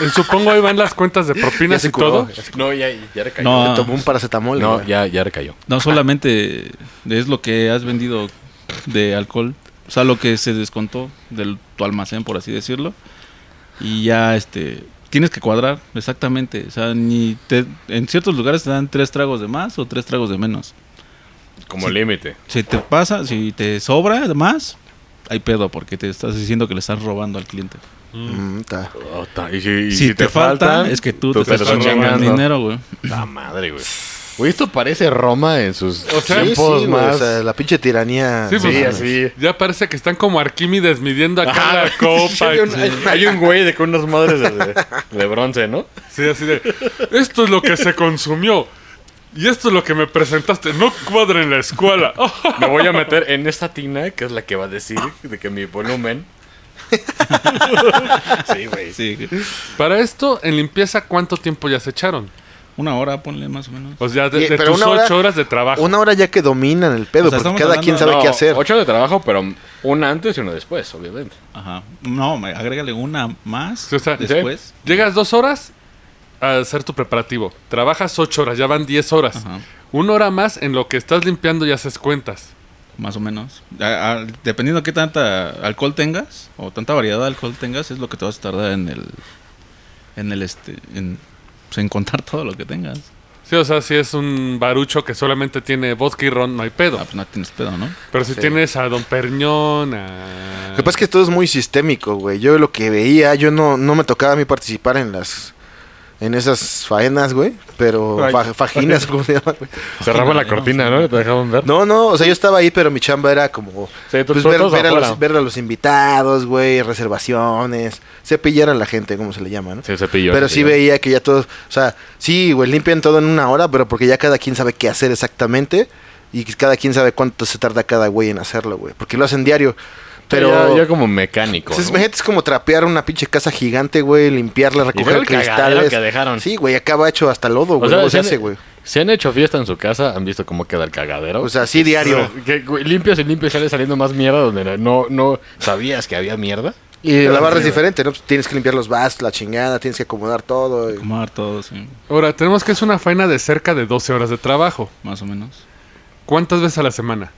B: eh, supongo ahí van las cuentas de
A: Ya
B: propinas
A: se
B: y
A: curó.
B: todo.
C: No, ya, ya recayó.
D: No.
A: Se Tomó un paracetamol.
C: No,
A: güey.
C: ya, ya recayó.
D: No solamente es lo que has vendido de alcohol, o sea, lo que se descontó de tu almacén, por así decirlo. Y ya, este, tienes que cuadrar exactamente. O sea, ni te- en ciertos lugares te dan tres tragos de más o tres tragos de menos.
C: Como límite.
D: Si te pasa, si te sobra de más, hay pedo porque te estás diciendo que le estás robando al cliente.
A: Mm, ta.
C: Ota, Oh, y si, y
D: si, te, falta,
C: faltan,
D: es que tú,
C: tú
D: te, estás chingando el dinero, güey.
C: La madre, güey. Güey, esto parece Roma en sus
A: Sí,
B: O sea,
A: sí,
C: tiempos
A: güey,
C: más.
A: o sea, la pinche tiranía.
B: Sí, pues,
C: sí,
B: mames.
C: así.
B: Ya parece que están como Arquímedes midiendo acá
C: Ajá,
B: la copa.
C: hay,
B: y-
C: un, hay un güey de con unas madres de, de- de bronce, ¿no?
B: Sí, así de, esto es lo que se consumió. Y esto es lo que me presentaste. No cuadra en la escuela.
C: Me voy a meter en esta tina, que es la que va a decir de que mi volumen. Sí, güey.
D: Sí, güey.
B: Para esto, en limpieza, ¿cuánto tiempo ya se echaron?
D: una hora, ponle más o menos.
B: O sea, de,
A: Y-
B: de
A: pero
B: tus
A: una hora-
B: ocho horas de trabajo.
A: Una hora ya que dominan el pedo,
D: O sea,
A: porque
D: estamos
A: cada quien
D: hablando-
A: sabe qué hacer.
C: Ocho de trabajo, pero una antes y una después, obviamente.
D: Ajá. No, me- agrégale una más
B: Sí, o sea, ¿eh?
D: después.
B: Llegas dos horas a hacer tu preparativo. Trabajas ocho horas, ya van diez horas.
D: Ajá,
B: Una hora más en lo que estás limpiando y haces cuentas.
D: más o menos. A- a- dependiendo qué tanta alcohol tengas o tanta variedad de alcohol tengas, es lo que te vas a tardar en el en el este en, pues, en contar todo lo que tengas.
B: Sí, o sea, si es un barucho que solamente tiene vodka y ron, no hay pedo.
D: Ah, pues no tienes pedo, ¿no?
B: Pero si
A: sí.
B: tienes a Don Perñón, a...
A: Lo que pasa es que todo es muy sistémico, güey. Yo lo que veía, yo no, no me tocaba a mí participar en las... En esas faenas, güey. Pero...
F: Ay.
A: fa- fajinas, ¿cómo se llama, güey?
C: Cerraba la cortina, ¿no? Te dejaban ver.
A: No, no, o sea, yo estaba ahí, pero mi chamba era como...
C: Sí, tú-
A: pues,
C: tú-
A: ver,
C: todos
A: ver a
C: afuera.
A: los, ver a los invitados, güey, reservaciones, cepillar a la gente, como se le llama, ¿no?
C: Sí, el cepillo.
A: Pero sí veía que ya todos, o sea, sí, güey, limpian todo en una hora, pero porque ya cada quien sabe qué hacer exactamente y cada quien sabe cuánto se tarda cada güey en hacerlo, güey, porque lo hacen diario. Pero
C: Pero ya, ya como mecánico.
A: pues, es,
C: ¿no?
A: imagínate, es como trapear una pinche casa gigante, güey, limpiarla,
C: ver
A: recoger
C: el cagadero
A: cristales.
C: que dejaron.
A: Sí, güey, acaba hecho hasta lodo, güey.
C: sea,
A: luego se
C: tiene-
A: hace, güey.
C: Si han hecho fiesta en su casa, han visto cómo queda el cagadero.
A: O sea, sí, diario.
C: Que, güey, limpias y limpias sale saliendo más mierda donde no, no sabías que había mierda.
A: Y la barra es diferente, ¿no? Pues tienes que limpiar los vasos, la chingada, tienes que acomodar todo. y-
D: Acomodar todo, sí,
B: Ahora, tenemos que es una faena de cerca de 12 horas de trabajo.
D: más o menos.
B: ¿Cuántas veces a la semana?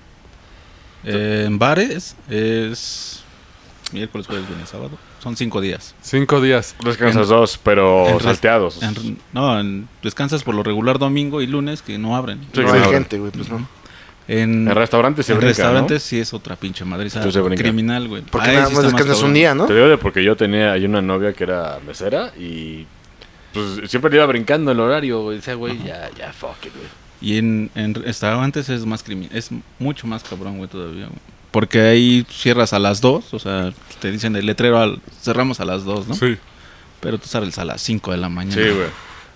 D: Eh, en bares es miércoles, jueves, viernes, sábado. Son cinco días.
B: Cinco días.
C: Descansas dos, pero
D: en res-
C: salteados.
D: En- no, en- descansas por lo regular domingo y lunes que no abren.
C: Sí,
A: no
C: sí,
A: hay
C: ahora.
A: gente, güey, pues no.
D: En,
C: En restaurantes se
D: en
C: brinca,
D: restaurantes sí es otra pinche madriza
C: Sí se brinca.
D: criminal, güey.
A: Porque
D: Ahí
A: nada
D: sí
A: más
D: está
A: descansas
D: cabrón.
A: un día, ¿no?
C: Te digo de porque yo tenía hay una novia que era mesera y pues siempre le iba brincando el horario, güey. Decía, güey, ya, ya, fuck it, güey.
D: Y en, en restaurantes es más criminal, es mucho más cabrón, güey, todavía, güey. Porque ahí cierras a las 2, o sea, te dicen el letrero, al, cerramos a las 2, ¿no?
B: Sí.
D: Pero tú sales a las 5 de la mañana.
C: Sí, güey.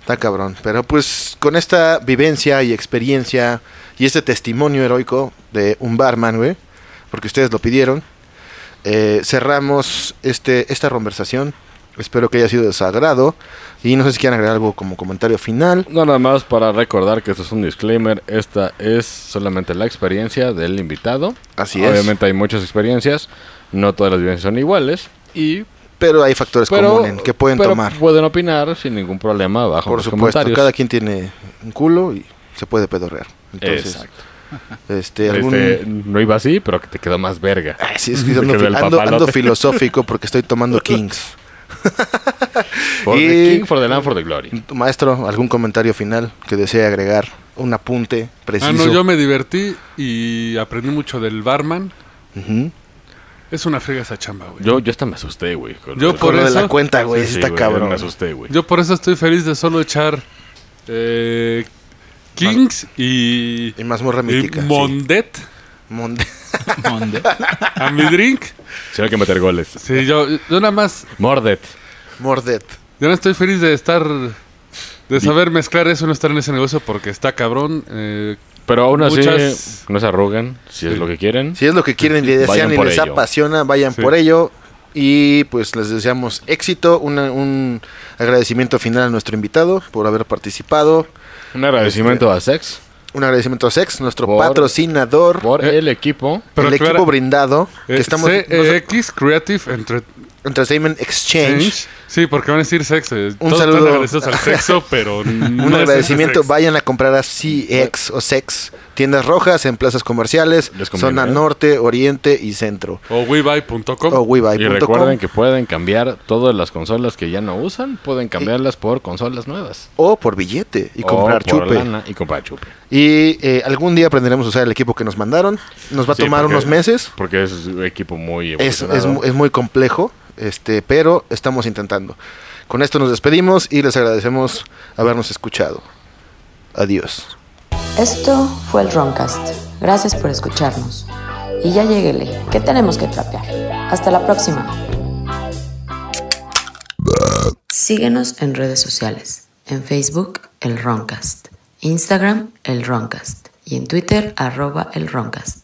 A: Está cabrón. Pero pues con esta vivencia y experiencia y este testimonio heroico de un barman, güey, porque ustedes lo pidieron, eh, cerramos este, esta conversación. Espero que haya sido de su agrado. Y no sé si quieren agregar algo como comentario final.
C: Nada más para recordar que esto es un disclaimer. Esta es solamente la experiencia del invitado.
A: Así es.
C: Obviamente hay muchas experiencias. No todas las vivencias son iguales. Y
A: Pero hay factores
C: pero,
A: comunes que pueden
C: pero
A: tomar.
C: Pueden opinar sin ningún problema abajo. en
A: Por
C: los
A: supuesto,
C: comentarios.
A: cada quien tiene un culo y se puede pedorrear. Entonces,
C: Exacto.
A: este, algún...
C: Este, no iba así, pero que te quedó más verga.
A: Ay, sí, es que ando,
C: Que del
A: fi- ando-
C: papalote.
A: ando filosófico porque estoy tomando Kings.
C: For
A: Y-
C: the king, for the land, for the glory.
A: Maestro, ¿algún comentario final que desee agregar? Un apunte preciso.
B: Ah, no, yo me divertí y aprendí mucho del barman.
A: Ujú.
B: Es una friega esa chamba, güey.
C: Yo, yo hasta me asusté, güey. con-
B: Yo
C: con-
B: por
A: Con lo de
B: eso-
A: la cuenta, güey,
C: Sí, sí,
A: está
C: güey,
A: cabrón.
C: Me asusté, güey.
B: Yo por eso estoy feliz de solo echar eh, Kings y,
A: Y mazmorra
B: y
A: mítica. sí.
B: Mondet
A: Monde-
D: ¿Dónde?
B: a mi drink.
C: Sí, hay que meter goles.
B: Sí, yo, yo nada más,
C: Mordet.
A: Mordet.
B: yo no estoy feliz de estar, de saber mezclar eso, no estar en ese negocio porque está cabrón. eh,
C: Pero aún así,
B: Muchas-
C: no se arrugan, si es
B: Sí.
C: lo que quieren.
A: Si es lo que quieren y desean
C: Vayan
A: y
C: por
A: les
C: ello.
A: apasiona, vayan
B: Sí.
A: por ello. Y pues les deseamos éxito. Una- un agradecimiento final a nuestro invitado por haber participado.
C: Un agradecimiento
A: Este,
C: a Sex
A: Un agradecimiento a Sex, nuestro
C: Por-
A: patrocinador,
C: por el equipo.
B: pero
A: el
B: aclara-
A: equipo brindado.
B: eh,
A: que estamos
B: CEX Creative Entertainment.
A: Entertainment Exchange.
B: Sí, porque van a decir sexo. eh,
A: Un
B: Todos están
A: saludo.
B: agradecidos al sexo, pero
A: Un agradecimiento, vayan a comprar a CX o Sex, tiendas rojas en plazas comerciales,
C: Les conviene,
A: zona
C: ¿eh?
A: norte, oriente y centro.
B: O
A: O
B: webuy.com.
C: Y
A: webuy.com.
C: recuerden que pueden cambiar todas las consolas que ya no usan, pueden cambiarlas por consolas nuevas.
A: O por billete y
C: O
A: comprar
C: por
A: chupe.
C: lana y comprar chupe.
A: Y eh, algún día aprenderemos a usar el equipo que nos mandaron. Nos va a
C: Sí,
A: tomar
C: porque-
A: unos meses.
C: Porque es un equipo muy
A: Es, es,
C: evolucionado.
A: mu- es muy complejo, este, pero estamos intentando. Con esto nos despedimos y les agradecemos habernos escuchado. Adiós.
G: Esto fue el Roncast. Gracias por escucharnos. Y ya lleguele, que tenemos que trapear. Hasta la próxima. Síguenos en redes sociales. En Facebook, el Roncast. Instagram, el Roncast. Y en Twitter, arroba el Roncast.